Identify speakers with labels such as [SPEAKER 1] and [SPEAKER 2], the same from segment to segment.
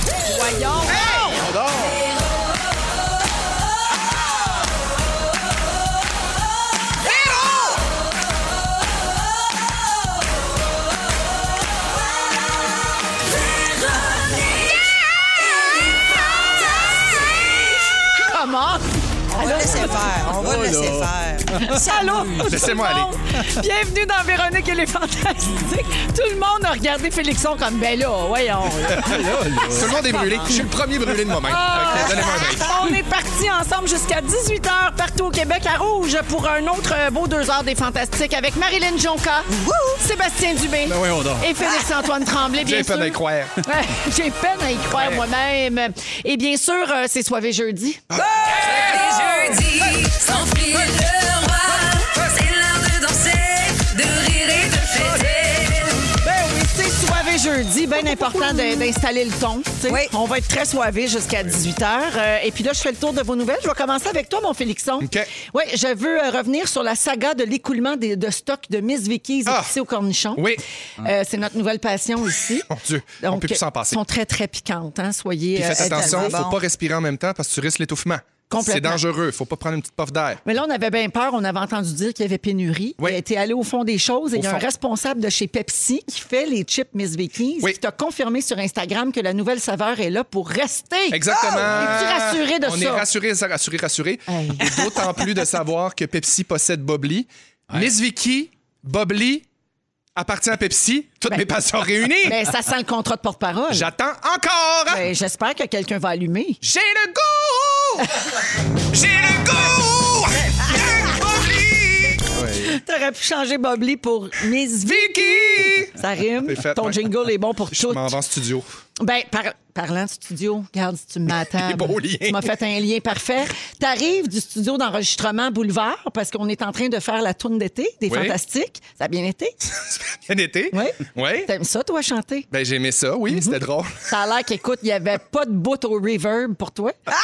[SPEAKER 1] voyons! Comment?
[SPEAKER 2] On va laisser faire. On va laisser faire.
[SPEAKER 1] Allô?
[SPEAKER 3] Laissez-moi
[SPEAKER 1] tout le monde. Bienvenue dans Véronique et les Fantastiques. Tout le monde a regardé Félixon comme ben là, voyons.
[SPEAKER 3] Tout le monde est brûlé. Je suis le premier brûlé de moi-même.
[SPEAKER 1] Ah!
[SPEAKER 3] Fait que Donnez-moi un break.
[SPEAKER 1] On est parti ensemble jusqu'à 18h partout au Québec à Rouge pour un autre euh, beau deux heures des Fantastiques avec Marilyn Jonca, Sébastien Dubé
[SPEAKER 4] Ben voyons donc.
[SPEAKER 1] et Félix-Antoine Tremblay, bien
[SPEAKER 3] J'ai
[SPEAKER 1] sûr.
[SPEAKER 3] peur de croire.
[SPEAKER 1] Ouais, J'ai peine à y croire
[SPEAKER 3] Ouais.
[SPEAKER 1] moi-même. Et bien sûr, euh, c'est soirée jeudi.
[SPEAKER 2] Les jeudis, sans fil le roi. C'est l'heure de danser, de rire et de fêter.
[SPEAKER 1] Ben oui, c'est soivé jeudi, bien important de- d'installer le ton. tu sais.
[SPEAKER 2] Oui.
[SPEAKER 1] On va être très soivé jusqu'à 18h. et puis là, je fais le tour de vos nouvelles. Je vais commencer avec toi, mon Félixon.
[SPEAKER 3] OK.
[SPEAKER 1] Oui, je veux euh, revenir sur la saga de l'écoulement des- de stock de Miss Vicky's
[SPEAKER 3] Ah.
[SPEAKER 1] épicé au cornichon.
[SPEAKER 3] Oui.
[SPEAKER 1] Euh, c'est notre nouvelle passion ici.
[SPEAKER 3] Mon Dieu, on peut plus s'en passer.
[SPEAKER 1] Elles sont très, très piquantes. Hein? Soyez
[SPEAKER 3] Puis
[SPEAKER 1] euh,
[SPEAKER 3] faites attention,
[SPEAKER 1] attentifs.
[SPEAKER 3] faut pas respirer en même temps parce que tu risques l'étouffement.
[SPEAKER 1] Complètement.
[SPEAKER 3] C'est dangereux, faut pas prendre une petite puff d'air.
[SPEAKER 1] Mais là, on avait bien peur. On avait entendu dire qu'il y avait pénurie.
[SPEAKER 3] Oui.
[SPEAKER 1] Il a été allé au fond des choses. Et
[SPEAKER 3] Au
[SPEAKER 1] il y a un
[SPEAKER 3] fond.
[SPEAKER 1] responsable de chez Pepsi qui fait les chips Miss Vicky's
[SPEAKER 3] Oui.
[SPEAKER 1] qui t'a confirmé sur Instagram que la nouvelle saveur est là pour rester.
[SPEAKER 3] Exactement.
[SPEAKER 1] Ah! Es-tu rassuré de
[SPEAKER 3] on
[SPEAKER 1] ça?
[SPEAKER 3] est rassuré, rassuré, rassuré.
[SPEAKER 1] Hey.
[SPEAKER 3] Et d'autant plus de savoir que Pepsi possède Bob Lee. Miss Vicky, Bob Lee appartient à Pepsi. Toutes
[SPEAKER 1] Ben.
[SPEAKER 3] mes passions réunies.
[SPEAKER 1] Mais Ben, ça sent le contrat de porte-parole.
[SPEAKER 3] J'attends encore.
[SPEAKER 1] Ben, J'espère que quelqu'un va allumer.
[SPEAKER 3] J'ai le goût. J'ai le goût.
[SPEAKER 1] Ben.
[SPEAKER 3] de Bob Lee.
[SPEAKER 1] T'aurais pu changer Bob Lee pour Miss V.
[SPEAKER 3] Vicky.
[SPEAKER 1] Ça rime.
[SPEAKER 3] Ah, C'est fait,
[SPEAKER 1] Ton
[SPEAKER 3] ouais.
[SPEAKER 1] jingle est bon pour
[SPEAKER 3] Je
[SPEAKER 1] tout.
[SPEAKER 3] m'en vais en studio.
[SPEAKER 1] Ben, par- parlant de studio, regarde si tu m'attends.
[SPEAKER 3] Les beaux liens.
[SPEAKER 1] Tu m'as fait un lien parfait. T'arrives du studio d'enregistrement Boulevard parce qu'on est en train de faire la tourne d'été des
[SPEAKER 3] Oui.
[SPEAKER 1] Fantastiques. Ça a bien été.
[SPEAKER 3] Bien été.
[SPEAKER 1] Oui.
[SPEAKER 3] Oui.
[SPEAKER 1] T'aimes ça, toi, chanter?
[SPEAKER 3] Ben, j'ai aimé ça, oui, c'était drôle.
[SPEAKER 1] Ça a l'air qu'écoute, il n'y avait pas de bout au reverb pour toi. T'as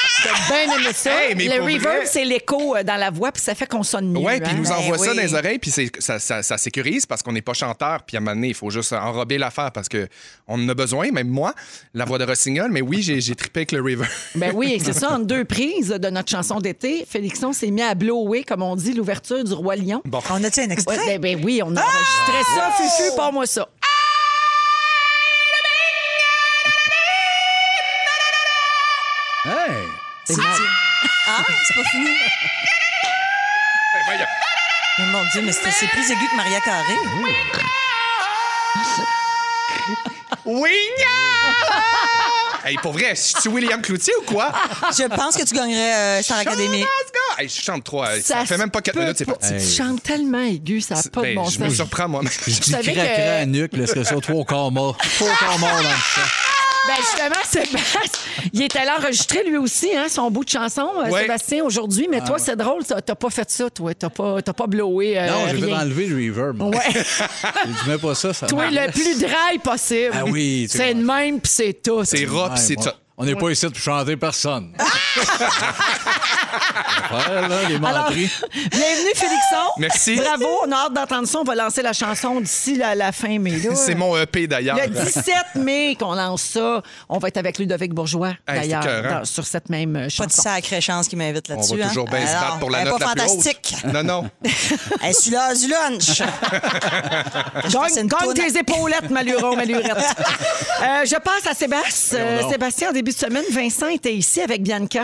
[SPEAKER 1] bien aimé ça.
[SPEAKER 3] Ah! Hey, mais
[SPEAKER 1] Le
[SPEAKER 3] pour
[SPEAKER 1] reverb,
[SPEAKER 3] vrai.
[SPEAKER 1] c'est l'écho euh, dans la voix, puis ça fait qu'on sonne mieux.
[SPEAKER 3] Oui, puis
[SPEAKER 1] hein?
[SPEAKER 3] ils nous
[SPEAKER 1] Ben
[SPEAKER 3] envoie ça
[SPEAKER 1] oui.
[SPEAKER 3] dans les oreilles, puis c'est- ça, ça, ça sécurise parce qu'on n'est pas chanteur, puis à un moment donné, il faut juste enrober l'affaire parce qu'on en a besoin, même moi, la voix de Rossignol, mais oui, j'ai, j'ai trippé avec le river.
[SPEAKER 1] Ben oui, c'est ça, en deux prises de notre chanson d'été, Félixon s'est mis à blower, comme on dit, l'ouverture du Roi Lion.
[SPEAKER 3] Bon, Ah!
[SPEAKER 2] On a-tu un
[SPEAKER 1] Ouais,
[SPEAKER 2] extrait?
[SPEAKER 1] ben, ben oui, on a enregistré ça. Fufu, pas moi ça.
[SPEAKER 4] Hey!
[SPEAKER 2] ben, Ah, c'est pas fini.
[SPEAKER 3] ben voyons.
[SPEAKER 2] Mais mon Dieu, mais c'est c'est plus aigu que Maria Carré.
[SPEAKER 3] Oui! hey, pour vrai, je suis William Cloutier ou quoi?
[SPEAKER 2] Je pense que tu gagnerais euh, Star Academy.
[SPEAKER 3] Let's go! Hey, je chante trois, ça, fait
[SPEAKER 1] se
[SPEAKER 3] même pas quatre
[SPEAKER 1] peut
[SPEAKER 3] minutes, c'est parti.
[SPEAKER 1] Tu
[SPEAKER 4] Hey.
[SPEAKER 1] chantes tellement aigu, ça n'a pas de
[SPEAKER 3] Ben,
[SPEAKER 1] bon
[SPEAKER 3] je me
[SPEAKER 1] sens.
[SPEAKER 3] surprends moi-même.
[SPEAKER 4] J'ai
[SPEAKER 1] savais
[SPEAKER 4] craqué
[SPEAKER 1] que- Euh,
[SPEAKER 4] à la nuque, là, ce que ça, trois corps morts. Trois corps morts dans le champ.
[SPEAKER 1] Ben justement, Sébastien, il est allé enregistrer lui aussi hein, son bout de chanson, euh,
[SPEAKER 3] Ouais. Ah,
[SPEAKER 1] Sébastien, aujourd'hui. Mais toi, c'est drôle, t'as t'as pas fait ça, toi. T'as pas, t'as pas blowé euh,
[SPEAKER 4] Non, je vais
[SPEAKER 1] rien.
[SPEAKER 4] enlever le reverb. moi.
[SPEAKER 1] Ouais.
[SPEAKER 4] J'ai dit, mets pas ça, ça
[SPEAKER 3] Ah,
[SPEAKER 1] toi, le
[SPEAKER 4] m'arrête.
[SPEAKER 1] plus dry possible.
[SPEAKER 4] Ah oui, tu
[SPEAKER 1] C'est
[SPEAKER 4] vois.
[SPEAKER 1] le même, puis c'est tout.
[SPEAKER 3] C'est
[SPEAKER 4] Ouais,
[SPEAKER 3] rap, c'est
[SPEAKER 4] bon.
[SPEAKER 3] ça.
[SPEAKER 4] On n'est pas ici pour chanter personne. ouais, là, les
[SPEAKER 1] Alors,
[SPEAKER 4] menteries.
[SPEAKER 1] bienvenue, Félixon.
[SPEAKER 3] Merci.
[SPEAKER 1] Bravo, on a hâte d'entendre ça. On va lancer la chanson d'ici la, la fin mai. là.
[SPEAKER 3] C'est mon EP d'ailleurs.
[SPEAKER 1] Le 17 mai qu'on lance ça, on va être avec Ludovic Bourgeois,
[SPEAKER 3] Hey, c'est
[SPEAKER 1] d'ailleurs,
[SPEAKER 3] écœurant.
[SPEAKER 1] dans- sur cette même euh,
[SPEAKER 2] Pas de
[SPEAKER 1] chanson.
[SPEAKER 2] sacrée chance qui m'invite
[SPEAKER 3] On
[SPEAKER 2] là-dessus.
[SPEAKER 3] va toujours
[SPEAKER 2] hein.
[SPEAKER 3] bien se battre
[SPEAKER 2] Alors,
[SPEAKER 3] pour la
[SPEAKER 2] elle est
[SPEAKER 3] note
[SPEAKER 2] pas
[SPEAKER 3] la plus
[SPEAKER 2] fantastique.
[SPEAKER 3] haute. Non, non.
[SPEAKER 2] Elle suis là du lunch.
[SPEAKER 1] Gagne,
[SPEAKER 2] une
[SPEAKER 1] gagne
[SPEAKER 2] toune.
[SPEAKER 1] tes épaulettes, Maluron, Malurette. Euh, je passe à Sébastien. Euh,
[SPEAKER 4] Voyons donc.
[SPEAKER 1] Sébastien, en début de semaine, Vincent était ici avec Bianca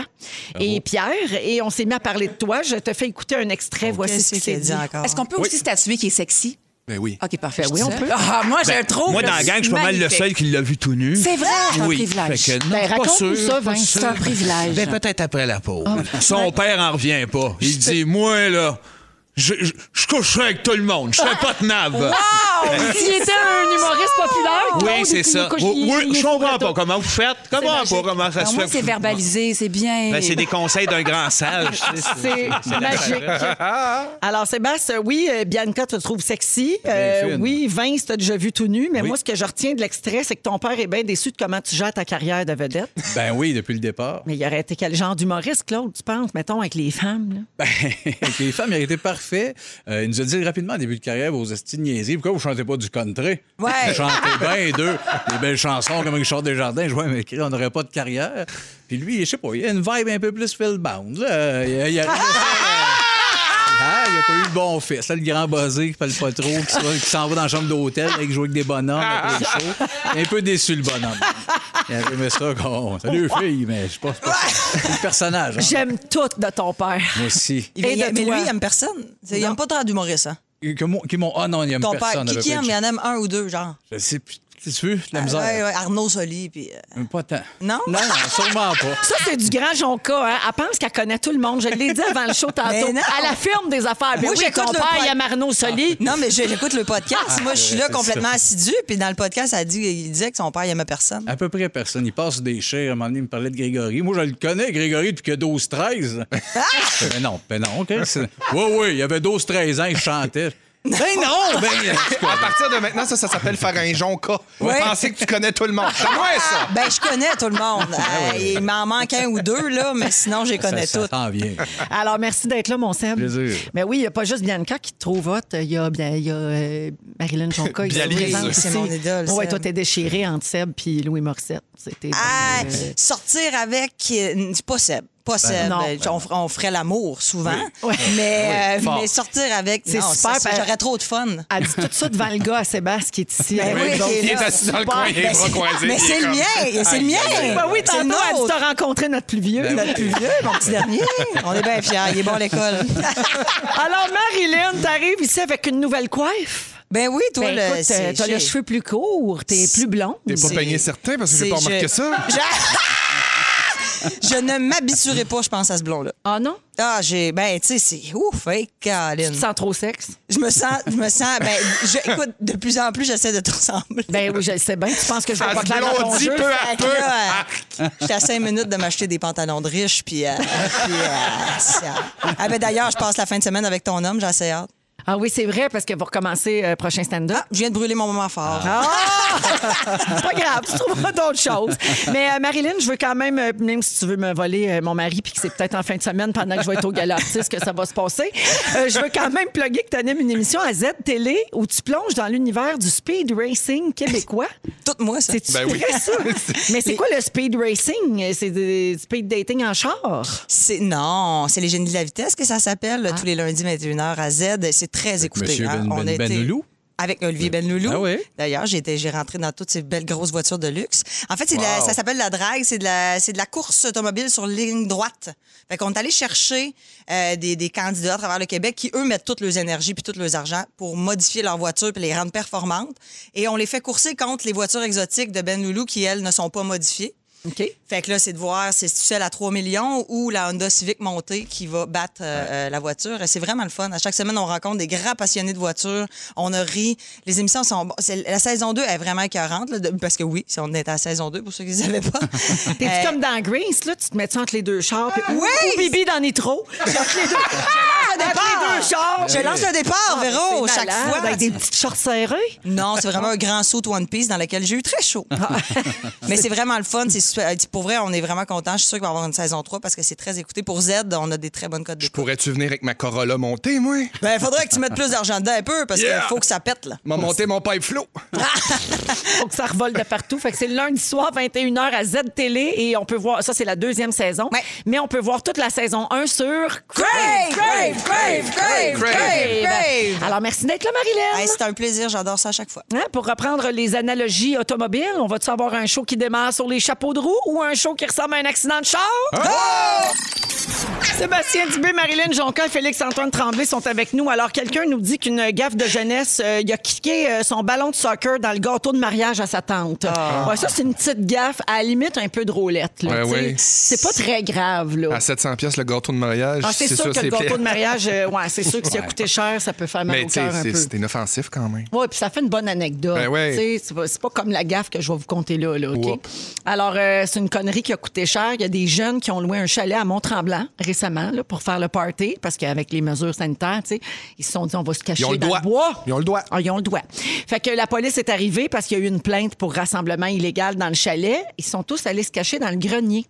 [SPEAKER 4] Ah
[SPEAKER 1] et Pierre et on s'est mis à parler de toi. Je te fais écouter un extrait. Voici
[SPEAKER 2] Qu'est-ce
[SPEAKER 1] ce qui
[SPEAKER 2] qu'elle
[SPEAKER 1] s'est
[SPEAKER 2] dit
[SPEAKER 1] dit.
[SPEAKER 2] encore?
[SPEAKER 5] Est-ce qu'on peut aussi statuer qui est sexy?
[SPEAKER 3] Ben oui.
[SPEAKER 5] OK, parfait.
[SPEAKER 1] Ben
[SPEAKER 5] je
[SPEAKER 1] oui,
[SPEAKER 5] dis
[SPEAKER 1] on
[SPEAKER 5] ça.
[SPEAKER 1] peut.
[SPEAKER 5] Ah, moi, je le trouve.
[SPEAKER 6] Ben, Moi, dans la gang, je suis pas mal le
[SPEAKER 5] magnifique.
[SPEAKER 6] seul qui l'a vu tout nu.
[SPEAKER 5] C'est vrai, c'est un
[SPEAKER 6] oui.
[SPEAKER 5] privilège.
[SPEAKER 6] Fait que non,
[SPEAKER 1] Ben,
[SPEAKER 6] pas
[SPEAKER 1] raconte-nous
[SPEAKER 6] sûr,
[SPEAKER 1] ça,
[SPEAKER 6] pas
[SPEAKER 1] Vince.
[SPEAKER 6] sûr.
[SPEAKER 5] C'est un privilège.
[SPEAKER 6] Ben, peut-être après la pause. Son père en revient pas. Il dit, moi, là, je, je, je coucherai avec tout le monde. Je serai pas tenable.
[SPEAKER 1] S'il était un humoriste populaire,
[SPEAKER 6] Oui,
[SPEAKER 1] Claude,
[SPEAKER 6] c'est
[SPEAKER 1] il-
[SPEAKER 6] ça.
[SPEAKER 1] il couche-
[SPEAKER 6] Oui,
[SPEAKER 1] il-
[SPEAKER 6] oui,
[SPEAKER 1] il-
[SPEAKER 6] je
[SPEAKER 1] il-
[SPEAKER 6] comprends
[SPEAKER 1] il-
[SPEAKER 6] pas comment vous faites. Comment
[SPEAKER 5] magique.
[SPEAKER 6] pas comment ça
[SPEAKER 5] Ben,
[SPEAKER 6] se
[SPEAKER 5] moi,
[SPEAKER 6] fait.
[SPEAKER 5] c'est verbalisé, c'est bien.
[SPEAKER 6] Ben, c'est des conseils d'un grand sage. tu sais,
[SPEAKER 1] Ah, C'est magique. Alors, Sébastien, oui, euh, Bianca te trouve sexy. Euh,
[SPEAKER 4] Bien fine.
[SPEAKER 1] oui, Vince t'as déjà vu tout nu. Mais moi, ce que je retiens de l'extrait, c'est que ton père est bien déçu de comment tu gères ta carrière de vedette.
[SPEAKER 4] Ben oui, depuis le départ.
[SPEAKER 1] Mais il aurait été quel genre d'humoriste, Claude, tu penses, mettons, avec les femmes? là?
[SPEAKER 4] Ben, avec les femmes, il a été parfait. Euh, il nous a dit rapidement, en début de carrière, vos esti de niaiser, pourquoi vous chantez pas du country.
[SPEAKER 7] Ouais.
[SPEAKER 4] Vous chantez bien, les deux, des belles chansons comme Richard Desjardins. Je vois, mais on n'aurait pas de carrière. Puis lui, je sais pas, il a une vibe un peu plus Philbound. Là. Il, a- il a- Ah, il a pas eu le bon fils, là, le grand buzzé qui parle pas trop, qui se- qui s'en va dans la chambre d'hôtel et qui joue avec des bonhommes après le show. Il est un peu déçu, le bonhomme. Il avait aimé ça qu'on... Salut, fille, mais je sais pas, c'est pas c'est le personnage. hein.
[SPEAKER 1] J'aime tout de ton père.
[SPEAKER 4] Moi aussi.
[SPEAKER 2] Il-
[SPEAKER 1] Et de
[SPEAKER 2] mais lui,
[SPEAKER 1] toi.
[SPEAKER 2] il aime personne. C'est- Il aime pas tant d'humoristes. hein.
[SPEAKER 4] Que mon- Qui m'ont... Ah non, il aime
[SPEAKER 2] Ton père,
[SPEAKER 4] personne.
[SPEAKER 2] qui,
[SPEAKER 4] à peu
[SPEAKER 2] qui
[SPEAKER 4] près.
[SPEAKER 2] aime, il en aime un ou deux, genre.
[SPEAKER 4] Je sais plus. Tu veux, la misère.
[SPEAKER 2] Ouais, ouais, Arnaud Soli, puis. euh,
[SPEAKER 4] Mais Pas tant.
[SPEAKER 2] Non?
[SPEAKER 4] Non, non, sûrement pas.
[SPEAKER 1] Ça, c'est du grand Jonca. Hein? Elle pense qu'elle connaît tout le monde. Je l'ai dit avant le show tantôt.
[SPEAKER 2] Mais non.
[SPEAKER 1] Elle affirme des affaires. Ben
[SPEAKER 2] Moi,
[SPEAKER 1] oui,
[SPEAKER 2] j'écoute
[SPEAKER 1] ton
[SPEAKER 2] le Ah,
[SPEAKER 1] père,
[SPEAKER 2] pod-
[SPEAKER 1] il y a Marno Soli.
[SPEAKER 2] Non, mais je- j'écoute le podcast. Moi, je suis là complètement assidu. Puis dans le podcast, elle dit, il disait que son père, il aimait personne.
[SPEAKER 4] À peu près personne. Il passe des chairs. À un moment donné, il me parlait de Grégory. Moi, je le connais, Grégory, depuis que 12-13.
[SPEAKER 2] Ah!
[SPEAKER 4] mais non, mais non, OK. c'est- Oui, oui, il y avait 12-13 ans, il chantait. Ben
[SPEAKER 2] Oh,
[SPEAKER 4] non! Ben,
[SPEAKER 3] À partir de maintenant, ça, ça s'appelle faire un jonca. Vous
[SPEAKER 2] Ouais.
[SPEAKER 3] pensez que tu connais tout le monde. C'est moi, ça!
[SPEAKER 2] Ben, je connais tout le monde. Euh, Il m'en manque un ou deux, là, mais sinon, je les
[SPEAKER 4] Ben ça,
[SPEAKER 2] connais
[SPEAKER 4] ça
[SPEAKER 2] toutes.
[SPEAKER 4] t'en vient.
[SPEAKER 1] Alors, merci d'être là, mon Seb.
[SPEAKER 4] Plaisir.
[SPEAKER 1] Mais oui, il n'y a pas juste Bianca qui te trouve hot. Il y a, bien, il y a euh, Marilyn Jonca. ici,
[SPEAKER 3] Bialyse.
[SPEAKER 1] présente
[SPEAKER 2] C'est
[SPEAKER 1] ici.
[SPEAKER 2] mon idole,
[SPEAKER 1] Ouais,
[SPEAKER 2] Seb.
[SPEAKER 1] toi, t'es déchiré entre Seb puis Louis Morissette. C'était.
[SPEAKER 2] Ah,
[SPEAKER 1] euh,
[SPEAKER 2] sortir avec. euh, c'est Pas Seb. Pas Seb.
[SPEAKER 1] Ben non.
[SPEAKER 2] Euh, on, on ferait l'amour souvent.
[SPEAKER 1] Oui.
[SPEAKER 2] Mais, euh,
[SPEAKER 4] fort.
[SPEAKER 2] mais sortir avec.
[SPEAKER 1] C'est
[SPEAKER 2] non,
[SPEAKER 1] super,
[SPEAKER 2] ça,
[SPEAKER 1] ben-
[SPEAKER 2] J'aurais trop de fun.
[SPEAKER 1] Elle dit tout ça devant le gars à Sébastien qui est ici.
[SPEAKER 2] Ben
[SPEAKER 1] avec
[SPEAKER 2] oui,
[SPEAKER 1] nous autres.
[SPEAKER 2] qui est
[SPEAKER 3] Il est
[SPEAKER 2] là.
[SPEAKER 3] assis dans le coin, il est bras croisés.
[SPEAKER 2] Mais
[SPEAKER 3] il est
[SPEAKER 2] c'est le
[SPEAKER 3] comme-
[SPEAKER 2] mien. C'est le mien.
[SPEAKER 1] Ben oui,
[SPEAKER 2] C'est le
[SPEAKER 1] tantôt, elle dit
[SPEAKER 2] nôtre.
[SPEAKER 1] t'as rencontré notre plus vieux.
[SPEAKER 2] Notre plus vieux, mon petit dernier. On est bien fiers. Il est bon à l'école.
[SPEAKER 1] Alors, Marilyn, t'arrives ici avec une nouvelle coiffe.
[SPEAKER 2] ben oui, toi,
[SPEAKER 1] Ben,
[SPEAKER 2] le.
[SPEAKER 1] écoute, euh,
[SPEAKER 2] c'est-
[SPEAKER 1] t'as les
[SPEAKER 2] j'ai-
[SPEAKER 1] cheveux plus courts, t'es plus blonde.
[SPEAKER 3] T'es pas
[SPEAKER 2] C'est-
[SPEAKER 3] peigné certain parce que j'ai
[SPEAKER 2] c'est-
[SPEAKER 3] pas remarqué ça.
[SPEAKER 2] Je- Je ne m'habituerai pas, je pense, à ce blond-là.
[SPEAKER 1] Ah non?
[SPEAKER 2] Ah, j'ai. Ben, tu sais, c'est ouf, hey, Colin.
[SPEAKER 1] Tu te sens trop sexe?
[SPEAKER 2] Je me sens. Je me sens. Ben, je, écoute, de plus en plus, j'essaie de te ressembler.
[SPEAKER 1] Ben oui, je le sais bien. Tu penses que je
[SPEAKER 3] Ça
[SPEAKER 1] vois pas
[SPEAKER 3] se
[SPEAKER 1] clair dans ton
[SPEAKER 3] blondit
[SPEAKER 1] jeu?
[SPEAKER 3] peu à
[SPEAKER 2] Fait que
[SPEAKER 3] peu.
[SPEAKER 2] là, euh, J'étais à cinq minutes de m'acheter des pantalons de riche, puis. euh, puis, euh, ça. Ah, ben, d'ailleurs, je passe la fin de semaine avec ton homme, j'ai assez hâte.
[SPEAKER 1] Ah oui, c'est vrai, parce que vous recommencez euh, prochain stand-up.
[SPEAKER 2] Ah, je viens de brûler mon moment fort.
[SPEAKER 3] Ah.
[SPEAKER 1] Ah, C'est pas grave, tu trouveras d'autres choses. Mais euh, Marilyn, je veux quand même, euh, même si tu veux me voler euh, mon mari, puis que c'est peut-être en fin de semaine pendant que je vais être au gala artiste que ça va se passer, euh, je veux quand même plugger que tu animes une émission à Z-Télé où tu plonges dans l'univers du speed racing québécois.
[SPEAKER 2] Tout moi, ça.
[SPEAKER 1] C'est-tu
[SPEAKER 3] Ben oui.
[SPEAKER 1] vrai, ça? Mais c'est quoi le speed racing? C'est du speed dating en char?
[SPEAKER 2] C'est- non, c'est les génies de la vitesse que ça s'appelle, tous les lundis 21h à Z. C'est très écouté.
[SPEAKER 4] Monsieur
[SPEAKER 2] hein.
[SPEAKER 4] Ben-
[SPEAKER 2] On a
[SPEAKER 4] Ben-
[SPEAKER 2] été-
[SPEAKER 4] Benloulou.
[SPEAKER 2] Avec Olivier Benloulou.
[SPEAKER 4] Ah oui?
[SPEAKER 2] D'ailleurs, j'ai été- j'ai rentré dans toutes ces belles grosses voitures de luxe. En fait, c'est de la- ça s'appelle la drague. C'est de, la- c'est de la course automobile sur ligne droite. Fait qu'on est allé chercher euh, des, des candidats à travers le Québec qui, eux, mettent toutes leurs énergies puis tous leurs argent pour modifier leurs voitures puis les rendre performantes. Et on les fait courser contre les voitures exotiques de Benloulou qui, elles, ne sont pas modifiées.
[SPEAKER 1] OK.
[SPEAKER 2] Fait que là, c'est de voir si c'est celle à 3 millions ou la Honda Civic montée qui va battre euh, euh, la voiture. Et C'est vraiment le fun. À chaque semaine, on rencontre des grands passionnés de voitures. On a ri. Les émissions sont... bon- c'est- La saison 2 est vraiment écœurante. là, de- parce que oui, si on est à la saison 2, pour ceux qui ne savaient pas.
[SPEAKER 1] T'es-tu
[SPEAKER 2] Euh,
[SPEAKER 1] comme dans Grease, là? Tu te mets-tu entre les deux chars? Puis,
[SPEAKER 2] Oui!
[SPEAKER 1] Ou Bibi dans Nitro? entre les deux,
[SPEAKER 2] le
[SPEAKER 1] entre les
[SPEAKER 2] départ!
[SPEAKER 1] deux chars!
[SPEAKER 2] Je lance le départ, Véro,
[SPEAKER 1] Ah, ben, C'est
[SPEAKER 2] chaque
[SPEAKER 1] malade,
[SPEAKER 2] fois.
[SPEAKER 1] Avec des petites shorts serrées?
[SPEAKER 2] Non, c'est vraiment un grand saut de One Piece dans lequel j'ai eu très chaud.
[SPEAKER 1] Ah.
[SPEAKER 2] Mais c'est vraiment le fun. C'est super- Pour vrai, on est vraiment content. Je suis sûr qu'il va y avoir une saison 3 parce que c'est très écouté. Pour Z, on a des très bonnes codes
[SPEAKER 3] Je
[SPEAKER 2] d'écoute.
[SPEAKER 3] pourrais-tu venir avec ma Corolla montée, moi?
[SPEAKER 2] Ben, faudrait que tu mettes plus d'argent dedans un peu parce
[SPEAKER 3] Yeah!
[SPEAKER 2] qu'il faut que ça pète, là.
[SPEAKER 3] M'a monté mon pipe flow.
[SPEAKER 1] Faut que ça revole de partout. Fait que c'est lundi soir, 21h à Z-Télé. Et on peut voir... Ça, c'est la deuxième saison.
[SPEAKER 2] Ouais.
[SPEAKER 1] Mais on peut voir toute la saison 1 sur...
[SPEAKER 2] Crave, crave, crave, crave, crave, crave.
[SPEAKER 1] Alors, merci d'être là, Marilyn!
[SPEAKER 2] Eh ben, Hey, c'est un plaisir, j'adore ça à chaque fois.
[SPEAKER 1] Hein, pour reprendre les analogies automobiles, on va-tu avoir un show qui démarre sur les chapeaux de roue ou un show qui ressemble à un accident de char?
[SPEAKER 3] Hein?
[SPEAKER 1] Ah! Sébastien Dubé, Marilyn Jonca et Félix-Antoine Tremblay sont avec nous. Alors, quelqu'un nous dit qu'une gaffe de jeunesse, euh, il a kické euh, son ballon de soccer dans le gâteau de mariage à sa tante. Ouais, ça, c'est une petite gaffe, à la limite un peu drôlette. là,
[SPEAKER 3] Ah. Ouais,
[SPEAKER 1] tu sais.
[SPEAKER 3] ouais.
[SPEAKER 1] C'est pas très grave. Là.
[SPEAKER 3] À 700 pièces le gâteau de mariage.
[SPEAKER 1] Ah, c'est sûr
[SPEAKER 3] ça,
[SPEAKER 1] que le
[SPEAKER 3] c'est
[SPEAKER 1] gâteau
[SPEAKER 3] pire.
[SPEAKER 1] de mariage, euh, ouais, c'est sûr que s'il a coûté cher, ça peut faire mal
[SPEAKER 3] Mais
[SPEAKER 1] au
[SPEAKER 3] tu
[SPEAKER 1] cœur un
[SPEAKER 3] sais,
[SPEAKER 1] peu.
[SPEAKER 3] c'est inoffensif quand même.
[SPEAKER 1] Oui, puis ça fait une bonne anecdote.
[SPEAKER 3] Ben ouais.
[SPEAKER 1] Tu sais, C'est pas, c'est pas comme la gaffe que je vais vous compter là. là, OK?
[SPEAKER 3] Oups.
[SPEAKER 1] Alors, euh, c'est une connerie qui a coûté cher. Il y a des jeunes qui ont loué un chalet à Mont-Tremblant récemment là, pour faire le party parce qu'avec les mesures sanitaires, tu sais, ils se sont dit on va se cacher
[SPEAKER 3] Ils ont le
[SPEAKER 1] dans
[SPEAKER 3] doigt.
[SPEAKER 1] le bois.
[SPEAKER 3] Ils ont le doigt.
[SPEAKER 1] Ah, ils ont le doigt. Fait que la police est arrivée parce qu'il y a eu une plainte pour rassemblement illégal dans le chalet. Ils sont tous allés se cacher dans le grenier.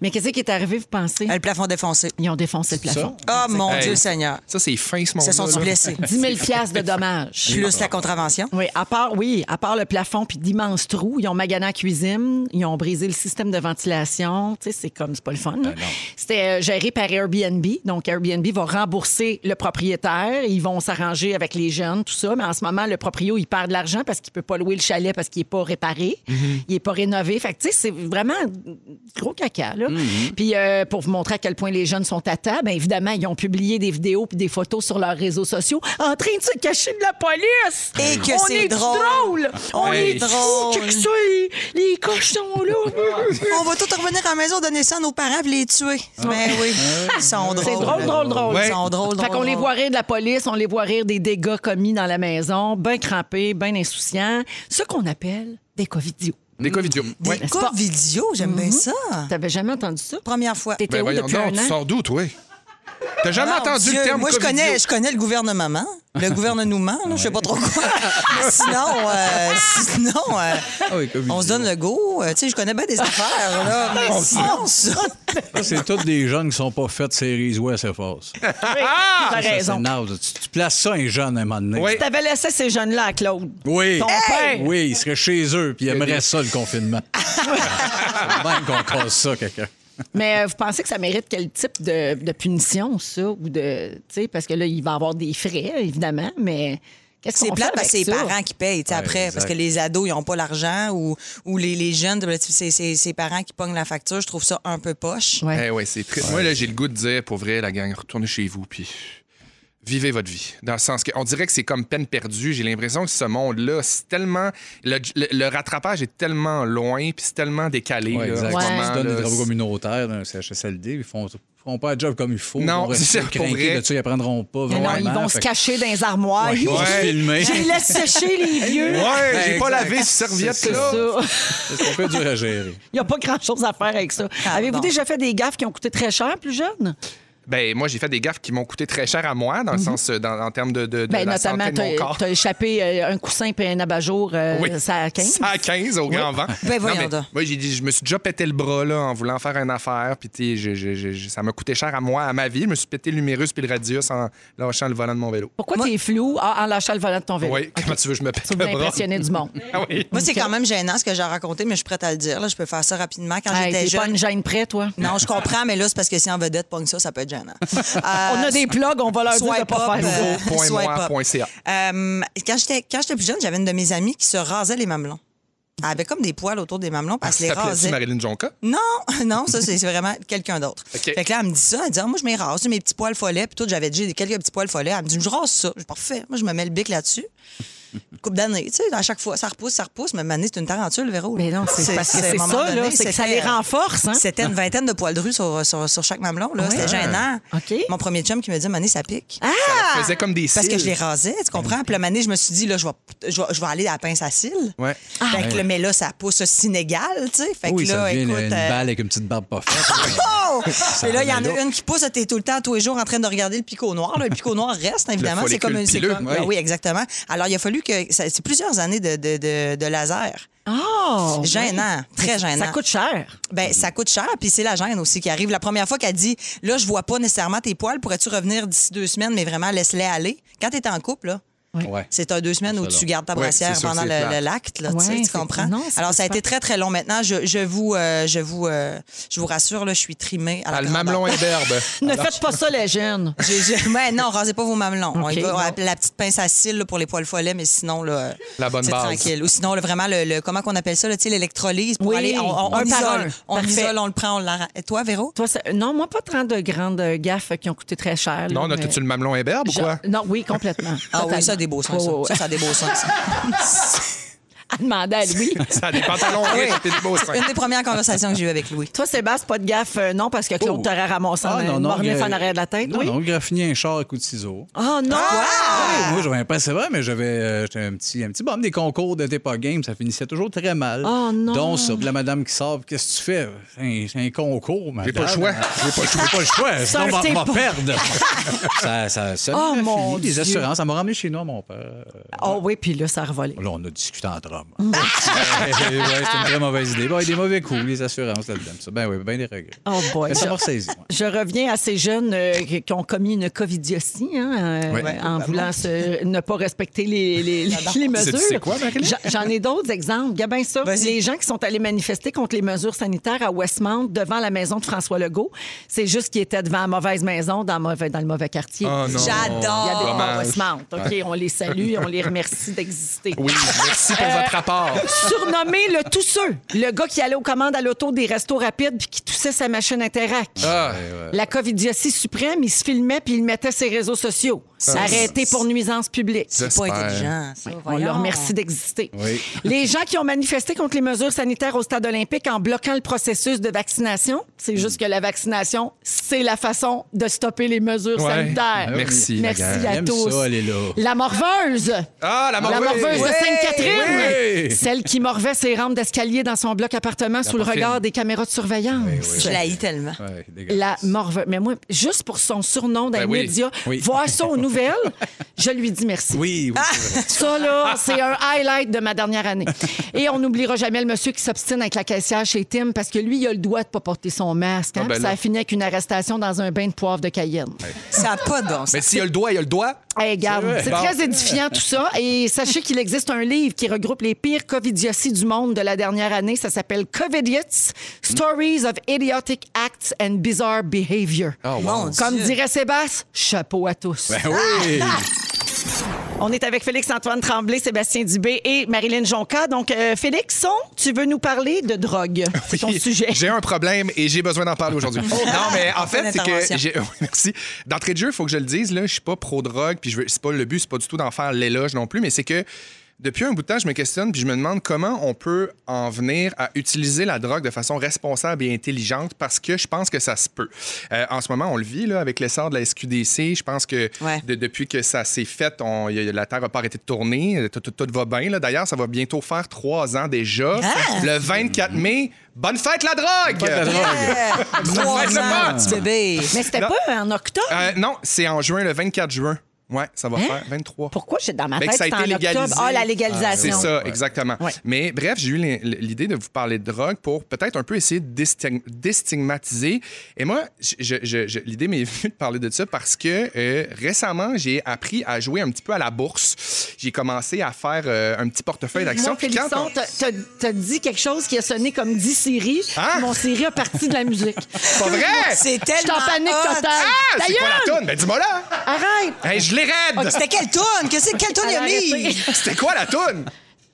[SPEAKER 1] Mais qu'est-ce qui est arrivé, vous pensez?
[SPEAKER 2] Le plafond défoncé.
[SPEAKER 1] Ils ont défoncé le plafond.
[SPEAKER 2] Oh mon
[SPEAKER 3] Hey.
[SPEAKER 2] Dieu Seigneur.
[SPEAKER 3] Ça, c'est fin, ce
[SPEAKER 2] Ils
[SPEAKER 3] monde
[SPEAKER 2] se sont blessés.
[SPEAKER 1] 10 000 piastres de dommages.
[SPEAKER 2] Plus la contravention.
[SPEAKER 1] Oui, à part, oui, à part le plafond puis d'immenses trous, ils ont magané la cuisine, ils ont brisé le système de ventilation. Tu sais, c'est comme, c'est pas le fun. là. C'était euh, géré par Airbnb. Donc, Airbnb va rembourser le propriétaire. Ils vont s'arranger avec les jeunes, tout ça. Mais en ce moment, le proprio, il perd de l'argent parce qu'il peut pas louer le chalet parce qu'il est pas réparé. Il est pas rénové. Fait que, tu sais, c'est vraiment gros caca, là. Puis, euh, pour vous montrer à quel point les jeunes sont à table, ben, évidemment, ils ont publié des vidéos puis des photos sur leurs réseaux sociaux en train de se cacher de la police.
[SPEAKER 2] Et que
[SPEAKER 1] On
[SPEAKER 2] c'est
[SPEAKER 1] est-tu
[SPEAKER 2] drôle.
[SPEAKER 1] On
[SPEAKER 3] Hey.
[SPEAKER 1] est drôle. Que ça, les, les cochons, là.
[SPEAKER 2] On va tous revenir à la maison, donner ça à nos parents et les tuer. Ben oui. Ils sont drôles.
[SPEAKER 1] C'est drôle, drôle, drôle.
[SPEAKER 2] Ils sont drôles, drôles.
[SPEAKER 1] Fait qu'on les
[SPEAKER 2] drôles.
[SPEAKER 1] voit rire de la police, on les voit rire des dégâts commis dans la maison, bien crampés, bien insouciants. Ce qu'on appelle des covidios.
[SPEAKER 3] Des covidios.
[SPEAKER 2] Des
[SPEAKER 3] Ouais.
[SPEAKER 2] coups vidéo, j'aime bien ça.
[SPEAKER 1] T'avais jamais entendu ça?
[SPEAKER 2] Première fois.
[SPEAKER 1] T'étais
[SPEAKER 3] Ben
[SPEAKER 1] où
[SPEAKER 3] voyons
[SPEAKER 1] depuis
[SPEAKER 3] donc,
[SPEAKER 1] un
[SPEAKER 3] tu
[SPEAKER 1] an? Ah,
[SPEAKER 3] sors d'où, toi? T'as jamais
[SPEAKER 2] Mon
[SPEAKER 3] entendu
[SPEAKER 2] Dieu,
[SPEAKER 3] le terme
[SPEAKER 2] Moi, je
[SPEAKER 3] covidio?
[SPEAKER 2] connais, je connais le gouvernement, le gouvernement, là, je sais pas trop quoi. Mais sinon, euh, sinon euh,
[SPEAKER 4] Ah oui, comme
[SPEAKER 2] on
[SPEAKER 4] il
[SPEAKER 2] se
[SPEAKER 4] dit.
[SPEAKER 2] donne le go. Euh, tu sais, je connais bien des affaires, là. Mais sinon, ça.
[SPEAKER 4] Ça, C'est tous des jeunes qui sont pas faits séries West FAS. Ça,
[SPEAKER 1] T'as
[SPEAKER 4] c'est
[SPEAKER 1] raison.
[SPEAKER 4] naze. Tu, tu places ça à un jeune à un moment donné.
[SPEAKER 3] Oui.
[SPEAKER 1] T'avais laissé ces jeunes-là à Claude.
[SPEAKER 4] Oui.
[SPEAKER 1] Ton père.
[SPEAKER 4] Oui, ils seraient chez eux, puis ils
[SPEAKER 3] y a
[SPEAKER 4] aimeraient
[SPEAKER 3] des-
[SPEAKER 4] ça, le confinement. C'est même qu'on casse ça, quelqu'un.
[SPEAKER 1] Mais euh, vous pensez que ça mérite quel type de, de punition, ça? Ou de. Tu sais, parce que là, il va avoir des frais, évidemment, mais qu'est-ce
[SPEAKER 2] C'est
[SPEAKER 1] qu'on fait?
[SPEAKER 2] plate
[SPEAKER 1] avec
[SPEAKER 2] parce que c'est les
[SPEAKER 1] ça?
[SPEAKER 2] parents qui payent, tu sais, après,
[SPEAKER 4] exact.
[SPEAKER 2] parce que les ados, ils n'ont pas l'argent ou, ou les, les jeunes, ben, c'est- c'est c'est les parents qui pognent la facture. Je trouve ça un peu poche.
[SPEAKER 1] Ouais.
[SPEAKER 3] Eh ouais, c'est triste. Moi, là, j'ai le goût de dire, pour vrai, la gang, retournez chez vous, puis vivez votre vie. Dans le sens que, on dirait que c'est comme peine perdue. J'ai l'impression que ce monde-là, c'est tellement. Le, le- le rattrapage est tellement loin, puis c'est tellement décalé.
[SPEAKER 4] Ouais,
[SPEAKER 3] là,
[SPEAKER 4] exact.
[SPEAKER 3] en ce
[SPEAKER 1] Ouais.
[SPEAKER 3] moment,
[SPEAKER 4] Ils se donnent
[SPEAKER 3] là.
[SPEAKER 4] des travaux communautaires dans un CHSLD, ils font, feront pas le job comme il faut.
[SPEAKER 3] Non,
[SPEAKER 4] ils vont
[SPEAKER 3] c'est
[SPEAKER 4] rester
[SPEAKER 3] ça, pour
[SPEAKER 4] craqués
[SPEAKER 3] vrai.
[SPEAKER 4] de ça, ils apprendront pas
[SPEAKER 1] Mais
[SPEAKER 4] vraiment.
[SPEAKER 1] non, ils vont se
[SPEAKER 4] Fait que-
[SPEAKER 1] cacher dans les armoires.
[SPEAKER 4] Ouais, ils vont se
[SPEAKER 3] Ouais.
[SPEAKER 4] filmer.
[SPEAKER 1] Je les laisse sécher, les vieux.
[SPEAKER 3] Ouais,
[SPEAKER 4] Ben,
[SPEAKER 3] j'ai pas
[SPEAKER 4] exact.
[SPEAKER 3] lavé cette
[SPEAKER 4] C'est
[SPEAKER 3] serviette-là.
[SPEAKER 4] ça.
[SPEAKER 1] Ça.
[SPEAKER 4] C'est un peu dur à gérer.
[SPEAKER 1] Il n'y a pas grand-chose à faire avec ça. Avez-vous
[SPEAKER 2] non.
[SPEAKER 1] déjà fait des gaffes qui ont coûté très cher plus jeune?
[SPEAKER 3] Ben, moi, j'ai fait des gaffes qui m'ont coûté très cher à moi, dans le sens, euh, dans, en termes de, de, de
[SPEAKER 1] Mhm. Ben,
[SPEAKER 3] la
[SPEAKER 1] notamment,
[SPEAKER 3] santé de mon corps.
[SPEAKER 1] tu as échappé euh, un coussin et un abat-jour, euh, ça à 15.
[SPEAKER 3] Ça à 15 au grand vent.
[SPEAKER 2] Ben, voyons
[SPEAKER 3] mais
[SPEAKER 2] donc.
[SPEAKER 3] Moi, j'ai dit, je me suis déjà pété le bras là, en voulant faire une affaire. Puis, tu sais, j'ai- j'ai- j'ai- ça m'a coûté cher à moi, à ma vie. Je me suis pété l'humérus puis le radius en lâchant le volant de mon vélo.
[SPEAKER 1] Pourquoi t'es flou Ah, en lâchant le volant de ton vélo?
[SPEAKER 3] Oui, comment tu veux, je me pète
[SPEAKER 1] Tu veux
[SPEAKER 3] le bras.
[SPEAKER 1] impressionner du monde.
[SPEAKER 3] Ah oui.
[SPEAKER 2] Moi, c'est quand même gênant ce que j'ai raconté, mais je suis prête à le dire. là. Je peux faire ça rapidement. Quand
[SPEAKER 1] Hey,
[SPEAKER 2] j'étais
[SPEAKER 1] T'es pas
[SPEAKER 2] jeune,
[SPEAKER 1] une gêne près, toi?
[SPEAKER 2] Non, je comprends, mais là, c'est parce que si en vedette pogne ça, ça peut être gênant. Euh,
[SPEAKER 1] On a des plugs, on va leur dire de
[SPEAKER 2] swipe
[SPEAKER 1] pas
[SPEAKER 2] up,
[SPEAKER 1] faire ça.
[SPEAKER 2] euh,
[SPEAKER 3] Point
[SPEAKER 2] swipe
[SPEAKER 3] moi,
[SPEAKER 2] up.
[SPEAKER 3] point CA.
[SPEAKER 2] Euh, quand j'étais quand j'étais plus jeune, j'avais une de mes amies qui se rasait les mamelons. Elle avait comme des poils autour des mamelons,
[SPEAKER 3] Ah,
[SPEAKER 2] parce qu'elle les
[SPEAKER 3] T'appelais-tu
[SPEAKER 2] rasait.
[SPEAKER 3] Marilyn Jonca?
[SPEAKER 2] Non, non, ça, c'est c'est vraiment quelqu'un d'autre.
[SPEAKER 3] OK.
[SPEAKER 2] Fait que là, elle me dit ça. Elle dit, Ah, moi, je me rase, mes petits poils follets. Puis tout, j'avais déjà des- quelques petits poils follets. Elle me dit, je rase ça. Je dis, parfait. Moi, je me mets le bic là-dessus. Une Coupe d'année, tu sais, à chaque fois, ça repousse, ça repousse. Mais maintenant, c'est une tarentule, Véro.
[SPEAKER 1] Mais non, c'est parce que
[SPEAKER 2] à un
[SPEAKER 1] c'est
[SPEAKER 2] moment
[SPEAKER 1] ça,
[SPEAKER 2] donné,
[SPEAKER 1] là. C'est que ça
[SPEAKER 2] c'était-
[SPEAKER 1] les renforce, hein? Ah
[SPEAKER 2] C'était une vingtaine de poils de rue sur, sur, sur chaque mamelon, là. C'était gênant.
[SPEAKER 1] OK.
[SPEAKER 2] Mon premier chum qui me dit, Mané, ça pique.
[SPEAKER 3] Ça faisait comme des
[SPEAKER 2] Parce que
[SPEAKER 3] cils.
[SPEAKER 2] je les rasais, tu comprends? Puis là, Mané, je me suis dit, là, je vais, je vais, je vais aller à la pince à cils.
[SPEAKER 3] Ouais.
[SPEAKER 2] Fait que là, mais là, ça pousse au Sénégal, tu sais. Fait
[SPEAKER 4] oui,
[SPEAKER 2] que là,
[SPEAKER 4] ça devient
[SPEAKER 2] écoute.
[SPEAKER 4] une, une
[SPEAKER 2] euh,
[SPEAKER 4] balle avec une petite barbe pas faite.
[SPEAKER 2] Oh! Et là, il y en
[SPEAKER 4] remet
[SPEAKER 2] a une qui pousse, t'es tout le temps, tous les jours, en train de regarder le picot noir. là. Le picot noir reste, évidemment. C'est comme une. c'est
[SPEAKER 3] follicule
[SPEAKER 2] comme- ah
[SPEAKER 3] pileux, oui.
[SPEAKER 2] Oui, exactement. Alors, il a fallu que. ça- C'est plusieurs années de, de, de, de laser.
[SPEAKER 1] Oh!
[SPEAKER 2] Gênant, très gênant.
[SPEAKER 1] Ça coûte cher.
[SPEAKER 2] Ben, ça coûte cher, puis c'est la gêne aussi qui arrive. La première fois qu'elle dit, là, je vois pas nécessairement tes poils, pourrais-tu revenir d'ici deux semaines, mais vraiment, laisse-les aller. Quand t'es en couple, là,
[SPEAKER 4] ouais.
[SPEAKER 2] c'est un deux semaines où
[SPEAKER 4] C'est
[SPEAKER 2] tu
[SPEAKER 4] long.
[SPEAKER 2] gardes ta
[SPEAKER 3] Ouais,
[SPEAKER 2] brassière
[SPEAKER 3] c'est sûr,
[SPEAKER 2] pendant
[SPEAKER 3] c'est
[SPEAKER 2] le-
[SPEAKER 3] plate.
[SPEAKER 2] le lac, là, tu
[SPEAKER 1] Ouais,
[SPEAKER 2] sais, tu
[SPEAKER 1] c'est-
[SPEAKER 2] comprends?
[SPEAKER 1] non, c'est
[SPEAKER 2] Alors, ça a
[SPEAKER 1] pas
[SPEAKER 2] été très, très long. Maintenant, je, je vous, euh, je, vous, euh, je vous rassure, là, je suis trimée. à la
[SPEAKER 3] Ah, le
[SPEAKER 2] grandeur.
[SPEAKER 3] mamelon imberbe.
[SPEAKER 1] Ne faites pas ça, les jeunes.
[SPEAKER 2] J'ai- j'ai- Ouais, non, rasez pas vos mamelons. on y
[SPEAKER 1] Ok,
[SPEAKER 2] va, on a
[SPEAKER 1] bon.
[SPEAKER 2] la petite pince à cils là, pour les poils follets, mais sinon, là,
[SPEAKER 3] La bonne
[SPEAKER 2] c'est
[SPEAKER 3] base.
[SPEAKER 2] tranquille. Ou sinon, là, vraiment, le, le- comment qu'on appelle ça, là, tu sais, l'électrolyse pour
[SPEAKER 1] Oui,
[SPEAKER 2] aller. On, on- on
[SPEAKER 1] un par un.
[SPEAKER 2] isole, on
[SPEAKER 1] Parfait.
[SPEAKER 2] isole, on le prend, on l'arrête. Et toi, Véro? Ah
[SPEAKER 1] Toi, ça- non, moi, pas 30 de grandes euh, gaffes qui ont coûté très cher. là,
[SPEAKER 3] Non, on a
[SPEAKER 1] mais-
[SPEAKER 3] tout le mamelon imberbe ou quoi?
[SPEAKER 1] Je- Non, oui, complètement.
[SPEAKER 2] Ah oui, ça a
[SPEAKER 1] Totalement.
[SPEAKER 2] des beaux sens. ça.
[SPEAKER 1] Ouais, ouais,
[SPEAKER 2] Ça, ça a des beaux sens.
[SPEAKER 1] ouais. Elle demandait à Louis.
[SPEAKER 3] Ça a des pantalons riches et des beaux seins.
[SPEAKER 2] Une des premières conversations que j'ai eues avec Louis.
[SPEAKER 1] Toi, Sébastien, pas de gaffe, euh, non, parce que Claude
[SPEAKER 4] Oh.
[SPEAKER 1] t'aurait ramassé un une mornif
[SPEAKER 4] gra-
[SPEAKER 1] en arrière de la tête,
[SPEAKER 4] Non,
[SPEAKER 1] oui.
[SPEAKER 4] non, graffiner un char à coups de ciseaux.
[SPEAKER 1] Oh non! Ah.
[SPEAKER 4] Ouais, moi, j'avais un pincé vrai, mais j'avais euh, j'étais un petit, un petit bombe des concours de Depa Game. Ça finissait toujours très mal.
[SPEAKER 1] Oh, non.
[SPEAKER 4] Donc, ça, puis la madame qui sort, qu'est-ce que tu fais? C'est un- C'est un, concours, madame.
[SPEAKER 3] pas le choix.
[SPEAKER 4] J'ai pas, j'ai pas le choix. Sinon,
[SPEAKER 1] un
[SPEAKER 4] on va- on
[SPEAKER 1] tape.
[SPEAKER 4] va perdre. ça, ça, ça
[SPEAKER 1] Oh,
[SPEAKER 4] a
[SPEAKER 1] mon
[SPEAKER 4] fini. Les
[SPEAKER 1] Dieu.
[SPEAKER 4] assurances. Ça m'a ramené chez nous, mon père.
[SPEAKER 1] Oh oui, puis là, ça a revolé.
[SPEAKER 4] Là, on a discuté entre hommes. homme. ouais, ouais, c'est une très mauvaise idée. Bon, il y a des mauvais coups, les assurances là-dedans. Ça, Ben oui, ben des regrets.
[SPEAKER 1] Oh boy.
[SPEAKER 4] Mais ça m'a ressaisi. ouais.
[SPEAKER 1] Je reviens à ces jeunes euh, qui qui ont commis une covidiotie hein, euh,
[SPEAKER 3] Ouais.
[SPEAKER 1] en voulant se- ne pas respecter les, les- les- les
[SPEAKER 3] C'est-
[SPEAKER 1] mesures.
[SPEAKER 3] c'est quoi, Marie-Lynn?
[SPEAKER 1] J'en- J'en ai d'autres exemples. Il y a bien ça.
[SPEAKER 2] Vas-y.
[SPEAKER 1] Les gens qui sont allés manifester contre les mesures sanitaires à Westmount devant la maison de François Legault, c'est juste qu'ils étaient devant la mauvaise maison dans, le mauvais- dans le mauvais quartier.
[SPEAKER 3] Oh non.
[SPEAKER 2] J'adore.
[SPEAKER 1] Il y a des
[SPEAKER 3] Dommage.
[SPEAKER 1] Westmount. OK, on les salue, on les remercie d'exister.
[SPEAKER 3] Oui, merci pour votre rapport.
[SPEAKER 1] Surnommé le tousseux, le gars qui allait aux commandes à l'auto des restos rapides puis qui toussait sa machine Interac.
[SPEAKER 3] Ah,
[SPEAKER 1] La covidiotie suprême, il se filmait puis il le mettait ses réseaux sociaux. Arrêté pour nuisance publique.
[SPEAKER 2] C'est pas
[SPEAKER 3] j'espère.
[SPEAKER 2] intelligent, ça.
[SPEAKER 1] On leur remercie d'exister.
[SPEAKER 4] Oui.
[SPEAKER 1] Les gens qui ont manifesté contre les mesures sanitaires au stade olympique en bloquant le processus de vaccination, c'est juste que la vaccination, c'est la façon de stopper les mesures
[SPEAKER 3] Ouais.
[SPEAKER 1] sanitaires.
[SPEAKER 3] Merci,
[SPEAKER 1] Merci
[SPEAKER 3] la gang.
[SPEAKER 1] à
[SPEAKER 4] J'aime
[SPEAKER 1] tous.
[SPEAKER 4] ça, elle est là.
[SPEAKER 1] La morveuse.
[SPEAKER 3] Ah,
[SPEAKER 1] La
[SPEAKER 3] la morveuse.
[SPEAKER 1] morveuse de
[SPEAKER 3] Ouais.
[SPEAKER 1] Sainte-Catherine.
[SPEAKER 4] Oui.
[SPEAKER 1] Celle qui morvait ses rampes d'escalier dans son bloc appartement sous le
[SPEAKER 3] morphine.
[SPEAKER 1] regard des caméras de surveillance.
[SPEAKER 2] Je la haïs tellement.
[SPEAKER 4] Ouais, dégueulasse.
[SPEAKER 1] La morve. Mais moi, juste pour son surnom dans
[SPEAKER 3] Ben
[SPEAKER 1] les
[SPEAKER 3] oui.
[SPEAKER 1] médias,
[SPEAKER 4] Oui.
[SPEAKER 1] voir ça aux nouvelles, je lui dis merci.
[SPEAKER 4] Oui, oui. c'est vrai.
[SPEAKER 1] Ça, là, c'est un highlight de ma dernière année. Et on n'oubliera jamais le monsieur qui s'obstine avec la caissière chez Tim parce que lui, il a le droit de pas porter son masque. hein,
[SPEAKER 3] Ah, ben
[SPEAKER 1] puis ça
[SPEAKER 3] là.
[SPEAKER 1] a fini avec une arrestation dans un bain de poivre de Cayenne.
[SPEAKER 2] Ça n'a pas de bon sens.
[SPEAKER 3] Mais s'il y a le doigt, il y a le doigt.
[SPEAKER 1] Hey, garde,
[SPEAKER 4] vrai.
[SPEAKER 1] c'est
[SPEAKER 3] Bon.
[SPEAKER 1] très édifiant tout ça. Et sachez qu'il existe un livre qui regroupe les pires covidioties du monde de la dernière année. Ça s'appelle Covidiots, Stories of Idiotic Acts and Bizarre Behavior.
[SPEAKER 2] Mon Dieu.
[SPEAKER 1] Comme dirait Sébastien, chapeau à tous. Ah!
[SPEAKER 4] Ben oui.
[SPEAKER 1] On est avec Félix-Antoine Tremblay, Sébastien Dubé et Marilyn Jonca. Donc, euh, Félixon, tu veux nous parler de drogue. C'est ton
[SPEAKER 3] Ah Oui,
[SPEAKER 1] sujet.
[SPEAKER 3] J'ai un problème et j'ai besoin d'en parler aujourd'hui. non, mais en
[SPEAKER 2] Bonne
[SPEAKER 3] fait, c'est
[SPEAKER 2] intervention.
[SPEAKER 3] que. j'ai- oui, Merci. D'entrée de jeu, il faut que je le dise, là, je suis pas pro-drogue, puis je veux- c'est pas le but, c'est pas du tout d'en faire l'éloge non plus, mais c'est que. Depuis un bout de temps, je me questionne puis je me demande comment on peut en venir à utiliser la drogue de façon responsable et intelligente parce que je pense que ça se peut. Euh, en ce moment, on le vit là, avec l'essor de la SQDC. Je pense que
[SPEAKER 2] Ouais.
[SPEAKER 3] de- depuis que ça s'est fait, on- y a- la Terre n'a pas arrêté de tourner. Tout, tout- tout va bien. là. D'ailleurs, ça va bientôt faire trois ans déjà.
[SPEAKER 1] Ah!
[SPEAKER 3] Le 24 mai, bonne fête la drogue!
[SPEAKER 4] La drogue.
[SPEAKER 2] Trois
[SPEAKER 3] faites le
[SPEAKER 2] ans,
[SPEAKER 3] pas.
[SPEAKER 2] petit bébé.
[SPEAKER 1] Mais c'était
[SPEAKER 3] Non.
[SPEAKER 1] pas en octobre.
[SPEAKER 3] Euh, non, c'est en juin, le 24 juin. Ouais, ça va faire 23.
[SPEAKER 1] Pourquoi j'ai dans ma
[SPEAKER 3] Ben,
[SPEAKER 1] tête
[SPEAKER 3] que ça a
[SPEAKER 1] c'était Hein? en
[SPEAKER 3] été
[SPEAKER 1] octobre?
[SPEAKER 3] légalisé.
[SPEAKER 1] Ah, la
[SPEAKER 3] C'est
[SPEAKER 1] légalisation.
[SPEAKER 3] ça, exactement.
[SPEAKER 1] Ouais.
[SPEAKER 3] Mais bref, j'ai eu l'in- l'idée de vous parler de drogue pour peut-être un peu essayer de déstig- déstigmatiser. Et moi, je- je- je- je- l'idée m'est venue de parler de ça parce que euh, récemment, j'ai appris à jouer un petit peu à la bourse. J'ai commencé à faire euh, un petit portefeuille d'actions.
[SPEAKER 1] Moi,
[SPEAKER 3] Puis quand
[SPEAKER 1] Félixon,
[SPEAKER 3] on-
[SPEAKER 1] t'as- t'as t'as dit quelque chose qui a sonné comme 10 séries.
[SPEAKER 3] Hein?
[SPEAKER 1] Mon série a parti de la musique.
[SPEAKER 3] Pas vrai?
[SPEAKER 1] Je suis
[SPEAKER 2] C'est tellement.
[SPEAKER 1] en panique
[SPEAKER 2] hot.
[SPEAKER 1] totale.
[SPEAKER 3] Ah,
[SPEAKER 1] Ta
[SPEAKER 3] c'est quoi la
[SPEAKER 1] gueule!
[SPEAKER 3] toune? Ben dis-moi là!
[SPEAKER 1] Arrête!
[SPEAKER 3] Hey, je l'ai raide!
[SPEAKER 2] C'était quelle toune? Qu'est-ce que quelle toune il
[SPEAKER 1] Elle
[SPEAKER 2] a
[SPEAKER 1] a
[SPEAKER 2] mis?
[SPEAKER 1] arrêté.
[SPEAKER 3] C'était quoi la toune?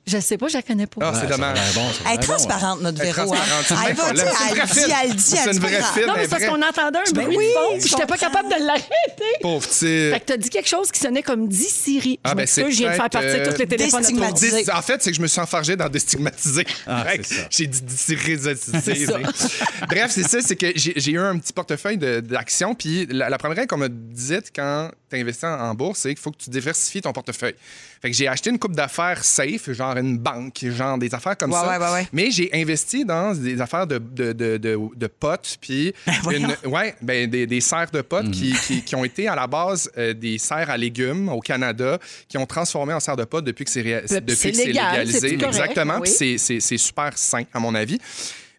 [SPEAKER 1] Je sais pas, je la connais pas.
[SPEAKER 3] Ah, c'est dommage.
[SPEAKER 4] Ça a l'air bon, ça a
[SPEAKER 2] Elle est
[SPEAKER 4] l'air bon,
[SPEAKER 2] transparente, notre
[SPEAKER 3] Elle est
[SPEAKER 2] Véro. hein.
[SPEAKER 3] hein. Ben, transparente.
[SPEAKER 2] Elle va
[SPEAKER 3] C'est
[SPEAKER 2] dire,
[SPEAKER 3] une vraie
[SPEAKER 2] elle
[SPEAKER 3] fille.
[SPEAKER 2] dit, elle dit,
[SPEAKER 3] C'est
[SPEAKER 2] elle
[SPEAKER 3] une
[SPEAKER 2] dit.
[SPEAKER 3] vraie fille.
[SPEAKER 2] pas grave.
[SPEAKER 1] non, mais c'est parce
[SPEAKER 3] vrai.
[SPEAKER 1] qu'on entendait un
[SPEAKER 2] Ben
[SPEAKER 1] bruit
[SPEAKER 2] oui,
[SPEAKER 1] de fond, puis
[SPEAKER 2] je
[SPEAKER 1] j'étais pas
[SPEAKER 2] comprends.
[SPEAKER 1] capable de l'arrêter.
[SPEAKER 3] Pauvre petit.
[SPEAKER 1] Fait que t'as dit quelque chose qui sonnait comme 10 Siri.
[SPEAKER 3] Ah,
[SPEAKER 1] je
[SPEAKER 3] ben,
[SPEAKER 1] m'excuse,
[SPEAKER 3] c'est
[SPEAKER 1] je viens de faire
[SPEAKER 3] peut-être,
[SPEAKER 1] partir
[SPEAKER 3] euh,
[SPEAKER 1] tous les téléphones de tout le monde.
[SPEAKER 2] déstigmatisé.
[SPEAKER 3] Dis- En fait, c'est que je me suis enfargé dans déstigmatiser.
[SPEAKER 4] Ah,
[SPEAKER 3] Fait que
[SPEAKER 4] c'est ça.
[SPEAKER 3] J'ai dit déstigmatiser. Bref, c'est ça, c'est que j'ai j'ai eu un petit portefeuille de- d'actions. Puis la, la première règle qu'on me disait quand tu investis en- en bourse, c'est qu'il faut que tu diversifies ton portefeuille. Fait que j'ai acheté une coupe d'affaires safe, genre une banque, genre des affaires comme
[SPEAKER 2] Ouais,
[SPEAKER 3] ça.
[SPEAKER 2] ouais, ouais, ouais.
[SPEAKER 3] Mais j'ai investi dans des affaires de, de, de, de, de potes, puis
[SPEAKER 2] voyons.
[SPEAKER 3] une- ouais, ben des, des serres de potes qui,
[SPEAKER 4] Mm.
[SPEAKER 3] qui- qui ont été à la base euh, des serres à légumes au Canada, qui ont transformé en serres de potes depuis que c'est réa-
[SPEAKER 1] Puis
[SPEAKER 3] depuis
[SPEAKER 1] c'est
[SPEAKER 3] que c'est
[SPEAKER 1] légal, c'est
[SPEAKER 3] légalisé.
[SPEAKER 1] tout correct,
[SPEAKER 3] Exactement, puis
[SPEAKER 1] oui.
[SPEAKER 3] c'est- c'est c'est super sain, à mon avis.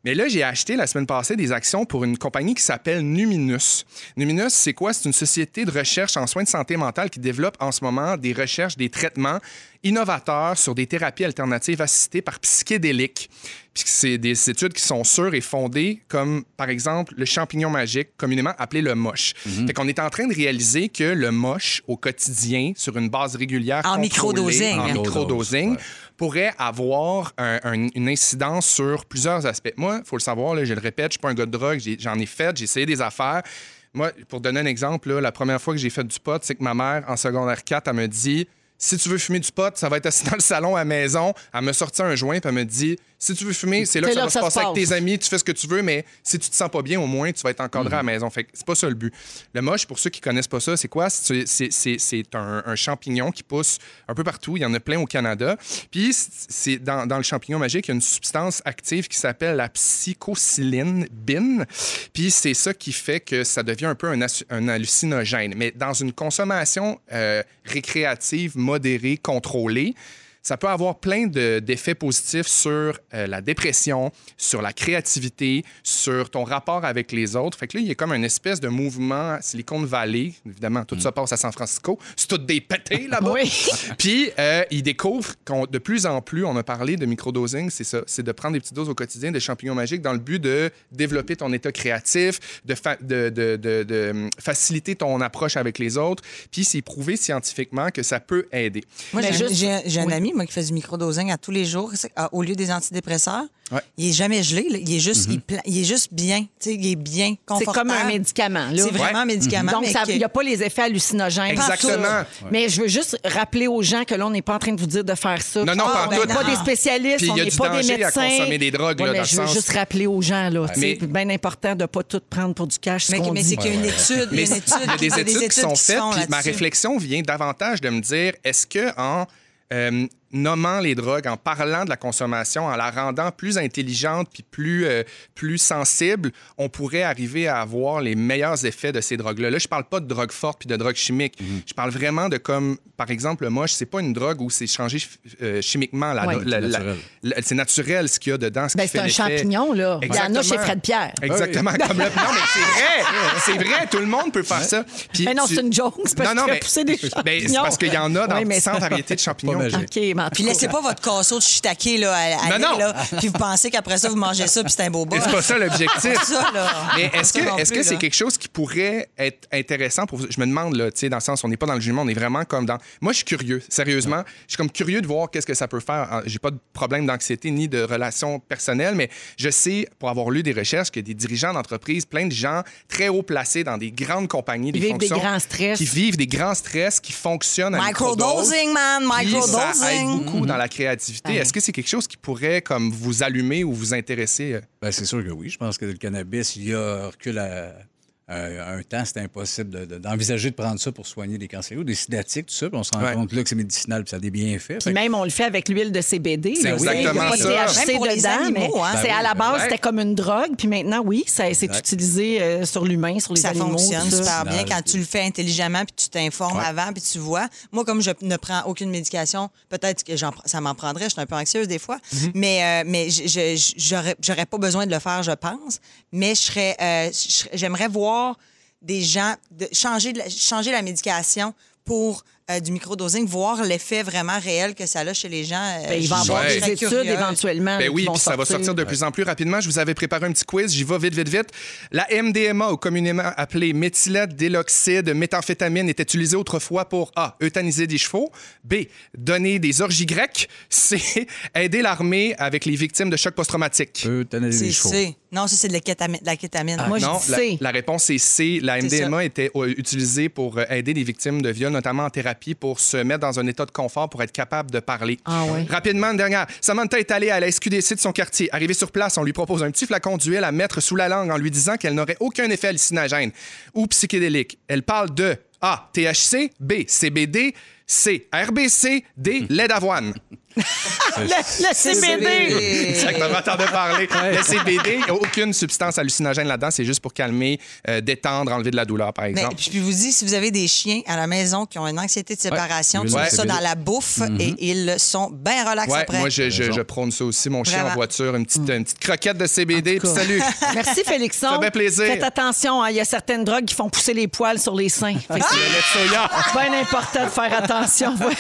[SPEAKER 3] Mais là, j'ai acheté la semaine passée des actions pour une compagnie qui s'appelle Numinus. Numinus, c'est quoi? C'est une société de recherche en soins de santé mentale qui développe en ce moment des recherches, des traitements innovateurs sur des thérapies alternatives assistées par psychédéliques. Puis c'est des études qui sont sûres et fondées, comme par exemple le champignon magique, communément appelé le moche.
[SPEAKER 2] Mhm.
[SPEAKER 3] Fait qu'on est en train de réaliser que le moche, au quotidien, sur une base régulière,
[SPEAKER 2] En
[SPEAKER 3] contrôlée,
[SPEAKER 2] microdosing,
[SPEAKER 3] en
[SPEAKER 2] hein.
[SPEAKER 3] microdosing, pourrait avoir un- un- une incidence sur plusieurs aspects. Moi, il faut le savoir, là, je le répète, je suis pas un gars de drogue, j'ai- j'en ai fait, j'ai essayé des affaires. Moi, pour donner un exemple, là, la première fois que j'ai fait du pot, c'est que ma mère, en secondaire 4, elle me dit si tu veux fumer du pot, ça va être assis dans le salon à la maison. Elle me sortit un joint, puis elle me dit si tu veux fumer, c'est là que
[SPEAKER 1] C'est
[SPEAKER 3] ça
[SPEAKER 1] là
[SPEAKER 3] va
[SPEAKER 1] que
[SPEAKER 3] se
[SPEAKER 1] ça
[SPEAKER 3] passer
[SPEAKER 1] se
[SPEAKER 3] avec
[SPEAKER 1] passe.
[SPEAKER 3] tes amis, tu fais ce que tu veux, mais si tu te sens pas bien, au moins, tu vas être encadré à la maison. Fait que c'est pas ça le but. Le moche, pour ceux qui connaissent pas ça, c'est quoi? C'est c'est- c'est- c'est un, un champignon qui pousse un peu partout. Il y en a plein au Canada. Puis, c'est- c'est dans, dans le champignon magique, il y a une substance active qui s'appelle la psychocyline bin. Puis, c'est ça qui fait que ça devient un peu un, assu- un hallucinogène. Mais dans une consommation euh, récréative, modérée, contrôlée, ça peut avoir plein de- d'effets positifs sur euh, la dépression, sur la créativité, sur ton rapport avec les autres. Fait que là, il y a comme une espèce de mouvement Silicon Valley. Évidemment, tout ça passe à San Francisco. C'est tout des pétés là-bas. Puis, euh, ils découvrent qu'on, de plus en plus, on a parlé de microdosing, c'est ça, c'est de prendre des petites doses au quotidien de champignons magiques dans le but de développer ton état créatif, de, fa- de, de- de- de, hum, faciliter ton approche avec les autres. Puis, c'est prouvé scientifiquement que ça peut aider.
[SPEAKER 2] Moi,
[SPEAKER 1] Mais
[SPEAKER 2] j'ai
[SPEAKER 1] juste-
[SPEAKER 2] j'ai- j'ai un ami moi, qui fait du microdosing à tous les jours c'est- à- au lieu des antidépresseurs.
[SPEAKER 3] Ouais. Mm-hmm.
[SPEAKER 2] Il est jamais gelé. là. Il, est juste, il, pla- il est juste bien. Tu sais, il est bien
[SPEAKER 1] C'est comme
[SPEAKER 2] confortable.
[SPEAKER 1] un médicament. là. Mm-hmm.
[SPEAKER 2] C'est vraiment un médicament.
[SPEAKER 1] Donc,
[SPEAKER 2] mais
[SPEAKER 1] ça-
[SPEAKER 2] que-
[SPEAKER 1] il n'y a pas les effets hallucinogènes.
[SPEAKER 3] Exactement.
[SPEAKER 1] Mais je veux juste rappeler aux gens que là, on n'est pas en train de vous dire de faire ça.
[SPEAKER 3] Non, non,
[SPEAKER 1] Ah,
[SPEAKER 3] pas en
[SPEAKER 1] on n'est
[SPEAKER 3] tout.
[SPEAKER 1] pas des spécialistes,
[SPEAKER 3] Puis il
[SPEAKER 1] on
[SPEAKER 3] y a
[SPEAKER 1] n'est
[SPEAKER 3] du
[SPEAKER 1] pas des
[SPEAKER 3] danger à
[SPEAKER 1] médecins.
[SPEAKER 3] consommer des drogues,
[SPEAKER 1] Ouais,
[SPEAKER 3] là,
[SPEAKER 1] mais
[SPEAKER 3] dans
[SPEAKER 1] je
[SPEAKER 3] le
[SPEAKER 1] veux
[SPEAKER 3] sens-
[SPEAKER 1] juste rappeler aux gens, là,
[SPEAKER 3] Mais-
[SPEAKER 1] c'est bien important de ne pas tout prendre pour du cash. ce
[SPEAKER 2] mais
[SPEAKER 1] qu'on
[SPEAKER 2] mais
[SPEAKER 1] dit.
[SPEAKER 2] c'est qu'il y a une étude.
[SPEAKER 3] Mais
[SPEAKER 2] il y a une étude-
[SPEAKER 3] il y a des études qui sont
[SPEAKER 2] se
[SPEAKER 3] faites.
[SPEAKER 2] font
[SPEAKER 3] puis ma
[SPEAKER 2] là-dessus.
[SPEAKER 3] réflexion vient davantage de me dire est-ce que en euh, nommant les drogues, en parlant de la consommation, en la rendant plus intelligente puis plus, euh, plus sensible, on pourrait arriver à avoir les meilleurs effets de ces drogues-là. Là, je parle pas de drogue forte puis de drogue chimique. Je parle vraiment de comme, par exemple, le moche, c'est pas une drogue où c'est changé euh, chimiquement. la-
[SPEAKER 1] Ouais.
[SPEAKER 3] la- la-
[SPEAKER 4] Naturel.
[SPEAKER 3] la- C'est naturel ce qu'il y a dedans. ce
[SPEAKER 1] Ben,
[SPEAKER 3] qui
[SPEAKER 1] c'est
[SPEAKER 3] fait
[SPEAKER 1] un
[SPEAKER 3] l'effet.
[SPEAKER 1] champignon, là. Il y en a
[SPEAKER 3] Exactement.
[SPEAKER 1] chez Fred Pierre.
[SPEAKER 3] Exactement. Comme le... Non, mais c'est vrai. C'est vrai, tout le monde peut faire ça. Puis
[SPEAKER 1] Mais non,
[SPEAKER 3] tu-
[SPEAKER 1] c'est une joke. C'est parce
[SPEAKER 3] Non, non,
[SPEAKER 1] qu'il fait
[SPEAKER 3] mais-
[SPEAKER 1] pousser des
[SPEAKER 3] Ben, c'est
[SPEAKER 1] champignons.
[SPEAKER 3] parce qu'il y en a dans
[SPEAKER 1] Oui, mais
[SPEAKER 3] 100 variétés de champignons.
[SPEAKER 4] Pas magique.
[SPEAKER 1] OK, mais en tout
[SPEAKER 2] Puis
[SPEAKER 1] cas-
[SPEAKER 2] laissez pas votre casseau de shiitake là, à- à
[SPEAKER 3] Non,
[SPEAKER 2] aller,
[SPEAKER 3] non.
[SPEAKER 2] là, puis vous pensez qu'après ça, vous mangez ça, puis c'est un beau bol.
[SPEAKER 3] C'est pas ça l'objectif.
[SPEAKER 2] ça, là.
[SPEAKER 3] Mais
[SPEAKER 2] Pas
[SPEAKER 3] est-ce
[SPEAKER 2] ça non
[SPEAKER 3] que est-ce que
[SPEAKER 2] plus,
[SPEAKER 3] c'est
[SPEAKER 2] là.
[SPEAKER 3] quelque chose qui pourrait être intéressant pour vous? Je me demande, là, tu sais, dans le sens, on n'est pas dans le jugement, on est vraiment comme dans. Moi, je suis curieux, sérieusement. Je suis comme curieux de voir qu'est-ce que ça peut faire. Euh, J'ai pas de problème d'anxiété ni de relations personnelles, mais je sais, pour avoir lu des recherches, que des dirigeants d'entreprises, plein de gens très haut placés dans des grandes compagnies, des
[SPEAKER 1] Ils vivent des
[SPEAKER 3] fonctions,
[SPEAKER 1] grands stress.
[SPEAKER 3] Qui vivent des grands stress, qui fonctionnent à microdose.
[SPEAKER 2] Microdosing, man.
[SPEAKER 3] Puis Ça aide
[SPEAKER 2] Microdosing. Mm-hmm.
[SPEAKER 3] beaucoup dans la créativité. Est-ce que c'est quelque chose qui pourrait comme vous allumer ou vous intéresser? euh?
[SPEAKER 4] Ben, c'est sûr que oui. Je pense que le cannabis, il y a recul à, à un temps, c'était impossible de- de- d'envisager de, prendre ça pour soigner des cancéreux, des sidatiques, tout ça. Puis on se rend
[SPEAKER 3] Ouais.
[SPEAKER 4] compte là que c'est médicinal, puis ça a des bienfaits.
[SPEAKER 1] Puis
[SPEAKER 4] Fait que-
[SPEAKER 1] même, on le fait avec l'huile de CBD. là,
[SPEAKER 3] exactement
[SPEAKER 1] tu sais, il y a
[SPEAKER 3] ça.
[SPEAKER 1] pas de THC
[SPEAKER 2] Même pour les
[SPEAKER 1] dedans,
[SPEAKER 2] animaux,
[SPEAKER 1] mais
[SPEAKER 2] hein.
[SPEAKER 1] c'est
[SPEAKER 4] Ben
[SPEAKER 1] à
[SPEAKER 4] oui,
[SPEAKER 1] la
[SPEAKER 4] ben
[SPEAKER 1] base,
[SPEAKER 3] ouais.
[SPEAKER 1] c'était comme une drogue. Puis maintenant, oui, ça- c'est
[SPEAKER 4] Exact.
[SPEAKER 1] utilisé euh, sur l'humain, sur les
[SPEAKER 2] Ça
[SPEAKER 1] animaux.
[SPEAKER 2] fonctionne
[SPEAKER 1] tout ça.
[SPEAKER 2] super bien
[SPEAKER 4] Final,
[SPEAKER 2] quand
[SPEAKER 4] puis-
[SPEAKER 2] tu le fais intelligemment puis tu t'informes avant puis tu vois. Moi, comme je ne prends aucune médication, peut-être que j'en- ça m'en prendrait. Je suis un peu anxieuse des fois, mais euh, mais je- je- j'aurais j'aurais pas besoin de le faire, je pense. Mais je serais, euh, je serais- j'aimerais voir des gens de, changer de la, changer la médication pour euh, du microdosing, voir l'effet vraiment réel que ça a chez les gens. euh,
[SPEAKER 1] Ben, il va y avoir
[SPEAKER 3] Ouais.
[SPEAKER 1] des
[SPEAKER 2] je serais
[SPEAKER 1] études
[SPEAKER 2] curieuse.
[SPEAKER 1] éventuellement.
[SPEAKER 3] Ben
[SPEAKER 1] là,
[SPEAKER 3] oui,
[SPEAKER 1] qui vont
[SPEAKER 3] puis ça va sortir de plus en plus rapidement. Je vous avais préparé un petit quiz, j'y vais vite, vite, vite. La MDMA, ou communément appelée méthylate déloxyde méthamphétamine, était utilisée autrefois pour A. Eutaniser des chevaux, B. Donner des orgies grecques, C. Aider l'armée avec les victimes de chocs post-traumatiques.
[SPEAKER 4] Peut t'analyser
[SPEAKER 2] C'est
[SPEAKER 4] les chevaux.
[SPEAKER 2] C. Non, ça, c'est de la kétamine. de La kétamine.
[SPEAKER 1] Moi, je
[SPEAKER 3] non,
[SPEAKER 1] dis
[SPEAKER 3] la,
[SPEAKER 1] C.
[SPEAKER 3] la réponse est C. La
[SPEAKER 2] C'est
[SPEAKER 3] MDMA était euh, utilisée pour euh, aider les victimes de viol, notamment en thérapie, pour se mettre dans un état de confort pour être capable de parler.
[SPEAKER 1] Ah ouais.
[SPEAKER 3] Rapidement, une dernière. Samantha est allée à la SQDC de son quartier. Arrivée sur place, on lui propose un petit flacon d'huile à mettre sous la langue en lui disant qu'elle n'aurait aucun effet hallucinogène ou psychédélique. Elle parle de A. THC, B. CBD, C. RBC, D.
[SPEAKER 1] Hmm.
[SPEAKER 3] Lait d'avoine.
[SPEAKER 1] Le, le CBD.
[SPEAKER 3] Exactement, t'en as parlé. Le CBD, y a aucune substance hallucinogène là-dedans. C'est juste pour calmer, euh, détendre, enlever de la douleur, par
[SPEAKER 2] Mais,
[SPEAKER 3] exemple.
[SPEAKER 2] puis je vous dis, si vous avez des chiens à la maison qui ont une anxiété de séparation,
[SPEAKER 4] Oui,
[SPEAKER 2] tu
[SPEAKER 4] ouais.
[SPEAKER 2] mets ça
[SPEAKER 4] CBD.
[SPEAKER 2] dans la bouffe et ils sont bien relax
[SPEAKER 3] Mhm. Ouais,
[SPEAKER 2] après.
[SPEAKER 3] moi, je, je- je prône ça aussi. Mon chien en
[SPEAKER 2] Vraiment.
[SPEAKER 3] voiture, une petite, une petite croquette de CBD. Puis salut.
[SPEAKER 1] Merci, Félixon.
[SPEAKER 3] Ça fait plaisir.
[SPEAKER 1] Faites attention, hein, il y a certaines drogues qui font pousser les poils sur les seins. Fait que c'est-
[SPEAKER 3] Ah! Le lait de soya.
[SPEAKER 1] bien important de faire attention.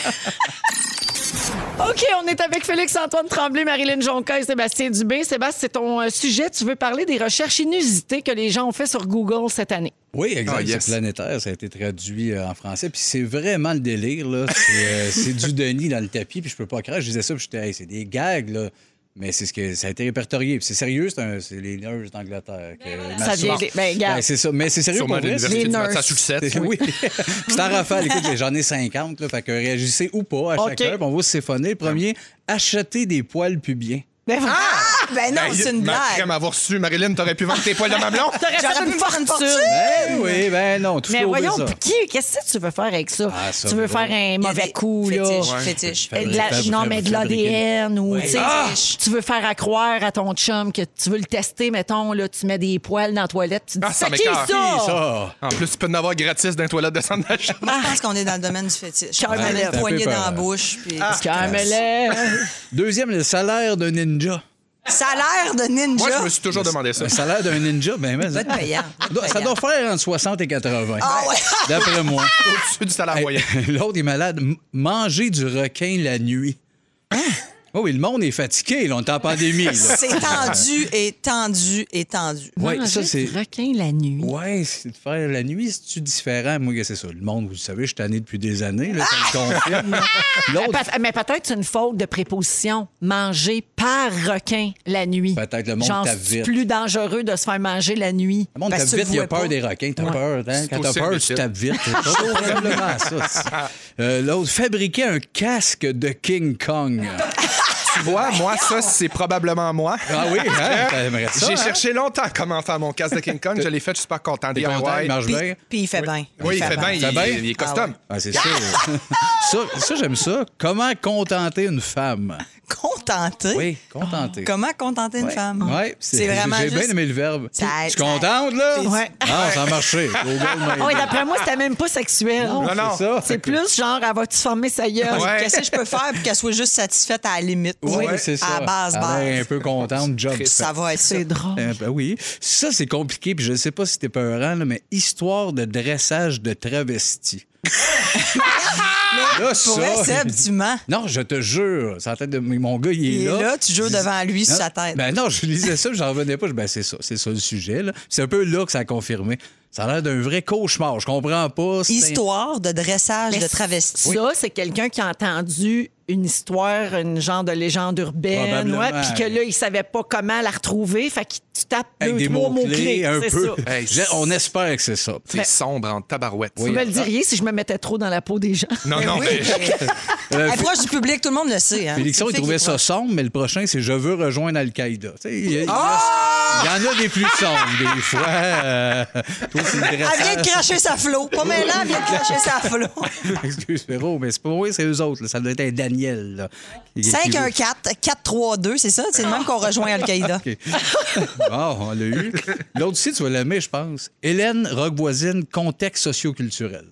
[SPEAKER 1] Ouais. OK, on est avec Félix-Antoine Tremblay, Marilyn Jonca et Sébastien Dubé. Sébastien, c'est ton euh, sujet. Tu veux parler des recherches inusitées que les gens ont fait sur Google cette année.
[SPEAKER 4] Oui, exact.
[SPEAKER 3] Ah, yes.
[SPEAKER 4] C'est planétaire, ça a été traduit euh, en français. Puis c'est vraiment le délire, là. C'est, euh, c'est du Denis dans le tapis, puis je peux pas croire. Je disais ça, puis j'étais, Hey, c'est des gags, là. Mais c'est ce que ça a été répertorié. Puis c'est sérieux, c'est, un- c'est les nerfs d'Angleterre. que-
[SPEAKER 1] Ça vient des- ben, regarde.
[SPEAKER 4] Ben, c'est ça. Mais c'est sérieux
[SPEAKER 3] Sûrement
[SPEAKER 4] pour vrai.
[SPEAKER 3] l'université
[SPEAKER 1] les
[SPEAKER 3] de
[SPEAKER 1] nurses.
[SPEAKER 3] sa succès.
[SPEAKER 4] C'est- Oui. c'est en rafale. Écoute, j'en ai 50, là. Fait que réagissez ou pas à
[SPEAKER 1] OK.
[SPEAKER 4] chacun. Puis on va se siphonner. Le premier, acheter des poils pubiens.
[SPEAKER 1] Ben,
[SPEAKER 2] Ben non,
[SPEAKER 3] Ben,
[SPEAKER 2] c'est une
[SPEAKER 3] ma
[SPEAKER 2] blague.
[SPEAKER 3] crème, avoir su, Marilyn, t'aurais pu vendre tes poils de mamelon.
[SPEAKER 2] J'aurais pu me faire une fortune.
[SPEAKER 4] Ben oui, ben non, tout
[SPEAKER 1] Mais voyons,
[SPEAKER 4] ça.
[SPEAKER 1] puis qui, qu'est-ce que tu veux faire avec ça?
[SPEAKER 4] Ah, ça,
[SPEAKER 1] tu veux
[SPEAKER 4] mais
[SPEAKER 1] faire un mauvais coup, là?
[SPEAKER 2] Fétiche, fétiche.
[SPEAKER 1] Et de la-
[SPEAKER 4] Fabriquer-
[SPEAKER 1] non, mais de
[SPEAKER 4] fabriquer-
[SPEAKER 1] l'ADN ou tu sais,
[SPEAKER 2] Ah!
[SPEAKER 1] tu veux faire accroire à ton chum que tu veux le tester, mettons, là, tu mets des poils dans la toilette, tu te dis,
[SPEAKER 3] Ah, ça
[SPEAKER 1] c'est qui ça?
[SPEAKER 3] m'écarte. En plus, tu peux en avoir gratis dans les toilettes de centre d'achat.
[SPEAKER 2] Moi, je pense qu'on est dans le domaine du fétiche.
[SPEAKER 1] Carmel,
[SPEAKER 2] On met
[SPEAKER 1] un
[SPEAKER 2] le
[SPEAKER 1] peu
[SPEAKER 2] poignet
[SPEAKER 4] peur.
[SPEAKER 2] dans la bouche. Puis...
[SPEAKER 3] Ah.
[SPEAKER 1] Carmelet.
[SPEAKER 4] Deuxième, le salaire d'un ninja.
[SPEAKER 2] Salaire de ninja.
[SPEAKER 3] Moi, je me suis toujours demandé ça.
[SPEAKER 4] Le salaire d'un ninja, ben, mais
[SPEAKER 2] Pas de payant. pas de
[SPEAKER 4] Doit- Ça
[SPEAKER 2] payant.
[SPEAKER 4] doit faire entre 60 et 80.
[SPEAKER 2] Ah ouais.
[SPEAKER 4] D'après moi.
[SPEAKER 3] Au-dessus du salaire moyen.
[SPEAKER 4] L'autre est malade. M- Manger du requin la nuit. Oh oui, le monde est fatigué, là, on est en pandémie. là.
[SPEAKER 2] Hein? C'est tendu et tendu et tendu.
[SPEAKER 4] Ouais,
[SPEAKER 1] Manger
[SPEAKER 4] ça,
[SPEAKER 1] du
[SPEAKER 4] c'est.
[SPEAKER 1] requin la nuit.
[SPEAKER 4] Ouais, c'est de faire la nuit, c'est-tu différent? Moi, c'est ça. Le monde, vous le savez, je suis tanné depuis des années, là, ça me confirme. là. L'autre,
[SPEAKER 1] Pe- mais peut-être c'est une faute de préposition. Manger par requin la nuit.
[SPEAKER 4] Peut-être le monde
[SPEAKER 1] Genre,
[SPEAKER 4] tape
[SPEAKER 1] c'est
[SPEAKER 4] vite.
[SPEAKER 1] plus dangereux de se faire manger la nuit.
[SPEAKER 4] le monde
[SPEAKER 2] Parce
[SPEAKER 4] tape
[SPEAKER 2] que
[SPEAKER 4] vite,
[SPEAKER 2] vous
[SPEAKER 4] il
[SPEAKER 2] voyez
[SPEAKER 4] a peur
[SPEAKER 2] pas.
[SPEAKER 4] des requins, t'as peur. hein? Quand t'as
[SPEAKER 3] aussi
[SPEAKER 4] peur, tu
[SPEAKER 3] imbécile.
[SPEAKER 4] tapes vite. C'est probablement ça. c'est- Euh, L'autre, fabriquer un casque de King Kong.
[SPEAKER 3] Tu vois, moi, ça, c'est probablement moi.
[SPEAKER 4] Ah oui, hein? T'aimerais ça,
[SPEAKER 3] J'ai
[SPEAKER 4] hein?
[SPEAKER 3] cherché longtemps comment faire mon casque de King Kong. Je l'ai fait, je suis super content.
[SPEAKER 4] T'es
[SPEAKER 3] DIY.
[SPEAKER 4] content, il marche
[SPEAKER 2] Puis,
[SPEAKER 4] bien?
[SPEAKER 2] puis il fait bien.
[SPEAKER 3] Oui, il fait bien.
[SPEAKER 4] Fait bien?
[SPEAKER 3] Il, il est custom.
[SPEAKER 4] Ah, c'est sûr. ça, ça j'aime ça. Comment contenter une femme?
[SPEAKER 2] Contenter.
[SPEAKER 4] Oui, contenter.
[SPEAKER 2] Comment contenter une femme?
[SPEAKER 4] Oui,
[SPEAKER 2] c'est vraiment
[SPEAKER 4] J'ai
[SPEAKER 2] juste-
[SPEAKER 4] bien aimé le verbe.
[SPEAKER 2] Ça-
[SPEAKER 4] tu
[SPEAKER 2] ça-
[SPEAKER 4] contentes, là?
[SPEAKER 1] Ouais.
[SPEAKER 4] Non, ça a marché. Au goal,
[SPEAKER 1] Ah Oui,
[SPEAKER 4] mais-
[SPEAKER 1] d'après moi, c'était même pas sexuel.
[SPEAKER 3] Non, non.
[SPEAKER 4] C'est ça.
[SPEAKER 1] C'est plus genre, elle va-tu former sa gueule?
[SPEAKER 3] Ouais.
[SPEAKER 2] Qu'est-ce que je peux faire pour qu'elle soit juste satisfaite à la limite?
[SPEAKER 4] Oui, c'est ça.
[SPEAKER 2] À base,
[SPEAKER 3] Ah,
[SPEAKER 4] Elle a l'air un
[SPEAKER 2] base.
[SPEAKER 4] peu contente, job. fait.
[SPEAKER 2] Ça va être ça.
[SPEAKER 1] C'est drôle.
[SPEAKER 4] Euh, ben oui. Ça, c'est compliqué, puis je sais pas si t'es peurant, là, mais histoire de dressage de travesti. là,
[SPEAKER 2] Pour vrai, Seb, tu mens.
[SPEAKER 4] Non, je te jure, c'est la tête de mon gars, il est
[SPEAKER 2] Il est
[SPEAKER 4] là.
[SPEAKER 2] là, tu jures devant lui sur
[SPEAKER 4] Non,
[SPEAKER 2] sa tête.
[SPEAKER 4] Ben non, je lisais ça, j'en revenais pas. Je- Ben c'est ça, c'est ça le sujet. là. C'est un peu là que ça a confirmé. Ça a l'air d'un vrai cauchemar. Je comprends pas. c'est-
[SPEAKER 2] Histoire de dressage
[SPEAKER 1] Mais
[SPEAKER 2] de travesti.
[SPEAKER 1] Ça, c'est quelqu'un qui a entendu une histoire, une genre de légende urbaine,
[SPEAKER 4] Probablement,
[SPEAKER 1] ouais, puis que là, il savait pas comment la retrouver, fait que tu tapes
[SPEAKER 4] Avec
[SPEAKER 1] deux,
[SPEAKER 4] des
[SPEAKER 1] trois
[SPEAKER 4] mots-clés,
[SPEAKER 1] mots-clés,
[SPEAKER 4] un
[SPEAKER 1] c'est
[SPEAKER 4] peu.
[SPEAKER 1] ça.
[SPEAKER 3] Hey,
[SPEAKER 4] Je- On espère que c'est ça.
[SPEAKER 3] C'est sombre en tabarouette.
[SPEAKER 1] Vous me le diriez si je me mettais trop dans la peau des gens.
[SPEAKER 3] Non,
[SPEAKER 2] Ben
[SPEAKER 3] non, mais
[SPEAKER 4] Euh,
[SPEAKER 2] Elle est proche du public, tout le monde le sait. Hein.
[SPEAKER 4] Félixon, il
[SPEAKER 2] Tu sais qu'il
[SPEAKER 4] trouvait
[SPEAKER 2] est
[SPEAKER 4] ça
[SPEAKER 2] proche.
[SPEAKER 4] sombre, mais le prochain, c'est Je veux rejoindre Al-Qaïda. Tu sais, Il y, a- il y a- il y en a des plus sombres, des fois. Euh, toi, c'est le
[SPEAKER 2] Elle vient de
[SPEAKER 4] dressage.
[SPEAKER 2] cracher sa flot. Pas maintenant, elle vient de cracher sa flot.
[SPEAKER 4] Excuse, Véro, mais c'est pas moi, c'est eux autres. là. Ça doit être un Daniel. là, qui- qui-
[SPEAKER 2] 5-1-4, 4-3-2, c'est ça? C'est le même qu'on rejoint Al-Qaïda.
[SPEAKER 4] OK. Bon, on l'a eu. L'autre aussi, tu vas l'aimer, je pense. Hélène Roqueboisine, contexte socioculturel.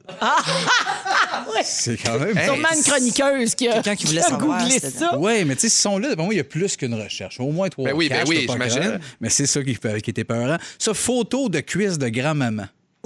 [SPEAKER 4] C'est quand même...
[SPEAKER 1] Sûrement une chroniqueuse qui a,
[SPEAKER 2] Quelqu'un qui voulait
[SPEAKER 1] a
[SPEAKER 2] savoir,
[SPEAKER 1] googlé
[SPEAKER 2] c'était-
[SPEAKER 1] ça.
[SPEAKER 4] Oui, mais tu sais, ils sont là. Pour moi, il y a plus qu'une recherche. Au moins trois
[SPEAKER 3] Ben oui,
[SPEAKER 4] quatre,
[SPEAKER 3] ben oui,
[SPEAKER 4] je peux pas
[SPEAKER 3] j'imagine.
[SPEAKER 4] croire. Mais c'est ça qui, qui était peurant. Ça, photo de cuisse de grand-maman.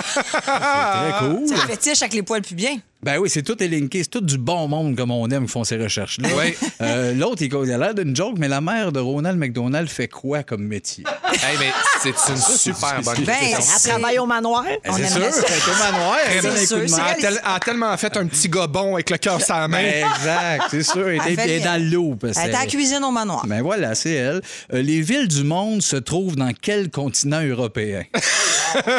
[SPEAKER 4] Wow! c'est très cool.
[SPEAKER 2] Un fétiche avec les poils pubiens.
[SPEAKER 4] Ben oui, c'est tout élinqué. C'est tout du bon monde comme on aime qui font ces recherches-là.
[SPEAKER 3] Oui.
[SPEAKER 4] Euh, L'autre, il il a l'air d'une joke, mais la mère de Ronald McDonald fait quoi comme métier?
[SPEAKER 3] Hey, mais c'est une super bonne
[SPEAKER 2] Ben,
[SPEAKER 3] question.
[SPEAKER 1] Elle
[SPEAKER 2] c'est-
[SPEAKER 1] travaille au manoir.
[SPEAKER 2] On
[SPEAKER 4] Ben, C'est
[SPEAKER 2] aimerait
[SPEAKER 4] sûr,
[SPEAKER 2] ça.
[SPEAKER 4] c'est au manoir. elle donne un
[SPEAKER 2] C'est
[SPEAKER 4] coup de
[SPEAKER 2] sûr,
[SPEAKER 4] main.
[SPEAKER 2] c'est
[SPEAKER 3] Elle a tel- elle a tellement fait un petit gobon avec le cœur sur la main.
[SPEAKER 4] Exact, c'est sûr. Elle était
[SPEAKER 2] Elle fait-
[SPEAKER 4] bien dans l'eau. parce
[SPEAKER 2] Elle était à la
[SPEAKER 4] que-
[SPEAKER 2] cuisine au manoir.
[SPEAKER 4] Ben voilà, c'est elle. Euh, les villes du monde se trouvent dans quel continent européen?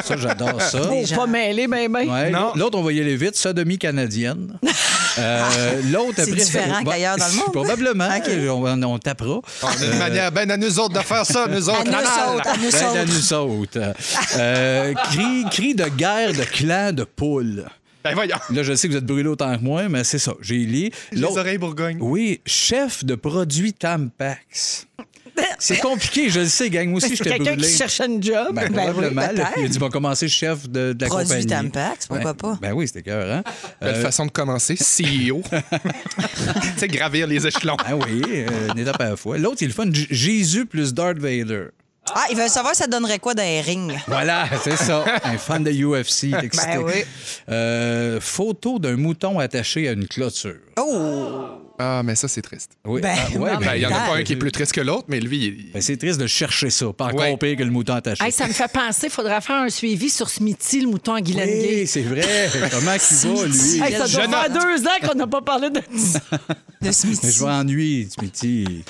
[SPEAKER 4] ça, j'adore ça.
[SPEAKER 1] Oh, pas mêlé, mais ben.
[SPEAKER 4] Ouais,
[SPEAKER 3] Non.
[SPEAKER 4] L'autre, on va y aller vite, sodomie-canadienne. Euh, l'autre,
[SPEAKER 2] C'est
[SPEAKER 4] après-
[SPEAKER 2] différent qu'ailleurs dans le monde.
[SPEAKER 4] Probablement. On, on tapera.
[SPEAKER 3] On a une manière ben à nous autres de faire ça, nous
[SPEAKER 2] À
[SPEAKER 3] autres.
[SPEAKER 2] nous
[SPEAKER 3] Laval.
[SPEAKER 2] autres, à nous
[SPEAKER 4] Ben,
[SPEAKER 2] autres.
[SPEAKER 4] là, nous autres. Euh, cri, cri de guerre de clan de poule.
[SPEAKER 3] Ben voyons.
[SPEAKER 4] Là, je sais que vous êtes brûlés autant que moi, mais c'est ça. J'ai lu.
[SPEAKER 3] Les
[SPEAKER 4] L'autre-
[SPEAKER 3] oreilles bourgognes.
[SPEAKER 4] Oui, chef de produit Tampax. C'est compliqué, je le sais, gang. Moi aussi,
[SPEAKER 1] C'est
[SPEAKER 4] je t'ai brûlé.
[SPEAKER 1] quelqu'un qui cherchait une job. Ben
[SPEAKER 4] Ben,
[SPEAKER 1] oui,
[SPEAKER 4] probablement, là.
[SPEAKER 1] peut-être.
[SPEAKER 4] il a dit, bon, commencer chef de, de la
[SPEAKER 2] Produit
[SPEAKER 4] compagnie.
[SPEAKER 2] Tampax, pourquoi pas?
[SPEAKER 4] Ben oui, c'était cœur, hein?
[SPEAKER 3] Belle façon de commencer. E CEO. tu sais, gravir les échelons.
[SPEAKER 4] Ah oui, euh, une étape à la fois. L'autre, il est le fun. J- Jésus plus Darth Vader.
[SPEAKER 2] Ah, il veut savoir ça donnerait quoi dans les rings.
[SPEAKER 4] Voilà, c'est ça. Un fan de UFC, il est excité.
[SPEAKER 2] Ben oui.
[SPEAKER 4] Euh, photo d'un mouton attaché à une clôture.
[SPEAKER 2] Oh!
[SPEAKER 3] Ah, mais ça, c'est triste.
[SPEAKER 4] Oui.
[SPEAKER 2] Ben,
[SPEAKER 4] Ah, ouais,
[SPEAKER 2] en
[SPEAKER 3] Il ben, y en a pas
[SPEAKER 4] ben,
[SPEAKER 3] un qui est plus triste que l'autre, mais lui, il...
[SPEAKER 4] ben, c'est triste de chercher ça. Pas encore
[SPEAKER 3] Ouais.
[SPEAKER 4] pire que le mouton attaché.
[SPEAKER 1] Hey, ça me fait penser, il faudra faire un suivi sur Smithy, le mouton à Guylaine
[SPEAKER 4] oui, c'est vrai. Comment qu'il va, lui?
[SPEAKER 1] Hey, ça doit
[SPEAKER 3] Jeune
[SPEAKER 1] faire deux ans qu'on n'a pas parlé de ça.
[SPEAKER 2] De
[SPEAKER 4] Mais je
[SPEAKER 2] Smithy.
[SPEAKER 4] vais ennuyer, Smitty.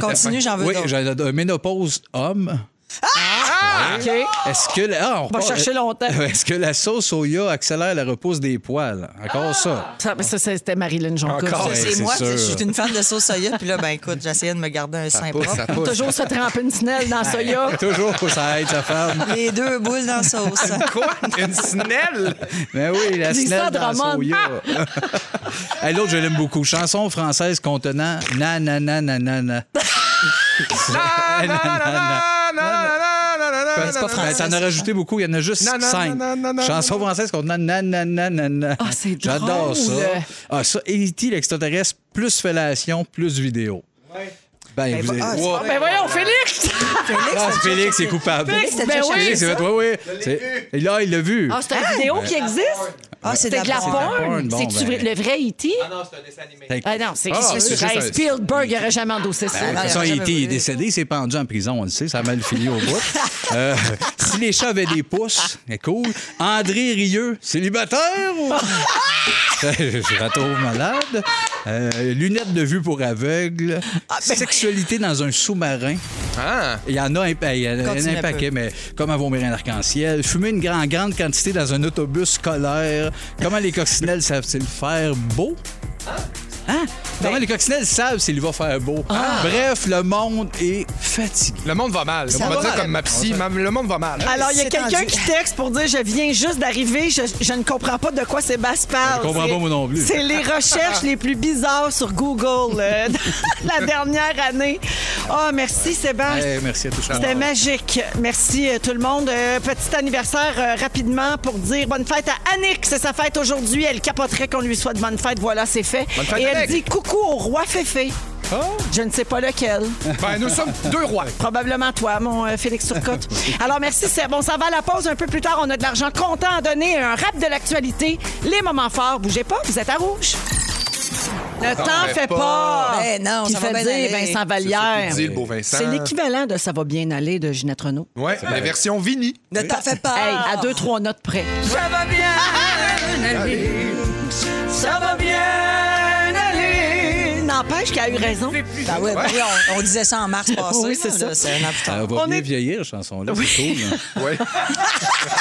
[SPEAKER 2] Continue, j'en veux
[SPEAKER 4] Oui,
[SPEAKER 2] d'autres.
[SPEAKER 4] j'ai un ménopause homme. Ah.
[SPEAKER 1] OK.
[SPEAKER 4] Est-ce que la... ah, on
[SPEAKER 1] Va
[SPEAKER 4] repart-
[SPEAKER 1] chercher longtemps.
[SPEAKER 4] Est-ce que la sauce soya accélère la repousse des poils? Encore ça.
[SPEAKER 1] Ça, mais ça, ça, c'était Marilyn Jonca.
[SPEAKER 3] Encore.
[SPEAKER 1] ça.
[SPEAKER 2] Ça,
[SPEAKER 4] Ouais,
[SPEAKER 2] c'est
[SPEAKER 4] c'est
[SPEAKER 2] moi,
[SPEAKER 4] sûr.
[SPEAKER 2] je suis une fan de sauce soya, puis là, ben écoute, j'essayais de me garder un sein
[SPEAKER 3] pousse, ça
[SPEAKER 2] propre.
[SPEAKER 3] pousse.
[SPEAKER 1] Toujours se tremper une tinelle dans soya.
[SPEAKER 4] Toujours pour ça aide sa femme.
[SPEAKER 2] Les deux boules dans la sauce.
[SPEAKER 3] Quoi? Une snelle?
[SPEAKER 4] Mais oui, la
[SPEAKER 1] Des
[SPEAKER 4] snelle dans la
[SPEAKER 1] sandromones.
[SPEAKER 4] soya. Hey, L'autre, je l'aime beaucoup. Chanson française contenant na na na na na na.
[SPEAKER 3] Na, na, na, na, na, na, na, na, na,
[SPEAKER 4] Ben,
[SPEAKER 3] na, na.
[SPEAKER 4] T'en as rajouté beaucoup. Il y en a juste
[SPEAKER 3] Non, non,
[SPEAKER 4] cinq.
[SPEAKER 3] non, non, non,
[SPEAKER 4] Chansons françaises qu'on a nananana.
[SPEAKER 1] Ah, c'est drôle.
[SPEAKER 4] J'adore ça. Ah, ça, E.T. l'extraterrestre, plus fellation, plus vidéo. Ben, vous êtes-
[SPEAKER 2] ah, c'est
[SPEAKER 4] Wow.
[SPEAKER 2] pas
[SPEAKER 1] Ben voyons, Félix!
[SPEAKER 4] Ah, Félix est coupable.
[SPEAKER 2] Félix, t'as
[SPEAKER 1] Ben oui.
[SPEAKER 2] déjà cherché
[SPEAKER 4] Félix,
[SPEAKER 2] ça?
[SPEAKER 4] c'est fait, ouais, ouais. C'est- Et là, il l'a vu.
[SPEAKER 1] Ah, c'est une vidéo qui existe?
[SPEAKER 2] Ah, c'est
[SPEAKER 1] C'est de la
[SPEAKER 2] porn.
[SPEAKER 4] porn.
[SPEAKER 1] porn? Ah,
[SPEAKER 4] Bon,
[SPEAKER 1] C'est-tu
[SPEAKER 4] ben.
[SPEAKER 1] vrai- le vrai E.T.?
[SPEAKER 4] Fait que-
[SPEAKER 1] Ah non, c'est
[SPEAKER 3] Ah,
[SPEAKER 1] c'est
[SPEAKER 3] c'est
[SPEAKER 1] sûr.
[SPEAKER 3] juste
[SPEAKER 1] Hey,
[SPEAKER 3] un- E Ben,
[SPEAKER 1] Spielberg n'aurait jamais endossé ça.
[SPEAKER 4] De toute façon,
[SPEAKER 2] il a jamais
[SPEAKER 4] E.T. est
[SPEAKER 2] voulu.
[SPEAKER 4] décédé, il s'est pendu en prison, on le sait, ça a mal fini au bout. Euh, si les chats avaient des pouces, c'est cool. André Rieu, célibataire ou... Euh, Je je la trouve malade. Euh, lunettes de vue pour aveugle. Sexualité dans un sous-marin.
[SPEAKER 3] Ah!
[SPEAKER 4] Il y en a un, pa- il y en a un
[SPEAKER 2] Continue un
[SPEAKER 4] paquet,
[SPEAKER 2] peu.
[SPEAKER 4] mais comment vomir un arc-en-ciel? Fumer une grande, grande quantité dans un autobus scolaire. Comment les coccinelles savent-ils faire beau? Hein? Comment les coccinelles savent s'il va faire beau? Bref, le monde est fatigué.
[SPEAKER 3] Le monde va mal.
[SPEAKER 2] Ça
[SPEAKER 3] On va
[SPEAKER 2] va
[SPEAKER 3] dire
[SPEAKER 2] mal.
[SPEAKER 3] comme ma psy, ma- le monde va mal.
[SPEAKER 8] Ah,
[SPEAKER 1] Alors, il y a
[SPEAKER 2] C'est
[SPEAKER 1] quelqu'un
[SPEAKER 2] tendu.
[SPEAKER 1] qui texte pour dire Je viens juste d'arriver, je, je ne comprends pas de quoi Sébastien parle.
[SPEAKER 4] Je comprends
[SPEAKER 1] C'est-
[SPEAKER 4] pas, moi non plus.
[SPEAKER 1] C'est les recherches les plus bizarres sur Google euh, dans la dernière année. Oh, merci
[SPEAKER 8] Ah!
[SPEAKER 1] Sébastien.
[SPEAKER 4] Eh, merci à tous.
[SPEAKER 1] C'était magique. Merci euh, tout le monde. Euh, petit anniversaire euh, rapidement pour dire bonne fête à Annick. C'est sa fête aujourd'hui. Elle capoterait qu'on lui souhaite bonne fête. Voilà, c'est fait.
[SPEAKER 3] Bonne fête,
[SPEAKER 1] Et elle
[SPEAKER 3] Annick. Ah.
[SPEAKER 1] dit coucou au roi Féfé. Je ne sais pas lequel.
[SPEAKER 3] Ben, nous sommes deux rois.
[SPEAKER 1] Probablement toi, mon euh, Félix Turcotte. Alors merci, Seb. On s'en va à la pause un peu plus tard. On a de l'argent content à donner. Un rap de l'actualité. Les moments forts. Bougez pas, vous êtes à rouge. Le temps
[SPEAKER 3] fait
[SPEAKER 1] fait
[SPEAKER 3] pas.
[SPEAKER 1] pas.
[SPEAKER 2] Ben non,
[SPEAKER 1] Qui
[SPEAKER 2] ça
[SPEAKER 1] fait
[SPEAKER 2] va bien
[SPEAKER 1] dire
[SPEAKER 2] aller.
[SPEAKER 1] Vincent
[SPEAKER 3] C'est
[SPEAKER 1] Vallière.
[SPEAKER 3] ça qu'il dit, le beau Vincent.
[SPEAKER 1] C'est l'équivalent de Ça va bien aller de Ginette Renault.
[SPEAKER 3] Ouais, la version Vini.
[SPEAKER 2] Ne t'en fais pas. Ben
[SPEAKER 1] Hey, à deux, trois notes près.
[SPEAKER 5] Ça va bien aller.
[SPEAKER 1] Ça va bien aller. N'empêche qu'elle a eu raison.
[SPEAKER 2] Ben ouais, ben oui, on, on disait ça en mars passé.
[SPEAKER 1] Oui, c'est
[SPEAKER 2] là,
[SPEAKER 1] ça.
[SPEAKER 2] là, C'est un an plus tard.
[SPEAKER 4] Elle euh, va
[SPEAKER 1] On
[SPEAKER 4] bien
[SPEAKER 1] est-
[SPEAKER 4] vieillir, cette chanson-là. C'est cool. hein.
[SPEAKER 3] Ouais.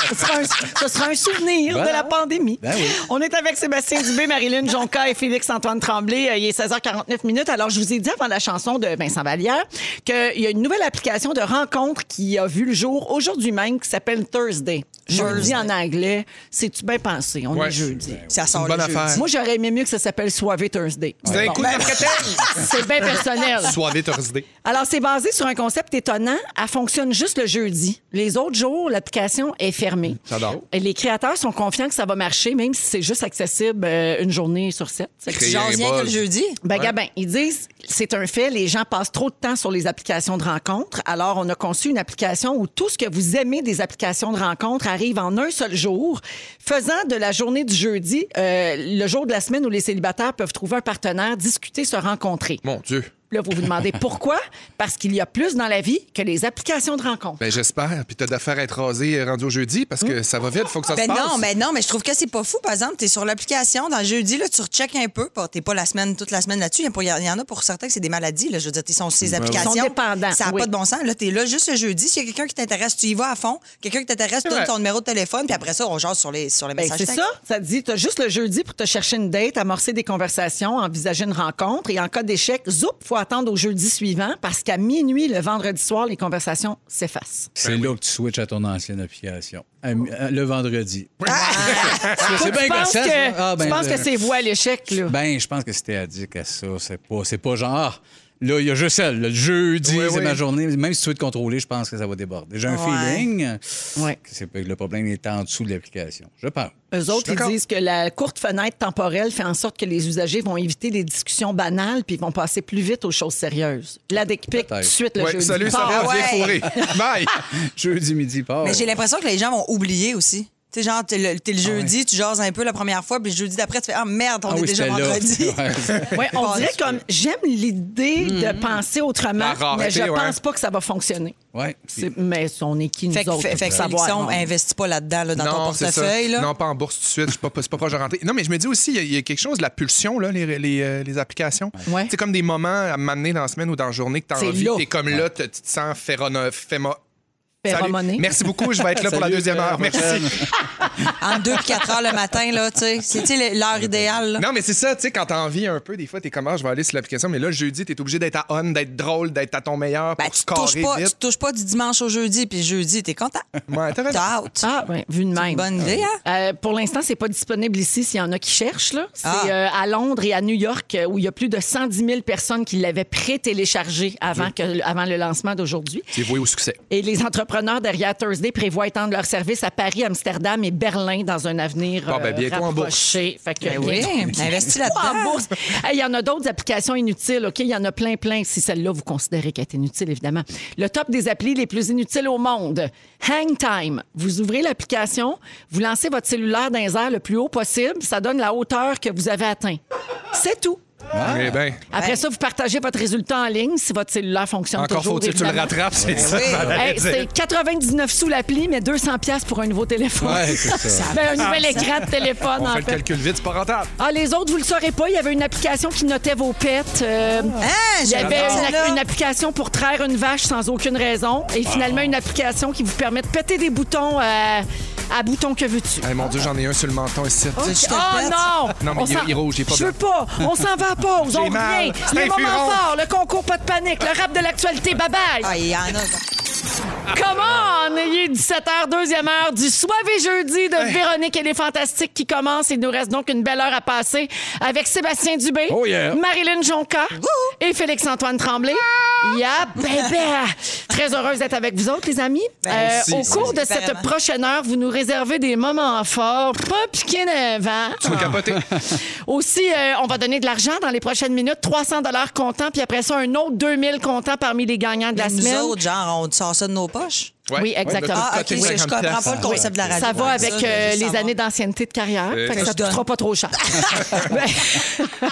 [SPEAKER 1] Ce sera un, ce sera un souvenir
[SPEAKER 4] Voilà.
[SPEAKER 1] de la pandémie.
[SPEAKER 4] Ben oui.
[SPEAKER 1] On est avec Sébastien Dubé, Marilyn Jonca et Félix-Antoine Tremblay. Euh, Il est 16h49 minutes. Alors, je vous ai dit avant la chanson de Vincent Vallière qu'il y a une nouvelle application de rencontre qui a vu le jour aujourd'hui même qui s'appelle Thursday. Jeudi en anglais. C'est-tu bien pensé? On
[SPEAKER 3] Ouais.
[SPEAKER 1] est jeudi.
[SPEAKER 2] Ça sort
[SPEAKER 3] Ah, Une bonne
[SPEAKER 2] le jeu.
[SPEAKER 3] affaire.
[SPEAKER 1] Moi, j'aurais aimé mieux que ça s'appelle Soivé Thursday.
[SPEAKER 3] C'est un
[SPEAKER 1] Bon.
[SPEAKER 3] coup de marquetel.
[SPEAKER 1] C'est bien personnel.
[SPEAKER 3] Soirée Thursday.
[SPEAKER 1] Alors, c'est basé sur un concept étonnant. Elle fonctionne juste le jeudi. Les autres jours, l'application est fermée.
[SPEAKER 3] J'adore.
[SPEAKER 1] Et Les créateurs sont confiants que ça va marcher, même si c'est juste accessible euh, une journée sur sept. C'est que-
[SPEAKER 3] Créer
[SPEAKER 2] J'en
[SPEAKER 3] un
[SPEAKER 2] viens
[SPEAKER 3] buzz.
[SPEAKER 2] que le jeudi.
[SPEAKER 1] Ben, Gabin, ils disent, c'est un fait, les gens passent trop de temps sur les applications de rencontres. Alors, on a conçu une application où tout ce que vous aimez des applications de rencontres arrive en un seul jour, faisant de la journée du jeudi euh, le jour de la semaine où les célibataires peuvent trouver un partenaire, discuter, se rencontrer.
[SPEAKER 3] Mon Dieu.
[SPEAKER 1] Là, vous vous demandez pourquoi? Parce qu'il y a plus dans la vie que les applications de rencontres.
[SPEAKER 3] Ben, j'espère. Puis t'as d'affaires à être rasé euh, rendu au jeudi parce que ça va vite, faut que ça se
[SPEAKER 2] Ben
[SPEAKER 3] passe.
[SPEAKER 2] non, mais non, mais je trouve que c'est pas fou. Par exemple, t'es sur l'application, dans le jeudi, là, tu recheckes un peu. Bon, T'es pas la semaine, toute la semaine là-dessus. Il y en a pour- il y en a pour certains que c'est des maladies. Là. Je veux dire, t'es sur ces
[SPEAKER 3] Ben
[SPEAKER 2] applications.
[SPEAKER 1] Ils sont dépendants,
[SPEAKER 2] Ça n'a
[SPEAKER 1] oui.
[SPEAKER 2] pas de bon sens. Là, t'es là juste le jeudi. S'il y a quelqu'un qui t'intéresse, tu y vas à fond. Quelqu'un qui t'intéresse, donne
[SPEAKER 3] vrai.
[SPEAKER 2] ton numéro de téléphone. Puis après ça, on jase sur les, sur les
[SPEAKER 1] Ben,
[SPEAKER 2] messages.
[SPEAKER 1] c'est
[SPEAKER 2] textes.
[SPEAKER 1] ça. Ça te dit, tu as juste le jeudi pour te chercher une date, amorcer des conversations, envisager une rencontre. Et en cas d'échec, zoup, faut attendre au jeudi suivant parce qu'à minuit le vendredi soir, les conversations s'effacent.
[SPEAKER 4] C'est là que tu switches à ton ancienne application. À mi- à- Le vendredi. Ah, C'est bien
[SPEAKER 1] Tu penses
[SPEAKER 4] gossant,
[SPEAKER 1] que,
[SPEAKER 4] ça. Ah, ben,
[SPEAKER 1] tu penses
[SPEAKER 4] le-
[SPEAKER 1] que c'est voie à l'échec, là?
[SPEAKER 4] Ben, je pense que c'était addict à ça. C'est pas, c'est pas genre. ah, Là, il y a juste elle. là, Le jeudi,
[SPEAKER 3] Oui,
[SPEAKER 4] c'est
[SPEAKER 3] oui.
[SPEAKER 4] ma journée. Même si tu veux te contrôler, je pense que ça va déborder. J'ai un
[SPEAKER 2] Ouais.
[SPEAKER 4] feeling
[SPEAKER 1] Ouais.
[SPEAKER 4] que c'est, le problème est en dessous de l'application. ben, Je pense.
[SPEAKER 1] Eux autres, ils
[SPEAKER 3] d'accord.
[SPEAKER 1] disent que la courte fenêtre temporelle fait en sorte que les usagers vont éviter les discussions banales puis ils vont passer plus vite aux choses sérieuses. La dick pic, tout de
[SPEAKER 4] Peut-être.
[SPEAKER 1] suite, le
[SPEAKER 3] Ouais,
[SPEAKER 1] jeudi.
[SPEAKER 3] salut,
[SPEAKER 1] Bah,
[SPEAKER 3] ça va,
[SPEAKER 2] Ah, ouais.
[SPEAKER 3] viens fourrer. Bye.
[SPEAKER 4] Jeudi midi, part.
[SPEAKER 2] Mais j'ai l'impression que les gens vont oublier aussi. Tu sais, genre, t'es le, t'es
[SPEAKER 3] Ah
[SPEAKER 2] le jeudi, tu jases un peu la première fois, puis le jeudi d'après, tu fais Ah merde, on
[SPEAKER 4] Ah
[SPEAKER 2] est
[SPEAKER 4] oui,
[SPEAKER 2] déjà
[SPEAKER 4] c'était là.
[SPEAKER 2] vendredi.
[SPEAKER 4] Ouais.
[SPEAKER 1] Ouais, on
[SPEAKER 2] Pas
[SPEAKER 1] dirait
[SPEAKER 2] sûr.
[SPEAKER 1] comme j'aime l'idée de penser autrement,
[SPEAKER 3] Hmm. La rareté,
[SPEAKER 1] mais je
[SPEAKER 3] ouais.
[SPEAKER 1] pense pas que ça va fonctionner.
[SPEAKER 4] Ouais.
[SPEAKER 1] C'est- Mais on est qui nous
[SPEAKER 2] Fait que,
[SPEAKER 1] autres
[SPEAKER 2] fait, fait
[SPEAKER 1] pour
[SPEAKER 2] que
[SPEAKER 1] savoir, hein.
[SPEAKER 2] Félixon,
[SPEAKER 1] non?
[SPEAKER 2] investis pas là-dedans, là, dans ton
[SPEAKER 3] non, c'est ça.
[SPEAKER 2] portefeuille. Là.
[SPEAKER 3] Non, pas en bourse tout de suite. Je suis pas- C'est pas, proche de rentrer. Non, mais je me dis aussi, il y a- il y, a quelque chose, la pulsion, là, les, les, euh, les applications.
[SPEAKER 1] Ouais.
[SPEAKER 3] C'est comme des moments à m'amener dans la semaine ou dans la journée que t'as
[SPEAKER 1] C'est
[SPEAKER 3] envie.
[SPEAKER 1] là.
[SPEAKER 3] T'es comme là, tu tu te sens phérono- phémo-
[SPEAKER 1] Perra
[SPEAKER 3] Salut.
[SPEAKER 1] Monet.
[SPEAKER 3] Merci beaucoup. Je vais être là pour la
[SPEAKER 4] Salut,
[SPEAKER 3] deuxième heure.
[SPEAKER 4] Pierre,
[SPEAKER 3] Merci.
[SPEAKER 4] prochaine.
[SPEAKER 2] Entre 2 et 4 heures le matin, là, tu sais. C'est tu sais, le- l'heure idéale. là.
[SPEAKER 3] Non, mais c'est ça, tu sais, quand t'as envie un peu, des fois, t'es comme, ah, je vais aller sur l'application, mais là, le jeudi, t'es obligé d'être à on, d'être drôle, d'être à ton meilleur
[SPEAKER 2] Ben,
[SPEAKER 3] pour
[SPEAKER 2] tu
[SPEAKER 3] scorer
[SPEAKER 2] touches, pas, tu
[SPEAKER 3] vite.
[SPEAKER 2] touches pas du dimanche au jeudi, puis jeudi, t'es content.
[SPEAKER 3] Ouais, t'as raison.
[SPEAKER 2] T'es out.
[SPEAKER 1] Ah, oui, vu de
[SPEAKER 2] C'est
[SPEAKER 1] même.
[SPEAKER 2] une bonne idée, hein?
[SPEAKER 1] Euh, pour l'instant, c'est pas disponible ici s'il y en a qui cherchent. là. C'est
[SPEAKER 2] Ah.
[SPEAKER 1] euh, à Londres et à New York euh, où il y a plus de 110 000 personnes qui l'avaient pré-téléchargé avant, que, avant le lancement d'aujourd'hui.
[SPEAKER 3] C'est voué au succès.
[SPEAKER 1] Et les entrepreneurs derrière Thursday prévoient étendre leur service à Paris, Amsterdam et Berlin dans un avenir euh,
[SPEAKER 3] Bon, ben, bientôt en
[SPEAKER 1] rapproché. Fait que,
[SPEAKER 2] Ben oui,
[SPEAKER 1] bientôt.
[SPEAKER 2] investis
[SPEAKER 1] Pas en
[SPEAKER 2] là-dedans.
[SPEAKER 1] bourse. Hey, Il y en a d'autres applications inutiles, OK? Il y en a plein, plein. Si celle-là, vous considérez qu'elle est inutile, évidemment. Le top des applis les plus inutiles au monde. Hang Time. Vous ouvrez l'application, vous lancez votre cellulaire dans les airs le plus haut possible. Ça donne la hauteur que vous avez atteint. C'est tout.
[SPEAKER 3] Eh ben,
[SPEAKER 1] Après ça, vous partagez votre résultat en ligne si votre cellulaire fonctionne
[SPEAKER 3] encore
[SPEAKER 1] Ah, toujours.
[SPEAKER 3] faut-il que tu le
[SPEAKER 1] évidemment.
[SPEAKER 3] rattrapes, c'est ça.
[SPEAKER 2] Oui.
[SPEAKER 3] ça va
[SPEAKER 1] Hey,
[SPEAKER 3] dire.
[SPEAKER 1] c'est 99 sous l'appli, mais 200 pièces pour un nouveau téléphone.
[SPEAKER 4] Ouais, c'est ça.
[SPEAKER 1] Ben, un nouvel écran de téléphone,
[SPEAKER 3] On
[SPEAKER 1] en
[SPEAKER 3] fait le
[SPEAKER 1] fait.
[SPEAKER 3] calcul vite, c'est pas rentable.
[SPEAKER 1] Ah, les autres, vous le saurez pas, il y avait une application qui notait vos pets. euh,
[SPEAKER 2] Hein,
[SPEAKER 1] il y avait
[SPEAKER 2] j'adore
[SPEAKER 1] une,
[SPEAKER 2] celle-là.
[SPEAKER 1] une application pour traire une vache sans aucune raison.
[SPEAKER 2] Ah.
[SPEAKER 1] Et finalement, une application qui vous permet de péter des boutons euh, à boutons que veux-tu.
[SPEAKER 3] Hey, mon Dieu, j'en ai un sur le menton ici.
[SPEAKER 2] Tu veux que Ah, je te le
[SPEAKER 1] Ah. Oh
[SPEAKER 2] pète?
[SPEAKER 1] non!
[SPEAKER 3] Non, mais
[SPEAKER 1] On
[SPEAKER 3] il est-
[SPEAKER 1] s'en-
[SPEAKER 3] il est rouge, il est pas
[SPEAKER 1] Je veux
[SPEAKER 3] blanc.
[SPEAKER 1] pas! On s'en va à pause, on
[SPEAKER 3] J'ai mal.
[SPEAKER 1] revient!
[SPEAKER 3] C'est
[SPEAKER 1] Les
[SPEAKER 3] un
[SPEAKER 1] moments
[SPEAKER 3] furon.
[SPEAKER 1] forts, le concours, pas de panique, le rap de l'actualité, bye bye!
[SPEAKER 2] Ah, il y en a.
[SPEAKER 1] Comment on est 17h, deuxième heure du Soir et Jeudi de Véronique et les Fantastiques qui commence. Il nous reste donc une belle heure à passer avec Sébastien Dubé,
[SPEAKER 4] Oh yeah.
[SPEAKER 1] Marilyn Jonca et Félix-Antoine Tremblay.
[SPEAKER 2] Ah!
[SPEAKER 1] Yeah, bébé! Très heureuse d'être avec vous autres, les amis. Euh,
[SPEAKER 3] merci.
[SPEAKER 1] au cours de
[SPEAKER 2] Merci,
[SPEAKER 1] cette
[SPEAKER 2] Ben, vraiment.
[SPEAKER 1] prochaine heure, vous nous réservez des moments forts, pas piqués d'avant.
[SPEAKER 3] Tu vas capoter.
[SPEAKER 1] Aussi, euh, on va donner de l'argent dans les prochaines minutes, 300 dollars comptant, puis après ça, un autre 2000 comptant parmi les gagnants de la
[SPEAKER 2] Nous
[SPEAKER 1] semaine.
[SPEAKER 2] autres, genre, on sort ça de nos poches.
[SPEAKER 3] Ouais.
[SPEAKER 1] Oui, exactement.
[SPEAKER 3] Ouais, de
[SPEAKER 2] Ah,
[SPEAKER 3] tout
[SPEAKER 2] OK,
[SPEAKER 3] côté,
[SPEAKER 2] oui, je
[SPEAKER 3] 50
[SPEAKER 2] comprends
[SPEAKER 3] piastres.
[SPEAKER 2] pas le concept de la radio.
[SPEAKER 1] Ça va
[SPEAKER 2] Ouais,
[SPEAKER 1] avec
[SPEAKER 2] je veux
[SPEAKER 1] euh,
[SPEAKER 2] juste
[SPEAKER 1] les
[SPEAKER 2] savoir.
[SPEAKER 1] années d'ancienneté de carrière.
[SPEAKER 3] Euh,
[SPEAKER 1] Fait que
[SPEAKER 2] je
[SPEAKER 1] ça ne
[SPEAKER 2] donne.
[SPEAKER 1] coûtera pas trop cher. Ben,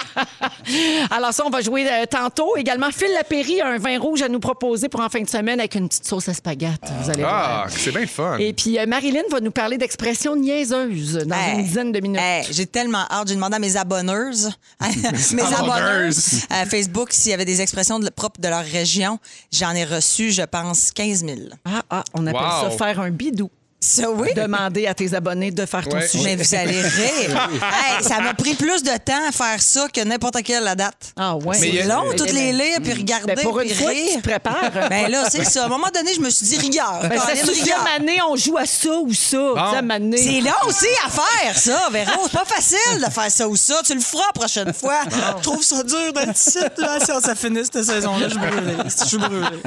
[SPEAKER 1] Alors ça, on va jouer euh, tantôt. Également, Phil Lapéry a un vin rouge à nous proposer pour en fin de semaine avec une petite sauce à spaghette. Vous allez voir.
[SPEAKER 3] Ah, c'est bien le fun.
[SPEAKER 1] Et puis, euh, Marilyn va nous parler d'expressions niaiseuses dans
[SPEAKER 2] Hey.
[SPEAKER 1] une dizaine de minutes.
[SPEAKER 2] Hey, j'ai tellement hâte. J'ai demandé à mes abonneuses, mes abonneuses à Facebook s'il y avait des expressions de- propres de leur région. J'en ai reçu, je pense, 15 000.
[SPEAKER 1] Ah, ah, on appelle ça
[SPEAKER 3] Wow.
[SPEAKER 1] faire un bidou.
[SPEAKER 2] Ça, oui.
[SPEAKER 1] Demander à tes abonnés de faire ton
[SPEAKER 3] Ouais.
[SPEAKER 1] sujet.
[SPEAKER 2] Mais vous allez rire. Hey, ça m'a pris plus de temps à faire ça que n'importe quelle la date.
[SPEAKER 1] Ah ouais.
[SPEAKER 3] Mais il y
[SPEAKER 2] C'est
[SPEAKER 3] a-
[SPEAKER 2] long,
[SPEAKER 3] Mais-
[SPEAKER 2] toutes les lire, puis regarder,
[SPEAKER 1] Ben, pour une
[SPEAKER 2] puis
[SPEAKER 1] fois, que tu
[SPEAKER 2] rire.
[SPEAKER 1] te prépares.
[SPEAKER 2] Ben là, c'est ça. À un moment donné, je me suis dit rigueur.
[SPEAKER 1] Ben, ça
[SPEAKER 2] Colin,
[SPEAKER 1] se souvient,
[SPEAKER 2] rigueur.
[SPEAKER 1] Mané, on joue à ça ou ça. Tu sais, à Mané.
[SPEAKER 2] C'est là aussi à faire, ça, Véro. C'est pas facile de faire ça ou ça. Tu le feras la prochaine fois. Je trouve ça dur d'être ici. Là, si on ça finit cette saison-là, je suis brûlée. Je suis brûlée.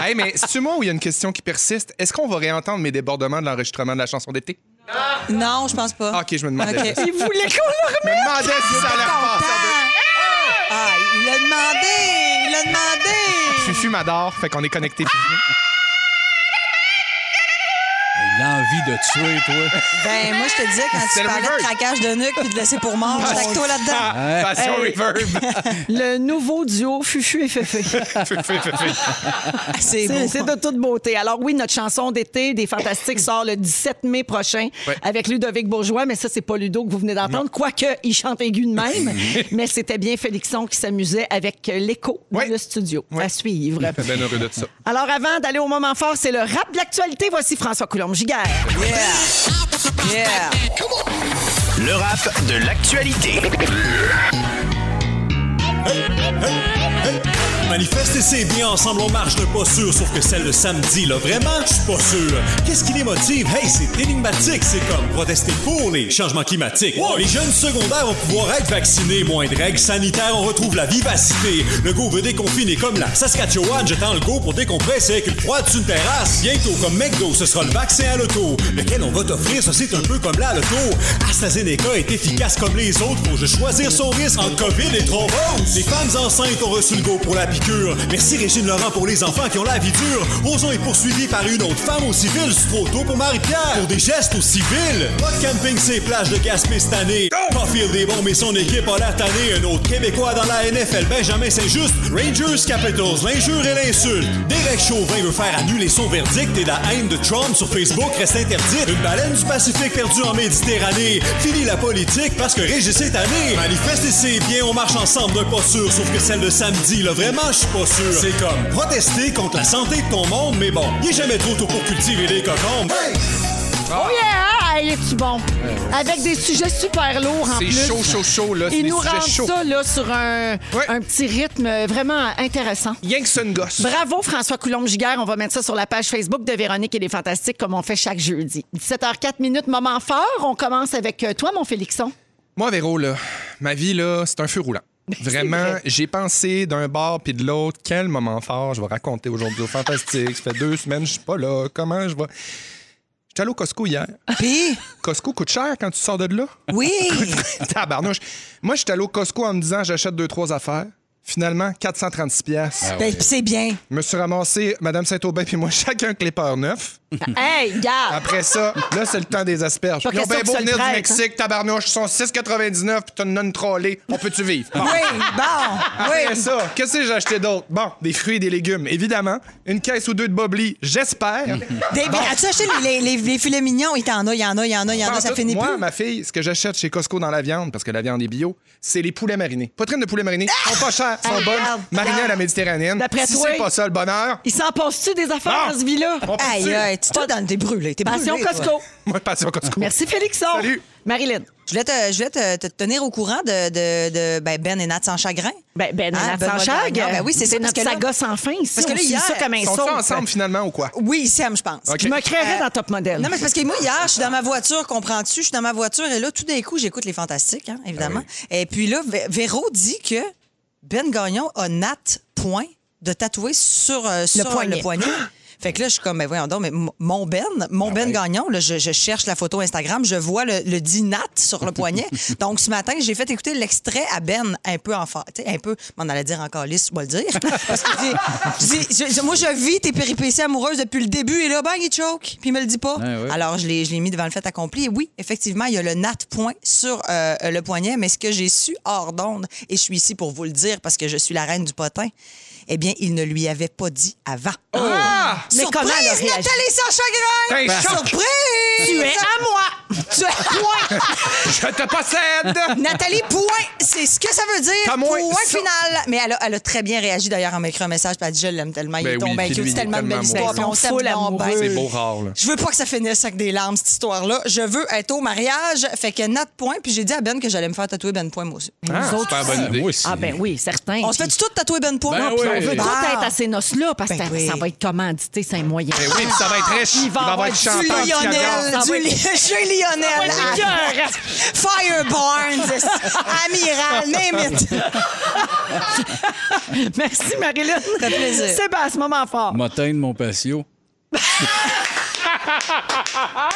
[SPEAKER 3] Hey, mais c'est-tu moi où il y a une question qui persiste? Est-ce qu'on va réentendre mes débordements de l'enregistrement de la chanson d'été?
[SPEAKER 2] Non, je pense pas.
[SPEAKER 3] Ah, OK, je me demandais.
[SPEAKER 2] OK.
[SPEAKER 1] Il voulait qu'on le
[SPEAKER 3] Je
[SPEAKER 1] remette.
[SPEAKER 3] me demandais si ça allait repasser.
[SPEAKER 2] Ah, il l'a demandé! Il l'a demandé!
[SPEAKER 3] Fufu m'adore, fait qu'on est connectés. Fufu.
[SPEAKER 4] L'envie de tuer, toi.
[SPEAKER 2] Ben, moi, je te disais, quand
[SPEAKER 3] C'est
[SPEAKER 2] tu
[SPEAKER 3] le
[SPEAKER 2] parlais de
[SPEAKER 3] reverse.
[SPEAKER 2] craquage de nuque puis de laisser pour mort, j'étais avec toi là-dedans.
[SPEAKER 3] Ah, Passion reverb.
[SPEAKER 1] Le nouveau duo Fufu et Fefe.
[SPEAKER 3] Fufu, Fufu.
[SPEAKER 2] C'est
[SPEAKER 1] Ah, C'est
[SPEAKER 2] beau.
[SPEAKER 1] c'est de toute beauté. Alors oui, notre chanson d'été des Fantastiques sort le 17 mai prochain
[SPEAKER 3] Ouais.
[SPEAKER 1] avec Ludovic Bourgeois, mais ça, c'est pas Ludo que vous venez d'entendre, quoique il chante aigu de même. mais c'était bien Félixon qui s'amusait avec euh, l'écho dans
[SPEAKER 3] Ouais.
[SPEAKER 1] le studio. À suivre.
[SPEAKER 3] Ben heureux de ça.
[SPEAKER 1] Alors avant d'aller au moment fort, c'est le rap de l'actualité. Voici François Coulombe-Giguère.
[SPEAKER 3] Ah.
[SPEAKER 2] Yeah! Yeah!
[SPEAKER 9] Le rap de l'actualité.
[SPEAKER 10] Manifester, c'est bien ensemble, on marche de pas sûr, sauf que celle de samedi, là, vraiment, je suis pas sûr. Qu'est-ce qui les motive? Hey, c'est énigmatique, c'est comme protester pour les changements climatiques. Wow, les jeunes secondaires vont pouvoir être vaccinés, moins de règles sanitaires, on retrouve la vivacité. Le go veut déconfiner comme la Saskatchewan, j'attends le go pour décompresser avec une croix d'une terrasse. Bientôt, comme McDo, ce sera le vaccin à l'auto. Lequel on va t'offrir, ça c'est un peu comme la loto. AstraZeneca est efficace comme les autres, faut juste choisir son risque en COVID et thrombose. Les femmes enceintes ont reçu le go pour la piqûre. Merci Régine Laurent pour les enfants qui ont la vie dure. Ozon est poursuivi par une autre femme au civil. C'est trop tôt pour Marie-Pierre. Pour des gestes au civil. Pas de camping, c'est plages de Gaspé cette année. Profil des bons, mais son équipe a l'air tannée. Un autre Québécois dans la NFL, Benjamin Saint-Just. Rangers Capitals, l'injure et l'insulte. Derek Chauvin veut faire annuler son verdict et la haine de Trump sur Facebook reste interdite. Une baleine du Pacifique perdue en Méditerranée. Fini la politique parce que Régis est tanné. Manifestez, c'est bien, on marche ensemble d'un pas sûr, sauf que celle de samedi, là, vraiment, vraiment, je suis pas sûr. C'est comme protester contre la santé de ton monde, mais bon, il est jamais trop tôt pour cultiver les cocons.
[SPEAKER 1] Oh yeah! Hey, est-tu bon? Avec des sujets super lourds en
[SPEAKER 3] C'est
[SPEAKER 1] plus.
[SPEAKER 3] chaud, chaud, chaud, là. C'est
[SPEAKER 1] Ils
[SPEAKER 3] des
[SPEAKER 1] nous
[SPEAKER 3] sujets
[SPEAKER 1] rendent
[SPEAKER 3] chauds.
[SPEAKER 1] ça là, sur un, un petit rythme vraiment intéressant.
[SPEAKER 3] Rien que ça, une gosse.
[SPEAKER 1] Bravo François Coulombe-Giguère. On va mettre ça sur la page Facebook de Véronique et les Fantastiques comme on fait chaque jeudi. 17h04 minutes, moment fort. On commence avec euh, toi, mon Félixon.
[SPEAKER 3] Moi, Véro, là, ma vie, là, c'est un feu roulant. Vraiment, j'ai pensé d'un bord puis de l'autre, quel moment fort je vais raconter aujourd'hui au Fantastique. Ça fait deux semaines, je suis pas là. Comment je vais. J'étais allé au Costco hier.
[SPEAKER 2] Puis?
[SPEAKER 3] Costco coûte cher quand tu sors de là?
[SPEAKER 2] Oui!
[SPEAKER 3] Tabarnouche. Moi, j'étais allé au Costco en me disant j'achète deux, trois affaires. Finalement, 436$. pièces.
[SPEAKER 2] Ben, pis c'est bien.
[SPEAKER 3] Je me suis ramassé, Madame Saint-Aubin puis moi, chacun clipper neuf.
[SPEAKER 1] Hey, gars!
[SPEAKER 3] Après ça, là, c'est le temps des asperges.
[SPEAKER 1] Pas
[SPEAKER 3] Ils ont
[SPEAKER 1] question
[SPEAKER 3] bien
[SPEAKER 1] que
[SPEAKER 3] beau
[SPEAKER 1] ça le
[SPEAKER 3] venir du
[SPEAKER 1] prête, hein.
[SPEAKER 3] Mexique, tabarnouche, ils sont 6,99 puis t'as une non trollée. On peut-tu vivre?
[SPEAKER 1] Ah.
[SPEAKER 3] Bon.
[SPEAKER 2] Oui, bon.
[SPEAKER 3] Ah, Après ça, qu'est-ce que j'ai acheté d'autre? Bon, des fruits et des légumes, évidemment. Une caisse ou deux de bobli, j'espère.
[SPEAKER 2] Des-
[SPEAKER 3] Bon.
[SPEAKER 2] As-tu acheté les, les- les filets mignons? Il t'en a, il y en a, il y en a, il y en a, ça
[SPEAKER 3] Pantoute,
[SPEAKER 2] finit
[SPEAKER 3] Moi,
[SPEAKER 2] plus.
[SPEAKER 3] ma fille, ce que j'achète chez Costco dans la viande, parce que la viande est bio, c'est les poulets marinés. Poitrine de poulet mariné. Ils
[SPEAKER 2] Ah!
[SPEAKER 3] sont pas chers, ils sont bonnes. Marinées à la Méditerranéenne.
[SPEAKER 1] D'après
[SPEAKER 3] si
[SPEAKER 1] toi-
[SPEAKER 3] c'est pas ça le bonheur,
[SPEAKER 1] Il s'en passe-tu des affaires
[SPEAKER 3] Non.
[SPEAKER 1] dans ce vie-là?
[SPEAKER 3] on peut-tu-
[SPEAKER 2] Aïe, aïe, tu t'es dans le t'es brûlé, t'es brûlé.
[SPEAKER 1] Passion
[SPEAKER 2] toi.
[SPEAKER 1] Costco.
[SPEAKER 3] Moi, passion Costco.
[SPEAKER 1] Merci Félixon.
[SPEAKER 3] Salut.
[SPEAKER 1] Marilyn.
[SPEAKER 2] Je voulais, te, je voulais te, te tenir au courant de, de- de- ben, Ben et Nat sans chagrin.
[SPEAKER 1] Ben, ben,
[SPEAKER 2] Hein,
[SPEAKER 1] Nat
[SPEAKER 2] Benoît
[SPEAKER 1] Sanchag,
[SPEAKER 2] Gagnon. Ben oui, c'est ça, parce
[SPEAKER 1] notre
[SPEAKER 2] que là-
[SPEAKER 1] saga sans fin. Ici,
[SPEAKER 2] Parce que
[SPEAKER 1] on
[SPEAKER 2] là,
[SPEAKER 1] suit
[SPEAKER 2] hier,
[SPEAKER 1] ça comme un
[SPEAKER 3] Sont-ils
[SPEAKER 1] sauce.
[SPEAKER 3] ensemble finalement ou quoi?
[SPEAKER 2] Oui, ils s'aiment, je pense.
[SPEAKER 3] OK.
[SPEAKER 1] Je me créerais
[SPEAKER 2] Euh,
[SPEAKER 1] dans Top Model.
[SPEAKER 2] Non, mais c'est parce que moi, hier, je suis dans ma voiture, comprends-tu? Je suis dans ma voiture et là, tout d'un coup, j'écoute les fantastiques, hein, évidemment. Et puis là, Vé- Véro dit que Ben Gagnon a Nat point de tatouer sur, euh, sur
[SPEAKER 1] poignet.
[SPEAKER 2] le poignet. Fait que là, je suis comme, mais voyons donc, mais m- mon Ben, mon Ben Gagnon, là, je, je cherche la photo Instagram, je vois le, le dit Nat sur le poignet. Donc, ce matin, j'ai fait écouter l'extrait à Ben, un peu en fa- tu sais, un peu, m'en allait dire en calice, on va le dire. Parce que je dis- je dis- je- moi, je vis tes péripéties amoureuses depuis le début et là, bang, il choke, puis il me le dit pas.
[SPEAKER 4] Ouais, ouais.
[SPEAKER 2] Alors, je l'ai je l'ai mis devant le fait accompli. Et oui, effectivement, il y a le nat point sur euh, le poignet, mais ce que j'ai su hors d'onde, et je suis ici pour vous le dire parce que je suis la reine du potin, eh bien, il ne lui avait pas dit avant.
[SPEAKER 3] Ah!
[SPEAKER 2] Mais Surprise,
[SPEAKER 1] comment elle a réagi?
[SPEAKER 2] Nathalie sans chagrin!
[SPEAKER 3] T'es choc.
[SPEAKER 2] Surprise!
[SPEAKER 1] Tu es à moi.
[SPEAKER 2] Tu es- point!
[SPEAKER 3] Je te possède!
[SPEAKER 2] Nathalie, point! C'est ce que ça veut dire.
[SPEAKER 3] T'as moins-
[SPEAKER 2] point
[SPEAKER 3] ça-
[SPEAKER 2] final. Mais elle a, elle a très bien réagi d'ailleurs en m'écrivant un message. Puis elle dit, je l'aime tellement. Il
[SPEAKER 3] Ben
[SPEAKER 2] est
[SPEAKER 3] oui,
[SPEAKER 2] tombé
[SPEAKER 3] puis
[SPEAKER 2] avec
[SPEAKER 3] lui,
[SPEAKER 2] C'est
[SPEAKER 3] il est
[SPEAKER 2] tellement une belle
[SPEAKER 3] tellement
[SPEAKER 2] histoire.
[SPEAKER 3] mignon.
[SPEAKER 2] Puis on
[SPEAKER 1] Ils
[SPEAKER 2] s'aime
[SPEAKER 1] sont full
[SPEAKER 2] donc bien.
[SPEAKER 1] amoureux.
[SPEAKER 3] C'est beau rare, là.
[SPEAKER 2] Je veux pas que ça finisse avec des larmes, cette histoire-là. Je veux être au mariage. Fait que Nat Point, puis j'ai dit à Ben que j'allais me faire tatouer Ben Point, moi aussi.
[SPEAKER 3] Ah,
[SPEAKER 1] autres,
[SPEAKER 3] super bonne idée.
[SPEAKER 4] Moi aussi.
[SPEAKER 1] Ah ben oui, certain.
[SPEAKER 2] On se fait tout tatouer Ben Point?
[SPEAKER 4] Ben oui.
[SPEAKER 1] On veut
[SPEAKER 4] Hey.
[SPEAKER 8] Ah.
[SPEAKER 1] tout
[SPEAKER 2] Wow.
[SPEAKER 1] être à ces noces-là parce que
[SPEAKER 2] Ben oui.
[SPEAKER 1] ça va être commandité, c'est un moyen.
[SPEAKER 3] Ben oui, puis ça va être riche.
[SPEAKER 1] Il va
[SPEAKER 3] Il va y avoir
[SPEAKER 1] avoir
[SPEAKER 3] du
[SPEAKER 1] du
[SPEAKER 2] Du
[SPEAKER 3] champagne. du caviar.
[SPEAKER 2] Lionel,
[SPEAKER 1] Ah,
[SPEAKER 2] du
[SPEAKER 1] oui.
[SPEAKER 2] Li- chez Lionel,
[SPEAKER 1] Ah, cœur.
[SPEAKER 2] Fire Barnes, Amiral, name it.
[SPEAKER 4] Ah,
[SPEAKER 1] Merci, Marilyn.
[SPEAKER 2] Ça fait plaisir.
[SPEAKER 1] Sébastien, moment
[SPEAKER 8] oh.
[SPEAKER 1] fort.
[SPEAKER 4] M'a teint de mon patio.
[SPEAKER 2] Ah,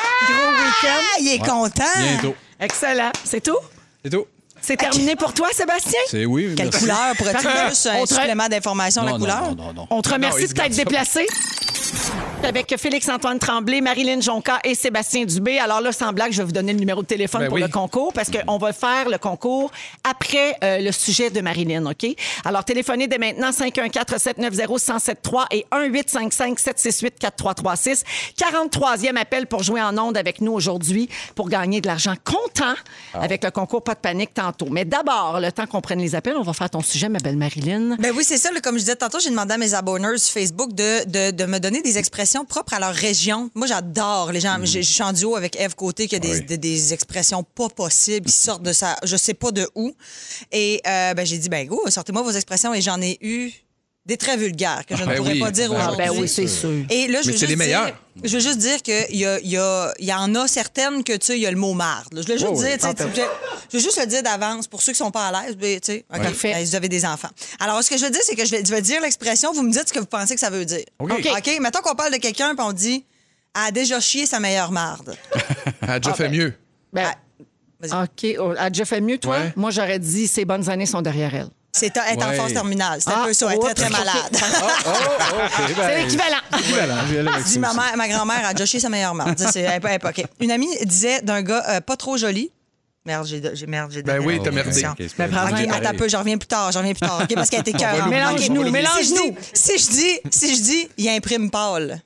[SPEAKER 2] il est content.
[SPEAKER 4] Bientôt.
[SPEAKER 8] Ah.
[SPEAKER 1] Excellent. C'est tout?
[SPEAKER 4] C'est tout.
[SPEAKER 1] C'est terminé pour toi, Sébastien?
[SPEAKER 4] C'est oui.
[SPEAKER 2] Quelle
[SPEAKER 4] merci.
[SPEAKER 2] couleur pourrais-tu juste
[SPEAKER 1] On
[SPEAKER 2] un
[SPEAKER 1] te-
[SPEAKER 2] supplément d'information, la
[SPEAKER 4] Non, non,
[SPEAKER 2] couleur?
[SPEAKER 4] non, non, non.
[SPEAKER 1] On te
[SPEAKER 3] Non,
[SPEAKER 1] remercie
[SPEAKER 3] il
[SPEAKER 1] de
[SPEAKER 3] se
[SPEAKER 1] t'être
[SPEAKER 3] garde ça.
[SPEAKER 1] déplacé. Avec Félix-Antoine Tremblay, Marilyn Jonca et Sébastien Dubé. Alors là, sans blague, je vais vous donner le numéro de téléphone
[SPEAKER 3] Ben
[SPEAKER 1] pour
[SPEAKER 3] oui. Mm-hmm.
[SPEAKER 1] le concours parce qu'on va faire le concours après euh, le sujet de Marilyn, OK? Alors, téléphonez dès maintenant 514-790-1073 et 1-855-768-4336. 43e appel pour jouer en onde avec nous aujourd'hui pour gagner de l'argent comptant
[SPEAKER 3] Ah.
[SPEAKER 1] avec le concours Pas de panique tantôt. Mais d'abord, le temps qu'on prenne les appels, on va faire ton sujet, ma belle Marilyn.
[SPEAKER 2] Ben oui, c'est ça. là, comme je disais tantôt, j'ai demandé à mes abonneurs sur Facebook de, de, de me donner des expressions propres à leur région. Moi, j'adore les gens. Je je suis en duo avec Eve Côté qui a des,
[SPEAKER 4] Oui.
[SPEAKER 2] des, des expressions pas possibles qui sortent de sa... Je sais pas de où. Et euh, ben, j'ai dit, ben go, sortez-moi vos expressions. Et j'en ai eu des très vulgaires que je ne
[SPEAKER 3] ben
[SPEAKER 2] pourrais
[SPEAKER 3] oui.
[SPEAKER 2] pas dire
[SPEAKER 3] Ah,
[SPEAKER 2] aujourd'hui.
[SPEAKER 1] ben oui, c'est sûr.
[SPEAKER 2] Et là, je
[SPEAKER 3] Mais c'est
[SPEAKER 2] veux juste
[SPEAKER 3] les meilleurs.
[SPEAKER 2] dire- Je veux juste dire qu'il y, a- il y, a- il y en a certaines que, tu sais, il y a le mot marde. là. Je veux
[SPEAKER 3] Oh
[SPEAKER 2] juste dire, tu sais, tu- je veux juste le dire d'avance pour ceux qui sont pas à l'aise, ben, tu sais, OK,
[SPEAKER 1] Parfait.
[SPEAKER 2] ben, vous avez des enfants. Alors, ce que je veux dire, c'est que je vais, je vais dire l'expression, vous me dites ce que vous pensez que ça veut dire.
[SPEAKER 3] OK.
[SPEAKER 2] OK, mettons qu'on parle de quelqu'un puis on dit, elle a déjà chié sa meilleure marde.
[SPEAKER 3] Elle a déjà fait mieux.
[SPEAKER 1] Ben,
[SPEAKER 2] Vas-y.
[SPEAKER 1] OK. Oh, Elle a déjà fait mieux, toi.
[SPEAKER 3] Ouais.
[SPEAKER 1] Moi, j'aurais dit ces bonnes années sont derrière elle.
[SPEAKER 2] C'est elle est en
[SPEAKER 4] Ouais.
[SPEAKER 2] phase terminale. C'est un
[SPEAKER 1] Ah,
[SPEAKER 2] peu ça, elle est très,
[SPEAKER 1] oups,
[SPEAKER 2] très
[SPEAKER 1] OK. Ah,
[SPEAKER 2] malade.
[SPEAKER 4] Oh, OK. ben,
[SPEAKER 1] C'est l'équivalent.
[SPEAKER 4] équivalent, je vais aller avec
[SPEAKER 2] Dis,
[SPEAKER 4] ça
[SPEAKER 2] ma,
[SPEAKER 4] aussi.
[SPEAKER 2] mère- ma grand-mère a joshé sa meilleure marde. Ça, c'est- elle- elle- OK. Une amie disait d'un gars euh, pas trop joli. Merde, j'ai de- j'ai merde, j'ai de-
[SPEAKER 3] Ben oui, t'as
[SPEAKER 4] Oh,
[SPEAKER 3] merdé.
[SPEAKER 4] OK, c'est
[SPEAKER 1] Ben,
[SPEAKER 4] pas-
[SPEAKER 1] prends-en
[SPEAKER 2] Ok,
[SPEAKER 1] Ouais,
[SPEAKER 2] attends un peu, je reviens plus tard, je reviens plus tard. OK, parce qu'elle était
[SPEAKER 3] On va
[SPEAKER 2] cœur.
[SPEAKER 3] l'oublier,
[SPEAKER 1] Mélange-nous,
[SPEAKER 3] on va l'oublier.
[SPEAKER 1] mélange-nous.
[SPEAKER 2] Si je dis, si je dis, si je dis, il imprime pâle.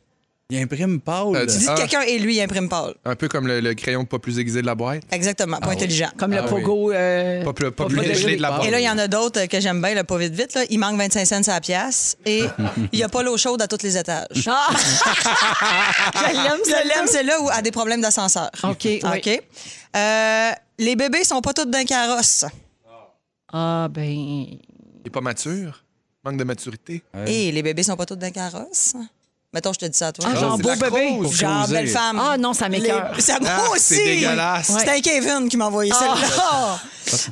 [SPEAKER 4] Il imprime Paul.
[SPEAKER 3] Euh,
[SPEAKER 2] Tu dis
[SPEAKER 3] Ah.
[SPEAKER 2] que quelqu'un est lui, il imprime Paul.
[SPEAKER 3] Un peu comme le, le crayon pas plus aiguisé de la boîte.
[SPEAKER 2] Exactement,
[SPEAKER 3] Ah
[SPEAKER 2] pas
[SPEAKER 3] oui.
[SPEAKER 2] intelligent.
[SPEAKER 1] Comme le
[SPEAKER 3] Ah oui.
[SPEAKER 1] pogo. euh,
[SPEAKER 3] Pas, plus- pas
[SPEAKER 1] pas
[SPEAKER 3] plus
[SPEAKER 1] de-
[SPEAKER 3] gelé de la boîte.
[SPEAKER 2] Et là, il y en a d'autres euh, que j'aime bien, là, pas vite vite. Là. Il manque 25 cents à la pièce et il n'y a pas l'eau chaude à tous les étages.
[SPEAKER 1] Ah! Je l'aime,
[SPEAKER 2] Je
[SPEAKER 1] celle-là.
[SPEAKER 2] l'aime, c'est là où a des problèmes d'ascenseur.
[SPEAKER 1] OK, oui.
[SPEAKER 2] OK. Euh, les bébés sont pas tous d'un carrosse.
[SPEAKER 1] Ah, ben.
[SPEAKER 3] Il est pas mature. Manque de maturité.
[SPEAKER 2] Et Eh, les bébés sont pas tous d'un carrosse. Mettons, je te dis ça à toi.
[SPEAKER 1] Ah, genre
[SPEAKER 3] c'est
[SPEAKER 1] beau
[SPEAKER 3] la
[SPEAKER 1] bébé.
[SPEAKER 3] cause.
[SPEAKER 2] Genre,
[SPEAKER 4] Causé.
[SPEAKER 2] belle femme.
[SPEAKER 1] Ah, non, ça m'écoeure.
[SPEAKER 2] Les- Ça, moi
[SPEAKER 3] Ah,
[SPEAKER 2] aussi.
[SPEAKER 3] c'est dégueulasse.
[SPEAKER 2] C'était un Kevin qui m'a envoyé celle-là.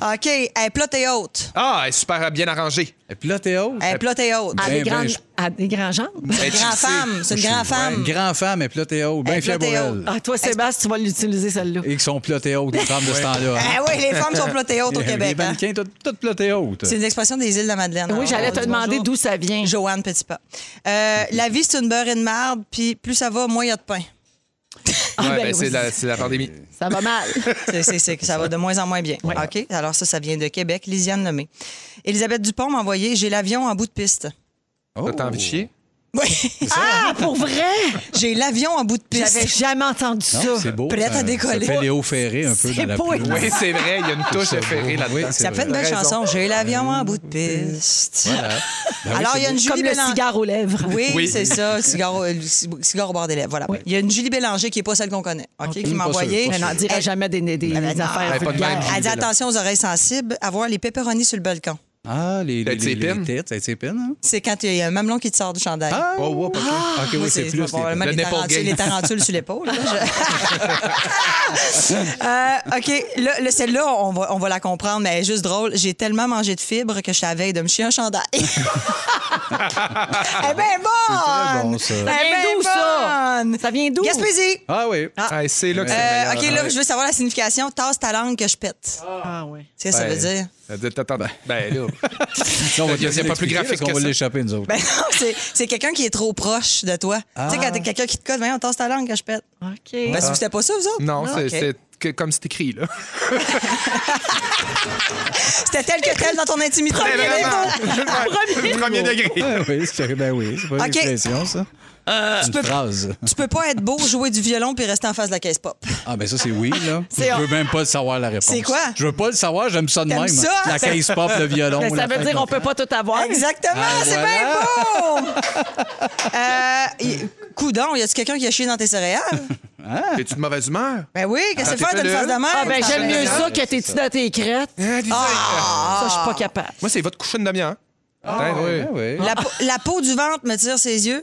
[SPEAKER 1] Ah!
[SPEAKER 2] OK. Elle est plate et haute.
[SPEAKER 3] Ah, elle est super bien arrangée.
[SPEAKER 4] Et puis là, t'es haute.
[SPEAKER 2] Elle est plate et haute.
[SPEAKER 1] À,
[SPEAKER 4] Ben,
[SPEAKER 1] des
[SPEAKER 4] ben,
[SPEAKER 1] grandes,
[SPEAKER 4] je-
[SPEAKER 1] à des grands jambes.
[SPEAKER 3] Elle est
[SPEAKER 2] Une grande
[SPEAKER 3] chissée.
[SPEAKER 2] femme. C'est une
[SPEAKER 4] Je
[SPEAKER 2] grande
[SPEAKER 4] suis
[SPEAKER 2] femme.
[SPEAKER 4] Une grande femme, et puis là, t'es haute. Bien
[SPEAKER 2] Hey,
[SPEAKER 4] fier
[SPEAKER 2] puis
[SPEAKER 4] pour
[SPEAKER 2] là, t'es
[SPEAKER 4] elle.
[SPEAKER 1] Ah, toi, Sébastien, tu vas l'utiliser, celle-là.
[SPEAKER 4] Et qui sont plotées hautes, les femmes de ce temps-là. hein.
[SPEAKER 2] Ah oui, les femmes sont plates et hautes au
[SPEAKER 4] Les- Les
[SPEAKER 2] Québec. hein.
[SPEAKER 4] mannequins, toutes toutes plotées hautes.
[SPEAKER 2] C'est une expression des îles de la
[SPEAKER 3] Ah,
[SPEAKER 2] Madeleine. hein.
[SPEAKER 1] Oui, j'allais te demander d'où ça vient.
[SPEAKER 2] Joanne Petitpas. Euh, la vie, c'est une beurre et une marde, puis plus ça va, moins il y a de pain.
[SPEAKER 1] Ah,
[SPEAKER 3] Ouais,
[SPEAKER 1] ben
[SPEAKER 3] ben,
[SPEAKER 1] oui,
[SPEAKER 3] c'est la, c'est la pandémie.
[SPEAKER 1] Ça va mal.
[SPEAKER 2] C'est- c'est- c'est que ça va de moins en moins bien. OK. Alors, ça, ça vient de Québec. Lisiane Lemay. Elisabeth Dupont m'a envoyé J'ai l'avion en bout de piste.
[SPEAKER 3] T'as t'as envie de chier?
[SPEAKER 2] Oui.
[SPEAKER 1] Ah, pour vrai?
[SPEAKER 2] J'ai l'avion en bout de
[SPEAKER 1] J'avais
[SPEAKER 2] piste.
[SPEAKER 1] jamais entendu
[SPEAKER 4] Non,
[SPEAKER 1] ça.
[SPEAKER 4] c'est beau.
[SPEAKER 2] Prête à
[SPEAKER 4] Euh,
[SPEAKER 2] décoller.
[SPEAKER 4] Ça fait Léo Ferré un peu
[SPEAKER 1] C'est
[SPEAKER 4] dans la
[SPEAKER 1] beau,
[SPEAKER 4] pluie.
[SPEAKER 1] hein?
[SPEAKER 3] Oui, c'est vrai, il y a une touche
[SPEAKER 4] Oui,
[SPEAKER 3] ferrée là-dedans.
[SPEAKER 4] c'est
[SPEAKER 2] Ça fait une
[SPEAKER 4] vrai.
[SPEAKER 2] belle
[SPEAKER 3] Raison.
[SPEAKER 2] chanson. J'ai l'avion en bout de piste.
[SPEAKER 4] Voilà. Ben oui,
[SPEAKER 2] Alors,
[SPEAKER 4] c'est
[SPEAKER 2] il y a une
[SPEAKER 4] beau.
[SPEAKER 1] Comme
[SPEAKER 2] Julie
[SPEAKER 1] le
[SPEAKER 2] Bélanger.
[SPEAKER 1] cigare aux lèvres.
[SPEAKER 2] Oui,
[SPEAKER 3] Oui.
[SPEAKER 2] c'est ça, le cigare, au- le ci- cigare au bord des lèvres. Voilà. Il y a une Julie Bélanger qui n'est pas celle qu'on connaît, OK, qui m'a
[SPEAKER 4] Pas sûr,
[SPEAKER 2] envoyé.
[SPEAKER 4] pas
[SPEAKER 1] Elle
[SPEAKER 4] sûr.
[SPEAKER 1] n'en dira
[SPEAKER 2] Elle-
[SPEAKER 1] jamais des, des, des affaires
[SPEAKER 4] Ah,
[SPEAKER 3] Elle est pas de
[SPEAKER 1] vulgaires.
[SPEAKER 3] même.
[SPEAKER 2] Elle dit attention aux oreilles sensibles, avoir les pepperonis sur le balcon.
[SPEAKER 4] Ah, les, les,
[SPEAKER 3] Tête
[SPEAKER 4] les, les
[SPEAKER 3] épine.
[SPEAKER 4] têtes, ça a été épine, hein?
[SPEAKER 2] C'est quand il y a un mamelon qui te sort du chandail.
[SPEAKER 4] Ah,
[SPEAKER 3] Oh, wow, ok.
[SPEAKER 4] OK, oui,
[SPEAKER 2] Moi,
[SPEAKER 4] c'est plus.
[SPEAKER 2] probablement
[SPEAKER 3] le
[SPEAKER 2] les
[SPEAKER 3] nipple
[SPEAKER 2] tarentules,
[SPEAKER 3] game.
[SPEAKER 2] les tarentules sur l'épaule. là, je- Euh, OK, là, là, celle-là, on va, on va la comprendre, mais elle est juste drôle. J'ai tellement mangé de fibres que je suis à la veille de me chier un chandail. Eh bien,
[SPEAKER 4] très
[SPEAKER 2] bonne!
[SPEAKER 4] bon, ça.
[SPEAKER 2] Eh
[SPEAKER 1] Ça vient
[SPEAKER 2] ben
[SPEAKER 1] d'où, ça?
[SPEAKER 2] bonne!
[SPEAKER 1] Ça vient d'où?
[SPEAKER 2] Gaspésie!
[SPEAKER 4] Ah oui.
[SPEAKER 3] Ah, c'est là que c'est
[SPEAKER 2] Euh,
[SPEAKER 3] le
[SPEAKER 2] OK,
[SPEAKER 3] meilleur.
[SPEAKER 2] là, je veux savoir la signification. Tasse ta langue que je pète.
[SPEAKER 1] Ah, oui.
[SPEAKER 2] Tu sais, ça veut dire.
[SPEAKER 3] Ça veut dire, t'attends, ben là.
[SPEAKER 4] Non, on va
[SPEAKER 3] Il y a- il y a pas plus
[SPEAKER 4] l'expliquer,
[SPEAKER 3] graphique
[SPEAKER 4] parce qu'on
[SPEAKER 3] que
[SPEAKER 4] va
[SPEAKER 3] ça.
[SPEAKER 4] l'échapper, nous autres.
[SPEAKER 2] Ben non, c'est- c'est quelqu'un qui est trop proche de toi. Tu sais, quand t'as quelqu'un qui te code, viens, on tasse ta langue que je pète.
[SPEAKER 8] Ah.
[SPEAKER 1] OK.
[SPEAKER 2] Ben, si vous c'était pas ça, vous autres? Ah,
[SPEAKER 3] Non, c'est
[SPEAKER 2] OK.
[SPEAKER 3] c'est que- comme c'est écrit, là.
[SPEAKER 2] C'était tel que tel dans ton intimité.
[SPEAKER 3] Premier, degré.
[SPEAKER 4] Ah oui, c'est- ben oui, c'est pas une
[SPEAKER 2] OK.
[SPEAKER 4] expression, ça. C'est une
[SPEAKER 2] peux-
[SPEAKER 4] phrase.
[SPEAKER 2] Ah, Tu peux pas être beau, jouer du violon puis rester en face de la caisse pop.
[SPEAKER 4] Ah, ben ça, c'est oui, là.
[SPEAKER 1] C'est-
[SPEAKER 4] Je veux même pas le savoir, la réponse.
[SPEAKER 2] C'est quoi?
[SPEAKER 4] Je veux pas le savoir, j'aime ça de
[SPEAKER 2] T'aimes
[SPEAKER 4] même.
[SPEAKER 2] ça?
[SPEAKER 4] La case pop, le violon.
[SPEAKER 1] Ben, ça
[SPEAKER 4] la
[SPEAKER 1] veut
[SPEAKER 4] fête
[SPEAKER 1] dire on
[SPEAKER 4] complète.
[SPEAKER 1] peut pas tout avoir.
[SPEAKER 2] Exactement,
[SPEAKER 4] Ah,
[SPEAKER 2] c'est
[SPEAKER 4] voilà.
[SPEAKER 2] bien beau! Euh, y- Coudon, y a-tu quelqu'un qui a chié dans tes céréales?
[SPEAKER 3] Es-tu de mauvaise humeur?
[SPEAKER 2] Ben oui, qu'est-ce que
[SPEAKER 3] Ah,
[SPEAKER 2] c'est faire
[SPEAKER 3] t'es
[SPEAKER 2] d'une
[SPEAKER 3] pas
[SPEAKER 2] face de
[SPEAKER 3] là?
[SPEAKER 2] merde?
[SPEAKER 1] Ah, ben, j'aime mieux
[SPEAKER 2] Ah,
[SPEAKER 1] ça que t'es-tu dans tes crêtes. Ah! Ça, je suis pas capable.
[SPEAKER 3] Moi, c'est votre coucher de demi-heure. Ah, oui.
[SPEAKER 4] Ah oui.
[SPEAKER 2] La, peau- la peau du ventre me tire ses yeux.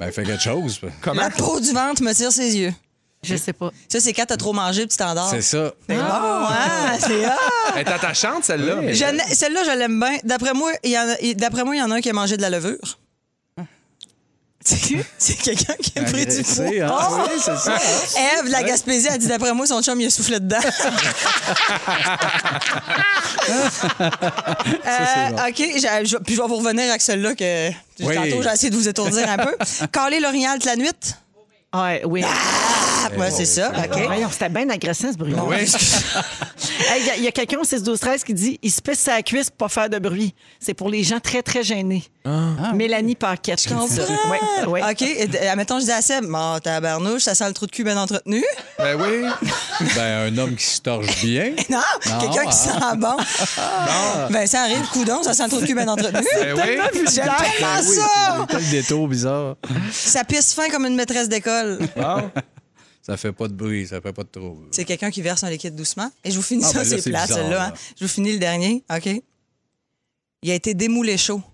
[SPEAKER 4] Ben, fais quelque chose.
[SPEAKER 3] Comment?
[SPEAKER 2] La peau du ventre me tire ses yeux.
[SPEAKER 1] Je sais pas.
[SPEAKER 2] Ça, c'est quand t'as trop mangé puis tu t'endors.
[SPEAKER 4] C'est
[SPEAKER 2] C'est
[SPEAKER 4] ça.
[SPEAKER 2] bon, hein? C'est hot.
[SPEAKER 3] Elle est attachante, celle-là. mais-
[SPEAKER 2] Je n'ai- Celle-là, je l'aime bien. D'après moi, il y en a- il- d'après moi, il y en a un qui a mangé de la levure. C'est c'est quelqu'un qui a pris du poids.
[SPEAKER 4] Agressé, hein?
[SPEAKER 2] Oh!
[SPEAKER 4] Oui, c'est ça.
[SPEAKER 2] Ève, de la Gaspésie, a dit d'après moi, son chum, il a soufflé dedans. Euh, OK, j'ai- je- puis je vais vous revenir avec celle-là que
[SPEAKER 4] Oui.
[SPEAKER 2] tantôt, j'ai essayé de vous étourdir un peu. Caler l'orignal de la nuit.
[SPEAKER 1] Ouais, oui.
[SPEAKER 2] Ah,
[SPEAKER 4] Eh
[SPEAKER 2] ouais, c'est ça. OK.
[SPEAKER 1] Voyons, c'était bien agressant, ce bruit. Il y a, y a quelqu'un au 6-12-13 qui dit il se pisse sa cuisse pour pas faire de bruit. C'est pour les gens très, très gênés. Mélanie Paquette. Je
[SPEAKER 2] comprends.
[SPEAKER 1] Ouais,
[SPEAKER 8] Ah,
[SPEAKER 1] ouais.
[SPEAKER 2] OK, et, euh, admettons, je dis à Seb, mon tabarnouche, ça sent le trou de cul bien entretenu.
[SPEAKER 3] Ben oui.
[SPEAKER 4] Ben, un homme qui se torche bien.
[SPEAKER 2] Non,
[SPEAKER 4] Non,
[SPEAKER 2] quelqu'un
[SPEAKER 4] ah.
[SPEAKER 2] qui sent bon. Ben, ça arrive, coudon, ça sent le trou de cul bien entretenu.
[SPEAKER 3] Ben oui.
[SPEAKER 2] J'aime tellement
[SPEAKER 4] ben
[SPEAKER 2] ça!
[SPEAKER 4] Quel détour bizarre.
[SPEAKER 2] Ça pisse fin comme une maîtresse d'école.
[SPEAKER 4] Ça fait pas de bruit, ça fait pas de trouble.
[SPEAKER 2] C'est quelqu'un qui verse un liquide doucement. Et je vous finis
[SPEAKER 4] Ah,
[SPEAKER 2] ça,
[SPEAKER 4] ben là,
[SPEAKER 2] c'est
[SPEAKER 4] c'est
[SPEAKER 2] plat,
[SPEAKER 4] bizarre,
[SPEAKER 2] celui-là.
[SPEAKER 4] là.
[SPEAKER 2] hein. Je vous finis le dernier, OK? Il a été démoulé chaud.
[SPEAKER 4] Euh.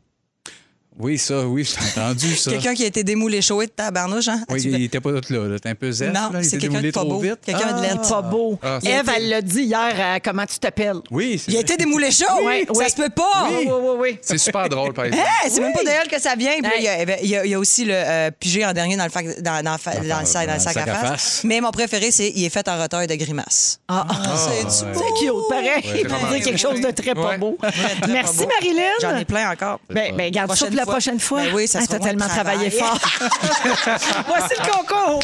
[SPEAKER 4] Oui, ça, oui, j'ai entendu ça.
[SPEAKER 2] Quelqu'un qui a été démoulé chaud et de tabarnouche, hein?
[SPEAKER 4] Oui,
[SPEAKER 2] As-tu-
[SPEAKER 4] il était pas tout là, là. T'es un peu zèbre.
[SPEAKER 2] Non,
[SPEAKER 4] là, il
[SPEAKER 2] c'est
[SPEAKER 4] était
[SPEAKER 2] quelqu'un de
[SPEAKER 4] déroulé
[SPEAKER 2] pas
[SPEAKER 4] trop
[SPEAKER 2] beau.
[SPEAKER 4] vite.
[SPEAKER 2] Quelqu'un de
[SPEAKER 4] Ah.
[SPEAKER 2] laite.
[SPEAKER 1] Pas beau.
[SPEAKER 3] Ah, c'est-
[SPEAKER 1] Ève, elle l'a dit hier à Comment tu t'appelles
[SPEAKER 4] Oui, c'est
[SPEAKER 2] Il a été démoulé chaud?
[SPEAKER 1] Oui,
[SPEAKER 2] Ça
[SPEAKER 1] oui.
[SPEAKER 2] se peut pas!
[SPEAKER 1] Oui, oui, oui. oui.
[SPEAKER 3] C'est super drôle, par exemple.
[SPEAKER 2] Hey, c'est même pas d'elle que ça vient. Puis là, il y a- eh ben, il y, a- il y a aussi le euh, pigé en dernier dans le, fac- dans, dans, fa- dans le sac, dans le sac à face. Mais mon préféré, c'est il est fait en reteuil de grimace.
[SPEAKER 1] Ah, ah.
[SPEAKER 2] C'est du
[SPEAKER 1] C'est
[SPEAKER 2] beau.
[SPEAKER 1] cute, pareil.
[SPEAKER 3] Ouais,
[SPEAKER 1] pour
[SPEAKER 3] vraiment.
[SPEAKER 1] dire quelque chose de très pas
[SPEAKER 3] Ouais.
[SPEAKER 1] beau.
[SPEAKER 2] très
[SPEAKER 1] Merci,
[SPEAKER 2] pas beau.
[SPEAKER 1] Marilyn.
[SPEAKER 2] J'en ai plein encore.
[SPEAKER 1] Ben, ben, garde ça
[SPEAKER 2] Prochaine
[SPEAKER 1] pour la prochaine fois.
[SPEAKER 2] fois. Ben oui, ça
[SPEAKER 1] Hein, T'as
[SPEAKER 2] sera moins de
[SPEAKER 1] tellement travaillé fort.
[SPEAKER 2] travail.
[SPEAKER 1] Voici le concours.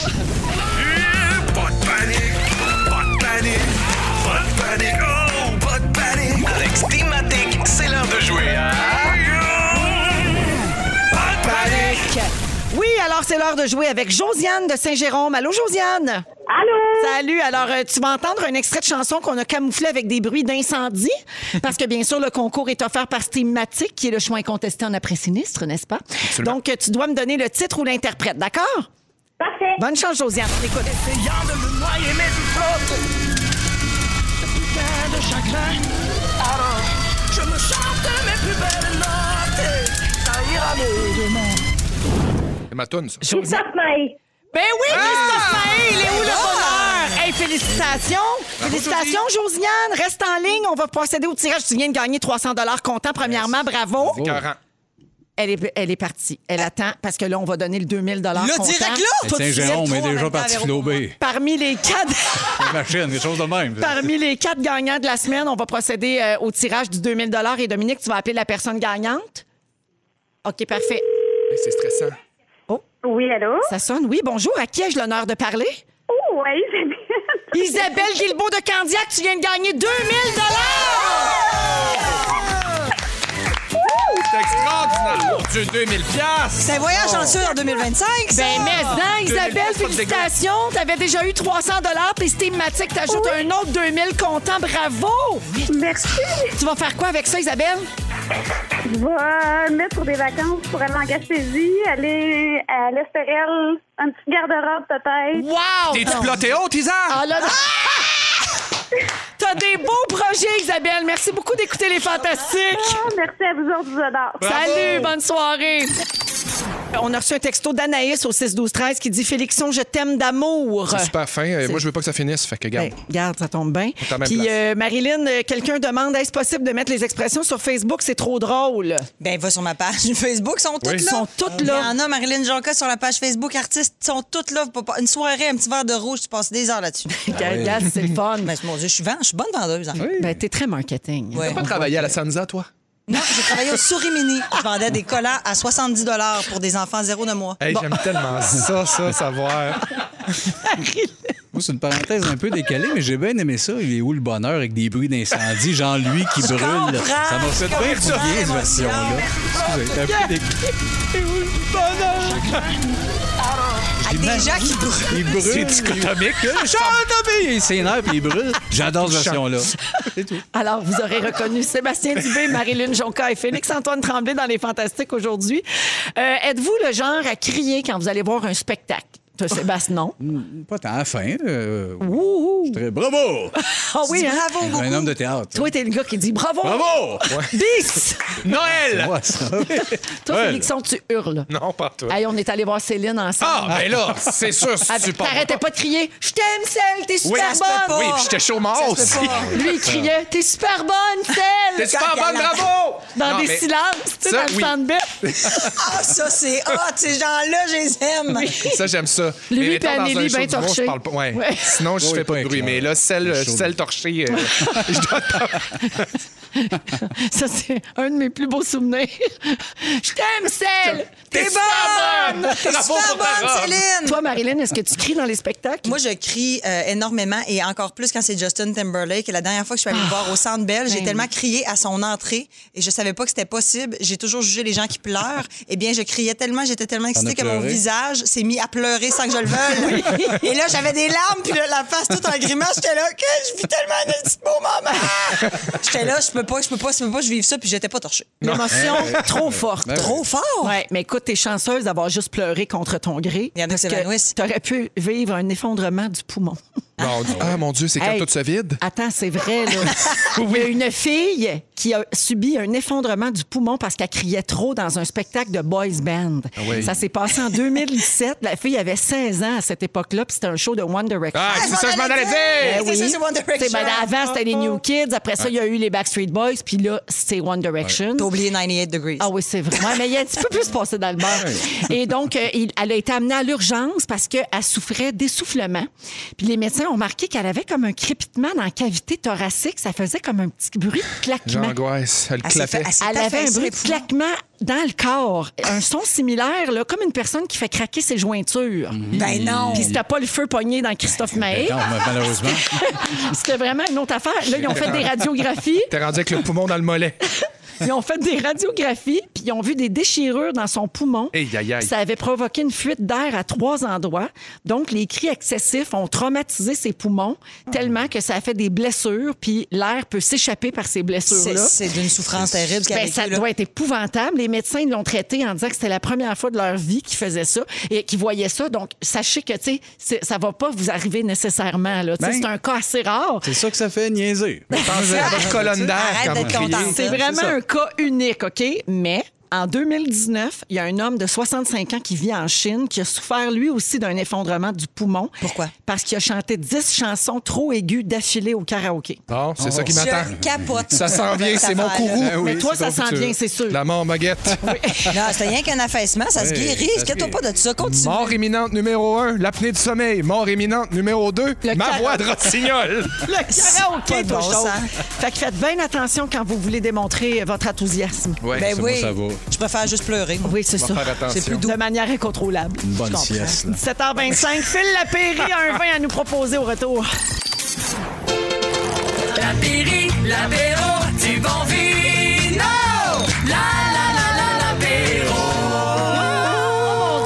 [SPEAKER 9] Pas de panique, pas de panique, pas de panique, oh, pas de panique. Avec Steamatic, c'est l'heure de jouer à... Pas de panique.
[SPEAKER 1] Oui, alors c'est l'heure de jouer avec Josiane de Saint-Jérôme. Allô, Josiane? Allô? Salut. Alors, euh, tu vas entendre un extrait de chanson qu'on a camouflé avec des bruits d'incendie. Parce que, bien sûr, le concours est offert par Steamatic, qui est le choix incontesté en après-sinistre, n'est-ce pas? Donc, euh, tu dois me donner le titre ou l'interprète, d'accord? Parfait. Bonne chance, Josiane. On écoute.
[SPEAKER 9] Essayant de me noyer, mais tu flottes. Ce putain de chagrin. Alors, je me chante mes plus belles notes. et Ça ira mieux demain.
[SPEAKER 3] C'est ma toune, ça.
[SPEAKER 1] Christophe Maé. Ben oui,
[SPEAKER 11] Ah!
[SPEAKER 1] Christophe Maé, il est où le bonheur? Hey, félicitations. félicitations, Josiane. Reste en ligne. On va procéder au tirage. Tu viens de gagner 300 comptant, premièrement. Bravo.
[SPEAKER 3] Écœurant.
[SPEAKER 1] Elle est, elle est partie. Elle attend parce que là, on va donner le 2000 comptant.
[SPEAKER 2] Euh, Là, direct là?
[SPEAKER 4] Mais
[SPEAKER 1] Tout de
[SPEAKER 4] Saint-Jérôme
[SPEAKER 1] suite.
[SPEAKER 4] est déjà parti flober.
[SPEAKER 1] Parmi les quatre...
[SPEAKER 4] La machine, quelque chose de même.
[SPEAKER 1] Parmi les quatre gagnants de la semaine, on va procéder euh, au tirage du 2000 Et Dominique, tu vas appeler la personne gagnante. OK, parfait.
[SPEAKER 3] Hey, C'est stressant.
[SPEAKER 11] Oui, allô?
[SPEAKER 1] Ça sonne. Oui, bonjour. À qui ai-je l'honneur de parler?
[SPEAKER 11] Oh, oui, c'est bien.
[SPEAKER 1] Isabelle Guilbeault de Candiac, tu viens de gagner 2000
[SPEAKER 3] C'est extraordinaire. Mon Dieu, 2000
[SPEAKER 2] C'est un voyage anxieux en 2025, ça.
[SPEAKER 1] Ben, mais non, Isabelle,
[SPEAKER 3] 2000 pas de
[SPEAKER 1] félicitations. T'avais déjà eu 300 puis Stématique t'ajoute un autre 2000 comptant. Bravo!
[SPEAKER 11] Merci.
[SPEAKER 1] Tu vas faire quoi avec ça, Isabelle?
[SPEAKER 11] Je vais me euh, mettre pour des vacances pour aller en Gaspésie, aller à l'Estérel, un petit garde-robe peut-être.
[SPEAKER 1] Wow!
[SPEAKER 3] T'es-tu ploté haute, Isa?
[SPEAKER 1] Ah, là, Ah! T'as des beaux projets, Isabelle. Merci beaucoup d'écouter les Fantastiques.
[SPEAKER 11] Ah, merci à vous autres, vous adore.
[SPEAKER 1] Salut, bonne soirée. On a reçu un texto d'Anaïs au 6-12-13 qui dit Félixon, je t'aime d'amour.
[SPEAKER 3] C'est super fin. Euh, Moi, je veux pas que ça finisse. Fait que, garde.
[SPEAKER 1] Ben, regarde, ça tombe bien.
[SPEAKER 3] à la même
[SPEAKER 1] Puis
[SPEAKER 3] place.
[SPEAKER 1] euh, Marilyn, euh, quelqu'un demande est-ce possible de mettre les expressions sur Facebook C'est trop drôle.
[SPEAKER 2] Ben, va sur ma page Facebook, ils sont toutes
[SPEAKER 3] Oui.
[SPEAKER 2] là.
[SPEAKER 1] Ils sont toutes là.
[SPEAKER 2] Il y en a, Marilyn Jonca, sur la page Facebook artiste, ils sont toutes là. Faut pas- Une soirée, un petit verre de rouge, tu passes des heures là-dessus.
[SPEAKER 3] Ah
[SPEAKER 1] Regarde, c'est le fun.
[SPEAKER 2] ben, mon Dieu, je suis, vend- je suis bonne vendeuse. hein.
[SPEAKER 1] Ben, t'es très marketing.
[SPEAKER 2] Ouais.
[SPEAKER 3] Pas travailler à la Sanza, toi?
[SPEAKER 2] Non, j'ai travaillé au Souris Mini. Je vendais des collants à 70 pour des enfants zéro de mois.
[SPEAKER 3] Hey, J'aime tellement ça, ça, savoir.
[SPEAKER 4] Moi, c'est une parenthèse un peu décalée, mais j'ai bien aimé ça. Il est où le bonheur avec des bruits d'incendie, genre lui qui brûle? Ça m'a fait
[SPEAKER 2] je
[SPEAKER 4] bien du
[SPEAKER 2] comprends
[SPEAKER 4] bien, cette
[SPEAKER 2] l'émotion.
[SPEAKER 4] version-là. Excusez, un peu décalée.
[SPEAKER 2] Avec des gens qui brûlent.
[SPEAKER 4] Il brûle. C'est dichotomique. Il s'énerve puis il brûle. J'adore cette version-là.
[SPEAKER 1] Alors, vous aurez reconnu Sébastien Dubé, Marilyn Jonca et Félix-Antoine Tremblay dans Les Fantastiques aujourd'hui. Euh, Êtes-vous le genre à crier quand vous allez voir un spectacle?
[SPEAKER 3] Oh.
[SPEAKER 1] Toi, Sébastien, non.
[SPEAKER 4] Pas tant à la fin. euh,
[SPEAKER 1] Ouh, ouh.
[SPEAKER 4] très- Bravo!
[SPEAKER 1] Ah oui, hein?
[SPEAKER 2] Bravo beaucoup.
[SPEAKER 4] Un homme de théâtre.
[SPEAKER 1] Toi, t'es le gars qui dit bravo!
[SPEAKER 4] Bravo!
[SPEAKER 1] Bis!
[SPEAKER 3] Noël!
[SPEAKER 4] Ouais, ça.
[SPEAKER 1] Toi,
[SPEAKER 4] Ouais.
[SPEAKER 1] Félixon, tu hurles.
[SPEAKER 3] Non, pas toi.
[SPEAKER 1] Hey, on est allé voir Céline ensemble.
[SPEAKER 3] Ah, ben là, c'est sûr, c'est
[SPEAKER 1] Avec-
[SPEAKER 3] super.
[SPEAKER 1] T'arrêtais pas de crier Je t'aime, Celle, t'es
[SPEAKER 3] Oui,
[SPEAKER 1] super
[SPEAKER 2] se peut
[SPEAKER 1] bonne.
[SPEAKER 2] pas.
[SPEAKER 3] oui, puis j'étais chaud
[SPEAKER 4] Oh,
[SPEAKER 3] mort
[SPEAKER 2] Ça se
[SPEAKER 3] aussi.
[SPEAKER 2] peut pas.
[SPEAKER 1] Lui, il criait T'es super bonne, Celle.
[SPEAKER 3] T'es super bonne, bravo!
[SPEAKER 1] Dans
[SPEAKER 3] Non,
[SPEAKER 1] des
[SPEAKER 3] mais-
[SPEAKER 1] silences, tu sais,
[SPEAKER 3] Ça,
[SPEAKER 1] dans le
[SPEAKER 3] oui.
[SPEAKER 1] temps de bête.
[SPEAKER 2] Ah, ça, c'est hot. Ces gens-là, je les aime.
[SPEAKER 3] Ça, j'aime ça.
[SPEAKER 1] Lui
[SPEAKER 3] Mais
[SPEAKER 1] puis
[SPEAKER 3] mettons, dans
[SPEAKER 1] Anneli,
[SPEAKER 3] un
[SPEAKER 1] ben
[SPEAKER 3] show d'humour,
[SPEAKER 1] torchés.
[SPEAKER 3] je parle pas. Ouais.
[SPEAKER 1] Ouais.
[SPEAKER 3] Sinon, je
[SPEAKER 4] Oui,
[SPEAKER 3] fais pas
[SPEAKER 4] pas
[SPEAKER 3] de bruit.
[SPEAKER 4] éclair.
[SPEAKER 3] Mais là, celle,
[SPEAKER 4] chaud.
[SPEAKER 3] celle torchée, euh, je dois
[SPEAKER 1] Ça, c'est un de mes plus beaux souvenirs. Je t'aime, Celle. T'es bonne.
[SPEAKER 2] T'es super bonne, Céline.
[SPEAKER 1] Toi, Marilyn, est-ce que tu cries dans les spectacles?
[SPEAKER 2] Moi, je crie euh, énormément et encore plus quand c'est Justin Timberlake. Et la dernière fois que je suis
[SPEAKER 3] Ah.
[SPEAKER 2] allée le voir au Centre Bell,
[SPEAKER 3] Ben
[SPEAKER 2] j'ai tellement crié à son entrée et je savais pas que c'était possible. J'ai toujours jugé les gens qui pleurent. Eh bien, je criais tellement, j'étais tellement excitée que mon
[SPEAKER 4] pleuré?
[SPEAKER 2] visage s'est mis à pleurer sans que je le veuille. Et là, j'avais des larmes puis là, la face toute en grimace. J'étais là, que je vis tellement un petit beau moment. J'étais là, je peux pas, je peux pas, je peux pas, je vive ça puis j'étais pas torchée.
[SPEAKER 1] L'émotion trop forte.
[SPEAKER 2] Trop fort.
[SPEAKER 1] Ouais, mais écoute, t'es chanceuse d'avoir juste pleuré contre ton gré.
[SPEAKER 2] Il y en a
[SPEAKER 1] parce
[SPEAKER 2] qui
[SPEAKER 1] que
[SPEAKER 2] s'évanouissent.
[SPEAKER 1] T'aurais pu vivre un effondrement du poumon.
[SPEAKER 3] Mon Dieu. Ah, mon Dieu, c'est quand
[SPEAKER 1] Hey.
[SPEAKER 3] tout se vide?
[SPEAKER 1] Attends, c'est vrai, là. Il y a une fille qui a subi un effondrement du poumon parce qu'elle criait trop dans un spectacle de boys band.
[SPEAKER 2] Ah
[SPEAKER 3] oui.
[SPEAKER 1] Ça s'est passé en 2017. La fille avait 16 ans à cette époque-là, puis c'était un show de One Direction.
[SPEAKER 3] Ah, c'est ça, je m'en
[SPEAKER 1] Ben
[SPEAKER 3] allais dire!
[SPEAKER 2] c'est ça, c'est One Direction.
[SPEAKER 1] T'sais, ben, avant, c'était les New Kids. Après ça, il y a eu les Backstreet Boys. Puis là, c'est One Direction.
[SPEAKER 2] T'as oublié 98 degrees.
[SPEAKER 1] Ah oui, c'est vrai. Ouais, mais il y a un petit peu plus passé dans le bar. Et donc, euh, il- elle a été amenée à l'urgence parce qu'elle souffrait d'essoufflement. Puis les médecins ont remarqué qu'elle avait comme un crépitement dans la cavité thoracique. Ça faisait comme un petit bruit de claquement.
[SPEAKER 3] J'angoisse. Elle
[SPEAKER 2] Elle s'est
[SPEAKER 3] clapait.
[SPEAKER 2] fait- elle s'est
[SPEAKER 1] Elle avait un
[SPEAKER 2] affaissée,
[SPEAKER 1] bruit de
[SPEAKER 2] fou.
[SPEAKER 1] claquement dans le corps. Un son similaire, là, comme une personne qui fait craquer ses jointures.
[SPEAKER 2] Ben non.
[SPEAKER 1] Puis c'était pas le feu pogné dans Christophe
[SPEAKER 2] Ben,
[SPEAKER 1] Maé.
[SPEAKER 4] Ben,
[SPEAKER 2] hein?
[SPEAKER 4] Non, mais malheureusement.
[SPEAKER 1] C'était vraiment une autre affaire. Là, ils ont fait des radiographies.
[SPEAKER 3] T'es rendu avec le poumon dans le mollet.
[SPEAKER 1] Ils ont fait des radiographies, puis ils ont vu des déchirures dans son poumon.
[SPEAKER 3] Hey, aïe, aïe.
[SPEAKER 1] Ça avait provoqué une fuite d'air à trois endroits. Donc, les cris excessifs ont traumatisé ses poumons tellement que ça a fait des blessures, puis l'air peut s'échapper par ces
[SPEAKER 2] C'est
[SPEAKER 1] blessures-là.
[SPEAKER 2] c'est d'une souffrance terrible qu'elle a
[SPEAKER 1] Ben,
[SPEAKER 2] vécu,
[SPEAKER 1] ça
[SPEAKER 2] là.
[SPEAKER 1] doit être épouvantable. Les médecins l'ont traité en disant que c'était la première fois de leur vie qu'ils faisaient ça et qu'ils voyaient ça. Donc, sachez que, tu sais, c'est- ça va pas vous arriver nécessairement. là. Tu sais,
[SPEAKER 4] Ben,
[SPEAKER 1] c'est un cas assez rare.
[SPEAKER 4] C'est ça que ça fait
[SPEAKER 2] Ben,
[SPEAKER 4] niaiser. Pensez
[SPEAKER 3] à votre colonne d'air Arrête quand d'être vous criez. contente.
[SPEAKER 1] C'est
[SPEAKER 4] C'est
[SPEAKER 1] vraiment
[SPEAKER 4] ça.
[SPEAKER 1] un cas unique, OK? Mais... En 2019, il y a un homme de 65 ans qui vit en Chine qui a souffert lui aussi d'un effondrement du poumon. Pourquoi? Parce qu'il a chanté 10 chansons trop aiguës d'affilée au karaoké.
[SPEAKER 3] Bon, c'est ça qui
[SPEAKER 1] Je
[SPEAKER 3] m'attend.
[SPEAKER 2] capote.
[SPEAKER 3] Ça s'en vient, c'est mon courroux.
[SPEAKER 1] Ben oui, Mais toi, c'est ça ton s'en futur. vient, c'est sûr.
[SPEAKER 3] La mort baguette.
[SPEAKER 2] Non, c'est rien qu'un affaissement, ça se
[SPEAKER 3] Oui,
[SPEAKER 2] guérit.
[SPEAKER 3] ça se
[SPEAKER 2] Inquiète-toi pas de ça. Continue.
[SPEAKER 3] Mort imminente numéro 1, l'apnée du sommeil. Mort imminente numéro 2, ma
[SPEAKER 1] karaoké.
[SPEAKER 3] voix de rossignol.
[SPEAKER 1] Le
[SPEAKER 2] Pas
[SPEAKER 1] karaoké,
[SPEAKER 2] de
[SPEAKER 1] toi,
[SPEAKER 2] bon
[SPEAKER 1] chose.
[SPEAKER 2] sens.
[SPEAKER 1] Fait que faites bien attention quand vous voulez démontrer votre enthousiasme.
[SPEAKER 3] Ouais,
[SPEAKER 2] ben
[SPEAKER 3] c'est moi,
[SPEAKER 2] oui.
[SPEAKER 3] ça va.
[SPEAKER 2] Je préfère juste pleurer.
[SPEAKER 1] Oui, c'est
[SPEAKER 3] On va
[SPEAKER 1] ça.
[SPEAKER 3] faire attention.
[SPEAKER 1] C'est plus doux. De manière incontrôlable.
[SPEAKER 4] Une bonne
[SPEAKER 1] Je comprends.
[SPEAKER 4] sieste, là.
[SPEAKER 1] 17h25, Phil Lapéry a un vin à nous proposer au retour.
[SPEAKER 5] La Pairie, l'apéro du bon vino. La la la la l'apéro.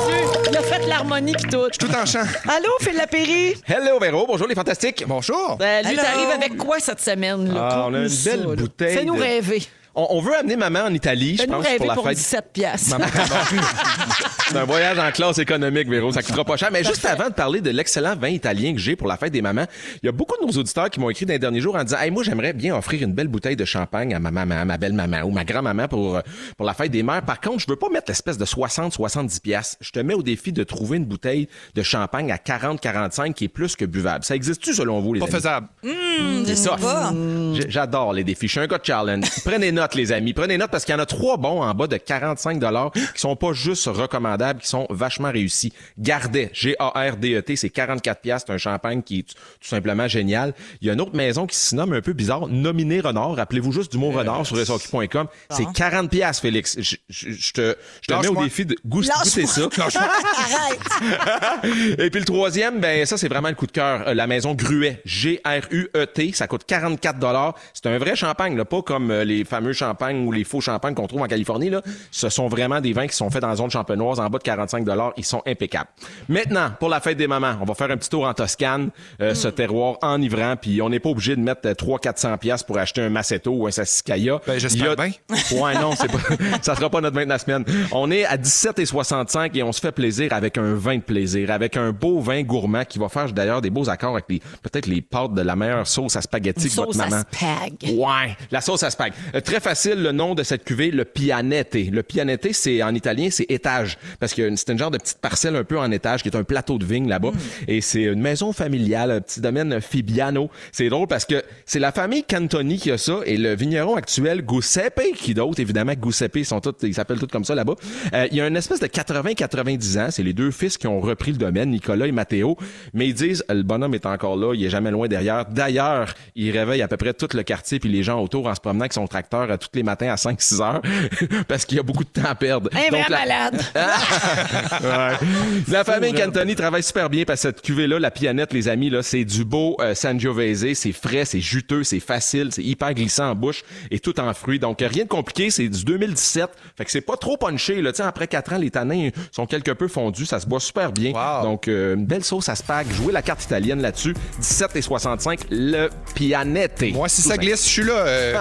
[SPEAKER 1] Oh mon Dieu, il a fait de l'harmonie pis tout.
[SPEAKER 3] Tout en chant.
[SPEAKER 1] Allô, Phil Lapéry?
[SPEAKER 6] Hello Véro, bonjour les fantastiques.
[SPEAKER 3] Bonjour.
[SPEAKER 1] Salut, Euh, t'arrives avec quoi cette semaine? là?
[SPEAKER 6] Ah, on a une
[SPEAKER 1] Conte-nous
[SPEAKER 6] belle
[SPEAKER 1] ça, là.
[SPEAKER 6] bouteille.
[SPEAKER 1] Fais-nous
[SPEAKER 6] de-
[SPEAKER 1] rêver.
[SPEAKER 6] On, on veut amener maman en Italie, je
[SPEAKER 1] Fais-nous
[SPEAKER 6] pense, pour
[SPEAKER 1] rêver
[SPEAKER 6] la
[SPEAKER 1] pour
[SPEAKER 6] fête.
[SPEAKER 1] 17 piastres.
[SPEAKER 6] C'est un voyage en classe économique, Véro. Ça coûtera pas cher. Mais juste avant de parler de l'excellent vin italien que j'ai pour la fête des mamans, il y a beaucoup de nos auditeurs qui m'ont écrit dans les derniers jours en disant Hey, moi, j'aimerais bien offrir une belle bouteille de champagne à ma maman, ma belle-maman ou ma grand-maman pour, euh, pour la fête des mères. Par contre, je veux pas mettre l'espèce de 60-70 piastres. Je te mets au défi de trouver une bouteille de champagne à 40-45 qui est plus que buvable. Ça existe-tu selon vous, les
[SPEAKER 3] Pas
[SPEAKER 6] amis?
[SPEAKER 3] faisable.
[SPEAKER 2] je sais
[SPEAKER 6] tough.
[SPEAKER 2] pas.
[SPEAKER 6] J- J'adore les défis. Je suis un gars de challenge. Prenez note, les amis. Prenez note parce qu'il y en a trois bons en bas de 45 dollars qui sont pas juste recommandables, qui sont vachement réussis. Gardet, G-A-R-D-E-T, E c'est 44 pièces. C'est un champagne qui est tout tout simplement génial. Il y a une autre maison qui se nomme un peu bizarre, Nominé Renard. Rappelez-vous juste du mot renard sur lesorcu.com. C'est 40 pièces, Félix. Je je- je te, je te mets au
[SPEAKER 3] Lâche-moi.
[SPEAKER 6] défi de goût- goûter ça.
[SPEAKER 2] Arrête.
[SPEAKER 6] Et puis le troisième, ben ça c'est vraiment le coup de cœur, Euh, la maison Gruet, G R U E T, ça coûte 44 dollars. C'est un vrai champagne, là, pas comme euh, les fameux champagnes ou les faux champagnes qu'on trouve en Californie là. Ce sont vraiment des vins qui sont faits dans la zone champenoise en bas de 45 dollars, ils sont impeccables. Maintenant, pour la fête des mamans, on va faire un petit tour en Toscane, euh, ce terroir enivrant, puis on n'est pas obligé de mettre euh, 3 400 pièces pour acheter un Massetto ou un Sassicaia.
[SPEAKER 3] Ben, j'espère
[SPEAKER 6] Il y
[SPEAKER 3] bien.
[SPEAKER 6] Ouais, non, c'est pas... ça sera pas notre vin de la semaine. On est à 17,65 et on se fait plaisir avec un vin de plaisir, avec un beau vin gourmand qui va faire d'ailleurs des beaux accords avec les peut-être les pâtes de la meilleure sauce à spaghetti
[SPEAKER 1] Une
[SPEAKER 6] que votre
[SPEAKER 1] sauce à
[SPEAKER 6] maman.
[SPEAKER 1] spag.
[SPEAKER 6] Ouais, la sauce à spag. Euh, très facile, le nom de cette cuvée, le pianete. Le pianete, c'est en italien, c'est étage, parce que c'est un genre de petite parcelle un peu en étage qui est un plateau de vigne là-bas, et c'est une maison familiale, un petit domaine Fibiano. C'est drôle parce que c'est la famille Cantoni qui a ça, et le vigneron actuel Giuseppe, qui d'autre, évidemment, Giuseppe, ils sont tous, ils s'appellent tous comme ça là-bas. Euh, il y a une espèce de 80-90 ans, c'est les deux fils qui ont repris le domaine, Nicolas et Matteo, mais ils disent le bonhomme est encore là, il est jamais loin derrière. D'ailleurs, il réveille à peu près tout le quartier puis les gens autour en se promenant avec son tracteur euh, tous les matins à 5-6 heures parce qu'il y a beaucoup de temps à perdre.
[SPEAKER 1] Un vrai
[SPEAKER 6] Donc, la-
[SPEAKER 1] malade.
[SPEAKER 6] Ouais. La famille Cantoni travaille super bien parce que cette cuvée-là, la pianette, les amis, là, c'est du beau euh, Sangiovese, c'est frais, c'est juteux, c'est facile, c'est hyper glissant en bouche et tout en fruits. Donc, euh, rien de compliqué, c'est du 2017. Fait que c'est pas trop punché, là. Tu sais, après quatre ans, les tanins sont quelque peu fondus, ça se boit super bien. Donc, euh, une belle sauce à spag. Jouez la carte italienne là-dessus. 17 et 65, le pianette.
[SPEAKER 3] Moi, si ça glisse, je suis là. euh.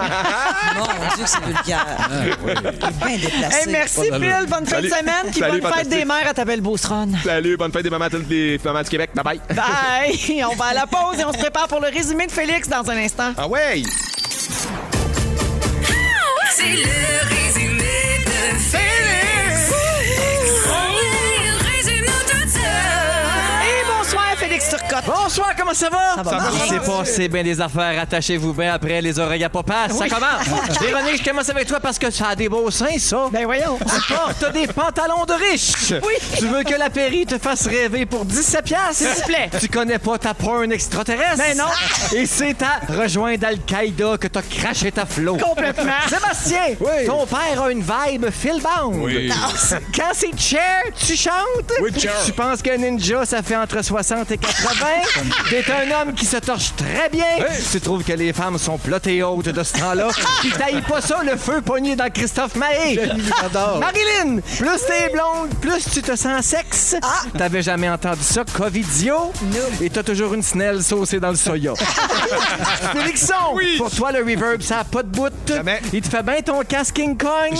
[SPEAKER 2] Mon Dieu, c'est vulgaire.
[SPEAKER 3] Ah,
[SPEAKER 2] Bien déplacé.
[SPEAKER 1] Hey, merci,
[SPEAKER 6] Pas d'allure.
[SPEAKER 1] Phil. Bonne fin de
[SPEAKER 6] Salut.
[SPEAKER 1] semaine. Puis
[SPEAKER 6] Salut,
[SPEAKER 1] bonne fête
[SPEAKER 6] fantastique.
[SPEAKER 1] des mères à ta belle beauceronne.
[SPEAKER 6] Salut, bonne fête des mamans, à toutes les mamans du Québec. Bye bye.
[SPEAKER 1] Bye. On va à la pause et on se prépare pour le résumé de Félix dans un instant.
[SPEAKER 3] Ah ouais!
[SPEAKER 5] C'est le résumé de Félix. Il résume tout ça.
[SPEAKER 1] Et bonsoir, Félix Turcotte.
[SPEAKER 8] Bonsoir, comment ça va?
[SPEAKER 1] Ça va bien.
[SPEAKER 8] C'est passé bien des affaires, attachez-vous bien après, les oreilles à pas passe, ça commence. Véronique, je commence avec toi parce que ça a des beaux seins, ça.
[SPEAKER 1] Ben voyons.
[SPEAKER 8] Tu portes des pantalons de riche.
[SPEAKER 1] Oui.
[SPEAKER 8] Tu veux que la pairie te fasse rêver pour 17 piastres?
[SPEAKER 1] S'il te plaît.
[SPEAKER 8] Tu connais pas ta porn extraterrestre?
[SPEAKER 1] Ben non.
[SPEAKER 8] Et c'est à rejoindre Al-Qaïda que t'as craché ta flot.
[SPEAKER 1] Complètement.
[SPEAKER 8] Sébastien, ton père a une vibe Philbound.
[SPEAKER 12] Oui.
[SPEAKER 8] Quand c'est chair, tu chantes.
[SPEAKER 12] Oui, chair.
[SPEAKER 8] Tu penses qu'un ninja, ça fait entre 60 et 80. Ouais. T'es un homme qui se torche très bien. Tu trouves que les femmes sont plotées hautes de ce temps-là. Puis t'haïs pas ça, le feu pogné dans Christophe Maé.
[SPEAKER 4] j'adore.
[SPEAKER 8] Marilyn, plus t'es blonde, plus tu te sens sexe. T'avais jamais entendu ça, Covidio. Et t'as toujours une snelle saucée dans le soya. Félixon, pour toi, le reverb, ça a pas de bout. Il te fait bien ton casque King Kong.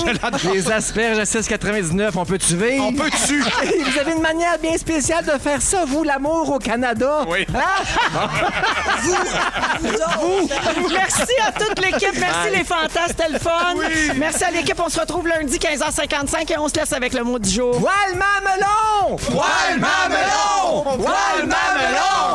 [SPEAKER 8] Les asperges à 6,99, on peut tuer. On peut tuer. vous avez une manière bien spéciale de faire ça, vous, l'amour au Canada. Oui.
[SPEAKER 9] Vous,
[SPEAKER 1] Vous. Merci à toute l'équipe. Merci les fantasmes, c'était le fun. Merci à l'équipe. On se retrouve lundi 15h55 et on se laisse avec le mot du jour.
[SPEAKER 8] Poil mamelon!
[SPEAKER 9] Poil mamelon! Poil mamelon!